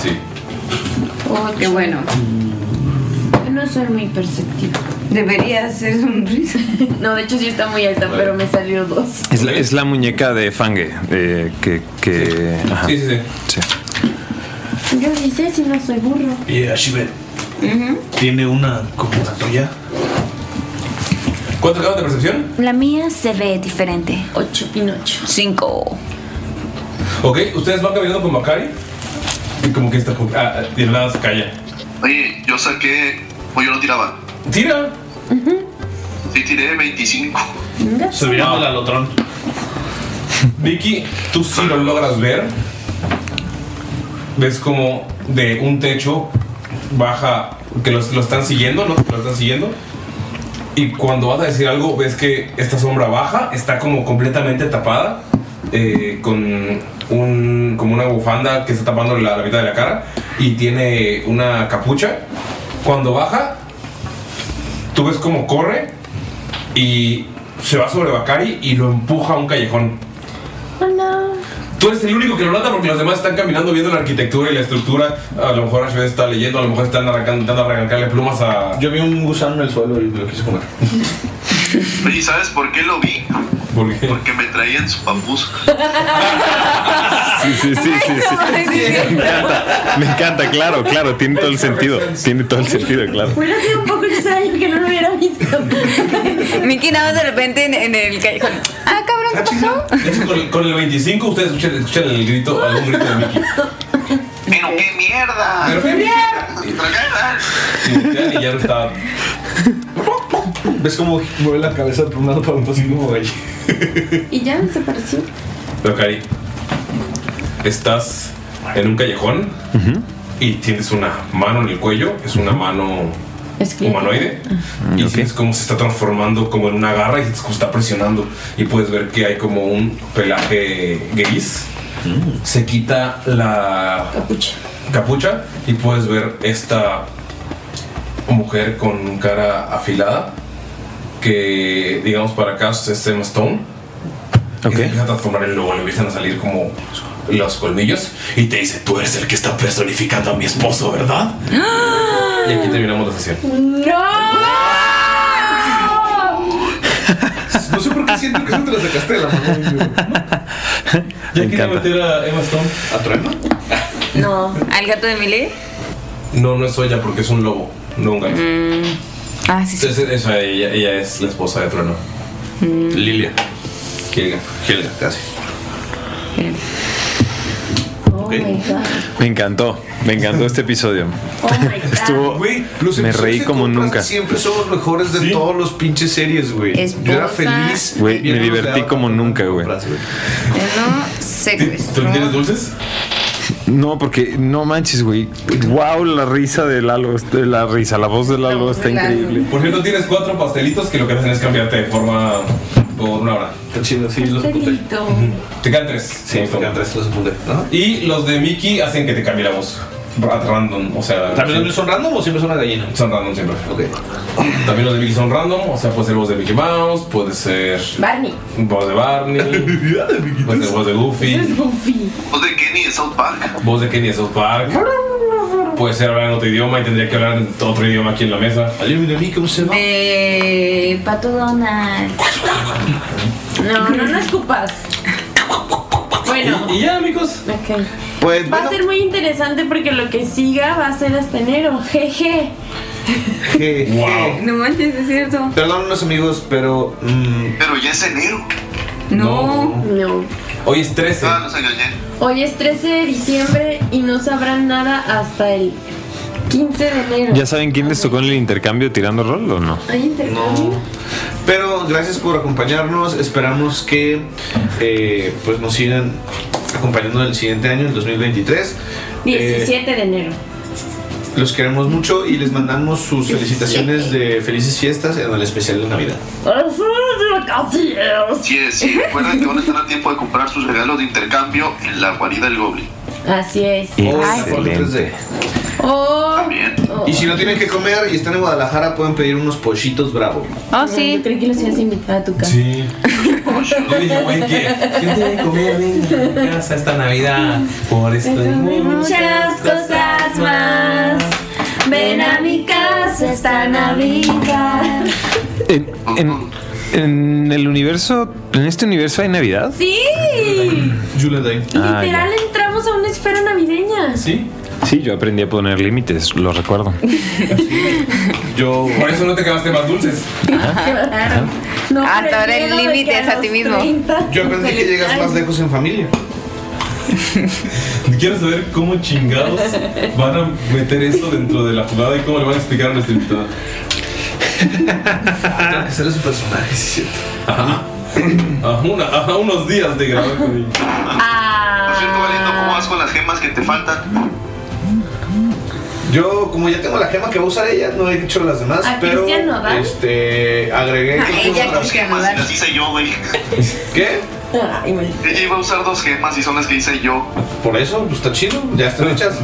Sí.
Oh, qué bueno.
Yo no soy muy perceptible.
Debería ser un risa.
No, de hecho sí está muy alta, pero me salió dos.
Es la, es la muñeca de Fange eh, que. que ajá.
Sí, sí, sí.
Yo ni sé si no soy burro.
Y yeah, Shivet, Tiene una como la tuya.
¿Cuánto acabas de percepción?
La mía se ve diferente. 8 pinocho.
5.
Ok, ustedes van caminando con Makari. Y como que está. como- Ah, de la nada se calla.
Oye, yo saqué. O yo no tiraba.
¿Tira?
Sí, tiré 25.
Subirándole al otro.
Vicky, tú sí lo logras ver. Ves como de un techo baja, que los- lo están siguiendo, ¿no? Que lo están siguiendo. Y cuando vas a decir algo, ves que esta sombra baja, está como completamente tapada, eh, con un, como una bufanda que está tapando la, la mitad de la cara y tiene una capucha. Cuando baja, tú ves como corre y se va sobre Bakari y lo empuja a un callejón.
Oh, no.
Tú eres el único que lo nota porque los demás están caminando viendo la arquitectura y la estructura. A lo mejor Ashbeth está leyendo, a lo mejor están arrancando, intentando arrancarle plumas a.
Yo vi un gusano en el suelo y lo quise comer.
¿Y sabes por qué lo vi?
¿Por qué?
Porque me traía en su papuso.
Sí, sí, sí, sí, sí. Me encanta, me encanta, claro, claro, tiene todo el sentido. Tiene todo el sentido, claro.
Hubiera sido un poco extraño que no lo hubiera visto. (laughs) Miki nada más de repente en, en el callejón. Ah, cabrón, ¿qué pasó?
De hecho, con, con el 25 ustedes escuchan, escuchan el grito, algún grito de Mickey.
¡Pero qué mierda!
¡Pero qué
mierda!
Y ya, y ya no está.
¿Ves cómo mueve la cabeza por un
(laughs)
lado para otro así como ahí?
Y ya desapareció.
Pero Cari, estás en un callejón y tienes una mano en el cuello, es una mano humanoide. Y sientes cómo se está transformando como en una garra y sientes cómo está presionando. Y puedes ver que hay como un pelaje gris. Se quita la capucha. y puedes ver esta mujer con cara afilada que digamos para acá es Emma Stone. Y se empieza a transformar el lobo, le empiezan a salir como los colmillos y te dice, tú eres el que está personificando a mi esposo, ¿verdad? Y aquí terminamos la sesión.
¡No!
No sé por qué siento que eso te lo sacaste de la mano. ¿Ya quiere meter a Emma Stone? ¿A Trueno?
No.
¿Al gato de Miley?
No, no es ella porque es un lobo, no un gato.
Mm. Ah, sí, sí.
Entonces esa- ella, ella es la esposa de Trueno.
Mm.
Mm.
Lilia. Helga. Helga, casi.
Oh my god.
Me encantó, me encantó este episodio. Estuvo. me reí como nunca.
Siempre somos mejores de todos los pinches series, güey. Yo era
Esposa.
feliz.
Güey, me divertí como nunca, güey.
No secuestró.
tienes dulces?
No, porque no manches, güey. Wow, la risa de Lalo, de la risa, la voz de Lalo está increíble.
Por cierto, tienes cuatro pastelitos que lo que hacen es cambiarte de forma por una hora. Está chido, sí, los Te quedan tres. Sí, te quedan tres, los apunté. Y los de Mickey hacen que te cambie la voz. Ra- Random, o sea.
¿También
son random o siempre son gallina? Son random siempre. También los de Mickey son random, o sea, puede ser voz de Mickey Mouse, puede ser
Barney.
voz de
(laughs)
Barney, puede ser voz de Goofy,
Goofy.
Voz de Kenny de South Park.
voz de Kenny de South Park. Puede ser hablar en otro idioma y tendría que hablar en otro idioma aquí en la mesa. de mí, ¿cómo se
Eh, Pato Donald.
No, no, no escupas. Bueno.
Y ya, amigos.
Ok.
Pues
Va a ser muy interesante porque lo que siga va a ser hasta enero. Jeje.
Wow.
No manches, es cierto.
Perdón, unos amigos, pero. mm,
Pero ya es enero.
No. No.
Hoy es 13.
Ah, nos engañé.
Hoy es 13 de diciembre y no sabrán nada hasta el 15 de enero.
¿Ya saben quién les tocó en el intercambio tirando rol o no?
Hay
Eh.
intercambio.
Pero gracias por acompañarnos. Esperamos que eh, pues nos sigan acompañando en el siguiente año, el 2023. Eh,
17 de enero.
los queremos mucho y les mandamos sus felicitaciones de felices fiestas en el especial de Navidad.
Así es.
Sí, es, sí. Recuerden que van a estar a tiempo de comprar sus regalos de intercambio en la guarida del Goblin.
Así es. Oh. Oh.
Y si no tienen que comer y están en Guadalajara, pueden pedir unos pollitos bravo.
Oh, sí. Yo creí que los ibas a invitar a tu casa.
Sí. Yo dije, güey, ¿qué? ¿Quién tiene que comer? Venga, ¿qué vas a esta Navidad? Por esto.
Muchas cosas más.
Ven a mi casa esta Navidad.
En, en- en el universo, en este universo hay Navidad.
Sí.
Mm, Julia Day.
Ah,
(laughs)
ya.
Literal entramos a una esfera navideña.
Sí.
Sí, Sí, yo aprendí a poner límites, lo recuerdo.
Yo. Por eso no te quedaste más dulces.
No,
Hasta ahora
el
el
miedo de
límite
que a
es a ti
los
mismo.
30
Yo pensé que llegas más
(laughs)
lejos
(laughs)
en familia.
Quiero saber cómo chingados van a meter eso dentro de la jugada y cómo le van a explicar a nuestro
(laughs)
invitado. Tiene que ser su personaje, sí, cierto. Ajá.
Ah,
A, una- a unos días de grabar con él.
Por cierto, Valiendo, ¿cómo vas con las gemas que te faltan?
Yo, como ya tengo la gema que va a usar ella, no he dicho las demás,
¿A
pero
Cristian Nodal?
este agregué
(laughs) Yo
que
iba a usar dos gemas y las hice yo, güey.
¿Qué?
Ella iba a usar dos gemas y son las que hice yo.
Por eso, pues está chido, ya están hechas.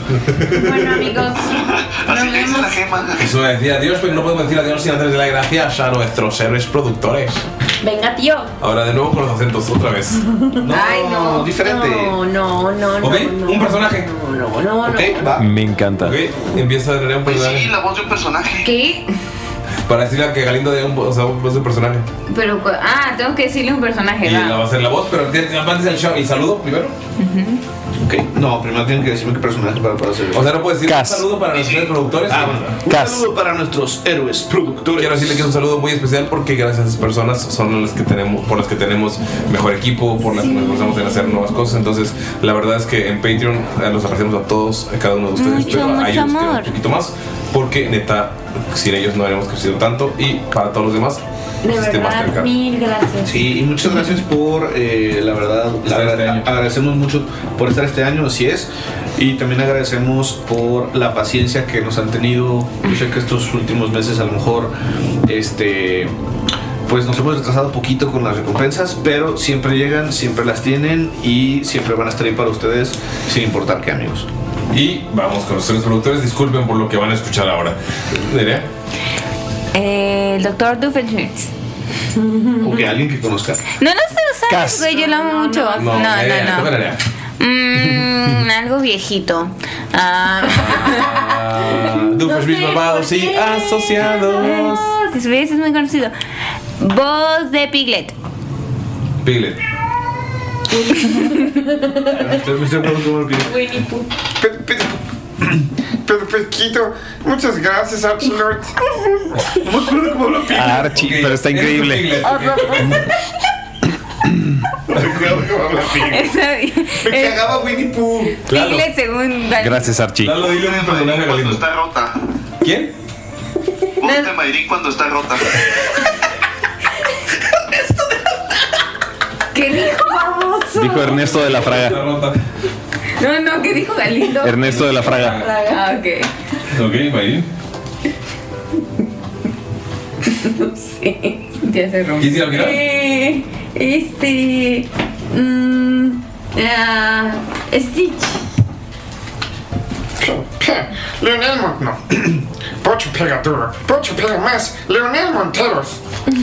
Bueno, amigos. Así ya hice la gema.
(laughs) Eso es decir adiós, pero no podemos decir adiós sin antes de la gracias a nuestros héroes productores.
Venga, tío.
Ahora de nuevo con los acentos otra vez.
Ay, no.
diferente.
No, no, no. no,
¿Ok?
no.
Un personaje.
No, no, (laughs)
no. Pues
Me encanta.
Empieza a tener un personaje.
La voz de un personaje.
¿Qué?
Para decirle a que Galindo de un, o sea, un- voz de personaje.
Pero, cu- ah, tengo que decirle un personaje,
Y
va.
la va a hacer la voz, pero tiene- antes el, show, el saludo primero.
Ok, no, primero tienen que decirme qué personaje para poder hacer.
O sea, no puedes decir un saludo para los héroes productores.
Ah, bueno. Un saludo para nuestros héroes productores.
Quiero decirle que es un saludo muy especial porque gracias a esas personas son las que tenemos, por las que tenemos mejor equipo, por las que nos esforzamos en hacer nuevas cosas. Entonces, la verdad es que en Patreon eh, los agradecemos a todos, a cada uno de ustedes,
Mucho,
pero a
mucho
ellos les quiero
amor.
un poquito más porque neta, sin ellos no habríamos crecido tanto y para todos los demás,
De
existe
verdad,
Mastercard.
mil gracias.
Sí, y muchas gracias por, eh, la verdad, la
este
agra- agradecemos mucho por estar este año, así es. Y también agradecemos por la paciencia que nos han tenido. Yo sé que estos últimos meses a lo mejor, este, pues nos hemos retrasado poquito con las recompensas, pero siempre llegan, siempre las tienen y siempre van a estar ahí para ustedes, sin importar qué amigos.
Y vamos con los héroes productores, disculpen por lo que van a escuchar ahora. Nerea.
Eh, el doctor (laughs) Doofenshmirtz.
O que alguien que conozca.
No, no se lo sabes, güey, yo lo amo mucho. No, no,
Nerea,
no.
toca Nerea.
(laughs) Mm, algo viejito. Ah,
Doofenshmirtz malvados y asociados.
es, es muy conocido. Voz de Piglet.
Piglet.
(laughs)
Winnie Pooh.
Perfecto. Muchas gracias, Archilord. No me acuerdo cómo lo pido.
Ah, Archie, pero está increíble.
Me
cagaba Winnie Pooh.
Claro.
Eh, Piglet según
Gracias, Archie.
Lalo, dile un personaje a Galindo.
Está rota.
¿Quién?
Voz de Madrid cuando está rota.
¿Qué dijo?
Dijo Ernesto de la Fraga.
No, no, ¿qué dijo Galindo?
Ernesto de la Fraga.
Ah, ok.
Ok, va ahí.
No sé. Ya se rompió.
¿Quién dice al final?
Eh, este. mm, ah, Stitch.
Leonel Montero. Pocho pega duro. Pocho pega más. Leonel Montero.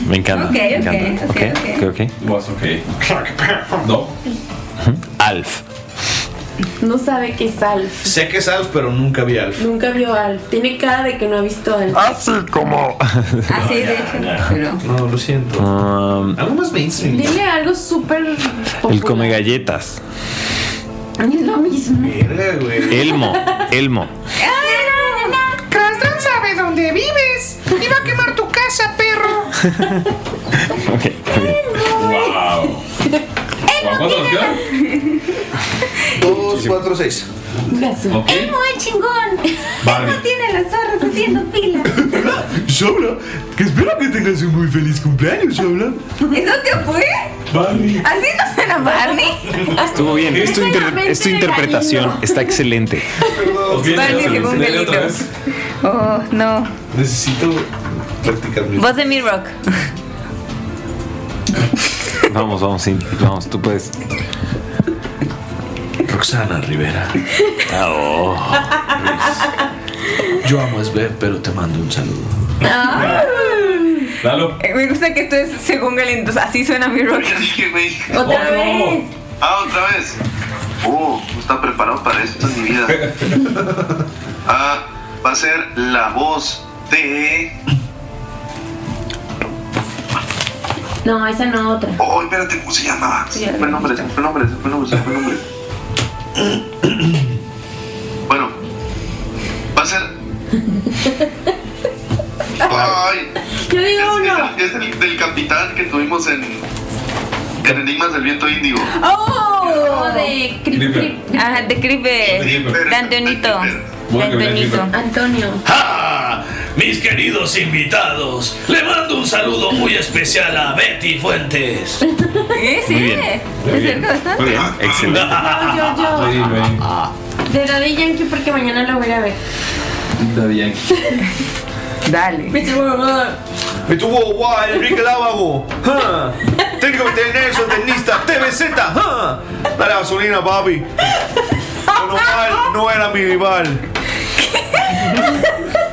Me encanta.
Ok,
me
ok,
encanta.
ok,
ok, ok.
Vos, ok. No.
Alf.
No sabe qué es Alf.
Sé que es Alf, pero nunca vi a Alf.
Nunca vio a Alf. Tiene cara de que no ha visto a Alf.
Así como.
Así de
No, lo siento. Algo más mainstream.
Dile algo súper.
Um, El come galletas.
Es lo mismo.
Elmo. Elmo.
Crastron sabe dónde vives. Iba a quemar tu casa, perro.
(laughs) Ok.
Wow. ¿Cuánto nos queda?
Dos, cuatro, seis.
Ok.
Él
muy chingón.
Barbie.
No (laughs) tiene las zorras haciendo pilas. (laughs)
Shaula, que espero que tengas un muy feliz cumpleaños, Shaula.
¿Eso te fue?
Barney.
¿Así no suena Barney?
Estuvo bien. Es tu, inter- es tu interpretación. Está excelente.
Ok,
Barney según Galindo. Oh, no.
Necesito practicar
Pues.
mi.
Voz de Mi Rock.
Vamos, vamos, sí. Vamos, tú puedes.
Roxana Rivera.
oh.
Ah.
Yo amo a Sber, pero te mando un saludo.
(laughs) Ah.
Lalo.
Eh, Me gusta que esto es según Galindo. o sea, Así suena Mi Rock.
Oh,
Otra vez.
Ah, otra vez. Oh, no está preparado para esto en
(laughs)
mi vida. Ah, va a ser la voz de.
No, esa no, otra.
Oh, espérate, ¿cómo se llama? Se me fue el nombre, se me fue el nombre, se me fue el nombre, se me fue el nombre. Bueno, capitán que tuvimos en, en Enigmas del Viento Índigo.
¡Oh!
de
Creeper.
Ah, de Creeper. De Antonito. De Antonito.
Antonio.
¡Ja! Mis queridos invitados, le mando un saludo muy especial a Betty Fuentes.
(laughs)
Sí,
Muy bien.
¿Es cierto?
Muy bien, excelente.
Yo, yo. De Daddy Yankee porque mañana lo voy a ir a ver.
(laughs)
Dale.
(laughs) Me tuvo guay, Enrique Lábago. Ah, Técnico veterinario, tenista, TVZ. ah. Dale gasolina, papi. Menos mal, no era mi rival.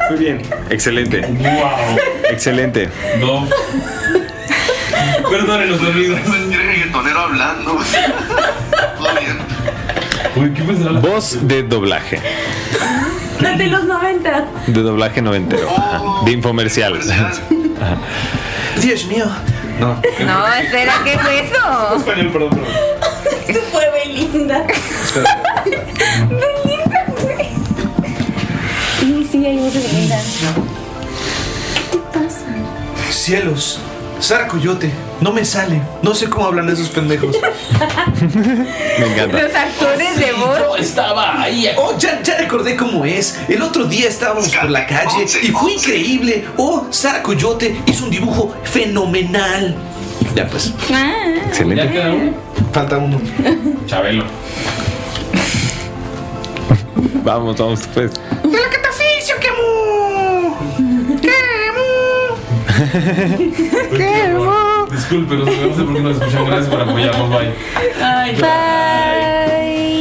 Muy bien, excelente. Excelente.
No. Perdonen los sonidos.
reggaetonero hablando.
Voz de doblaje.
La de los 90.
De doblaje noventero. Ajá. De infomercial. Ajá.
Dios mío. No.
No, espera, ¿qué fue
(laughs)
eso?
Español, (laughs) perdón, perdón.
Eso fue Belinda. Belinda, güey.
Sí, sí, ahí es Belinda. ¿Qué te pasa?
Cielos. Sara Coyote. No me sale. No sé cómo hablan esos pendejos.
Me
Los actores de
Yo
voz.
estaba ahí. Oh, ya, ya recordé cómo es. El otro día estábamos por la calle y fue increíble. Oh, Sara Coyote hizo un dibujo fenomenal. Ya pues.
Ah.
Excelente.
¿Ya queda uno? Falta uno.
Chabelo.
Vamos, vamos, pues.
¡De la cataficio, que mu! ¡Que
(laughs)
mu! ¡Que mu!
Disculpe, no sé no sé por qué nos escuchan. Gracias por apoyarnos. Bye.
Bye.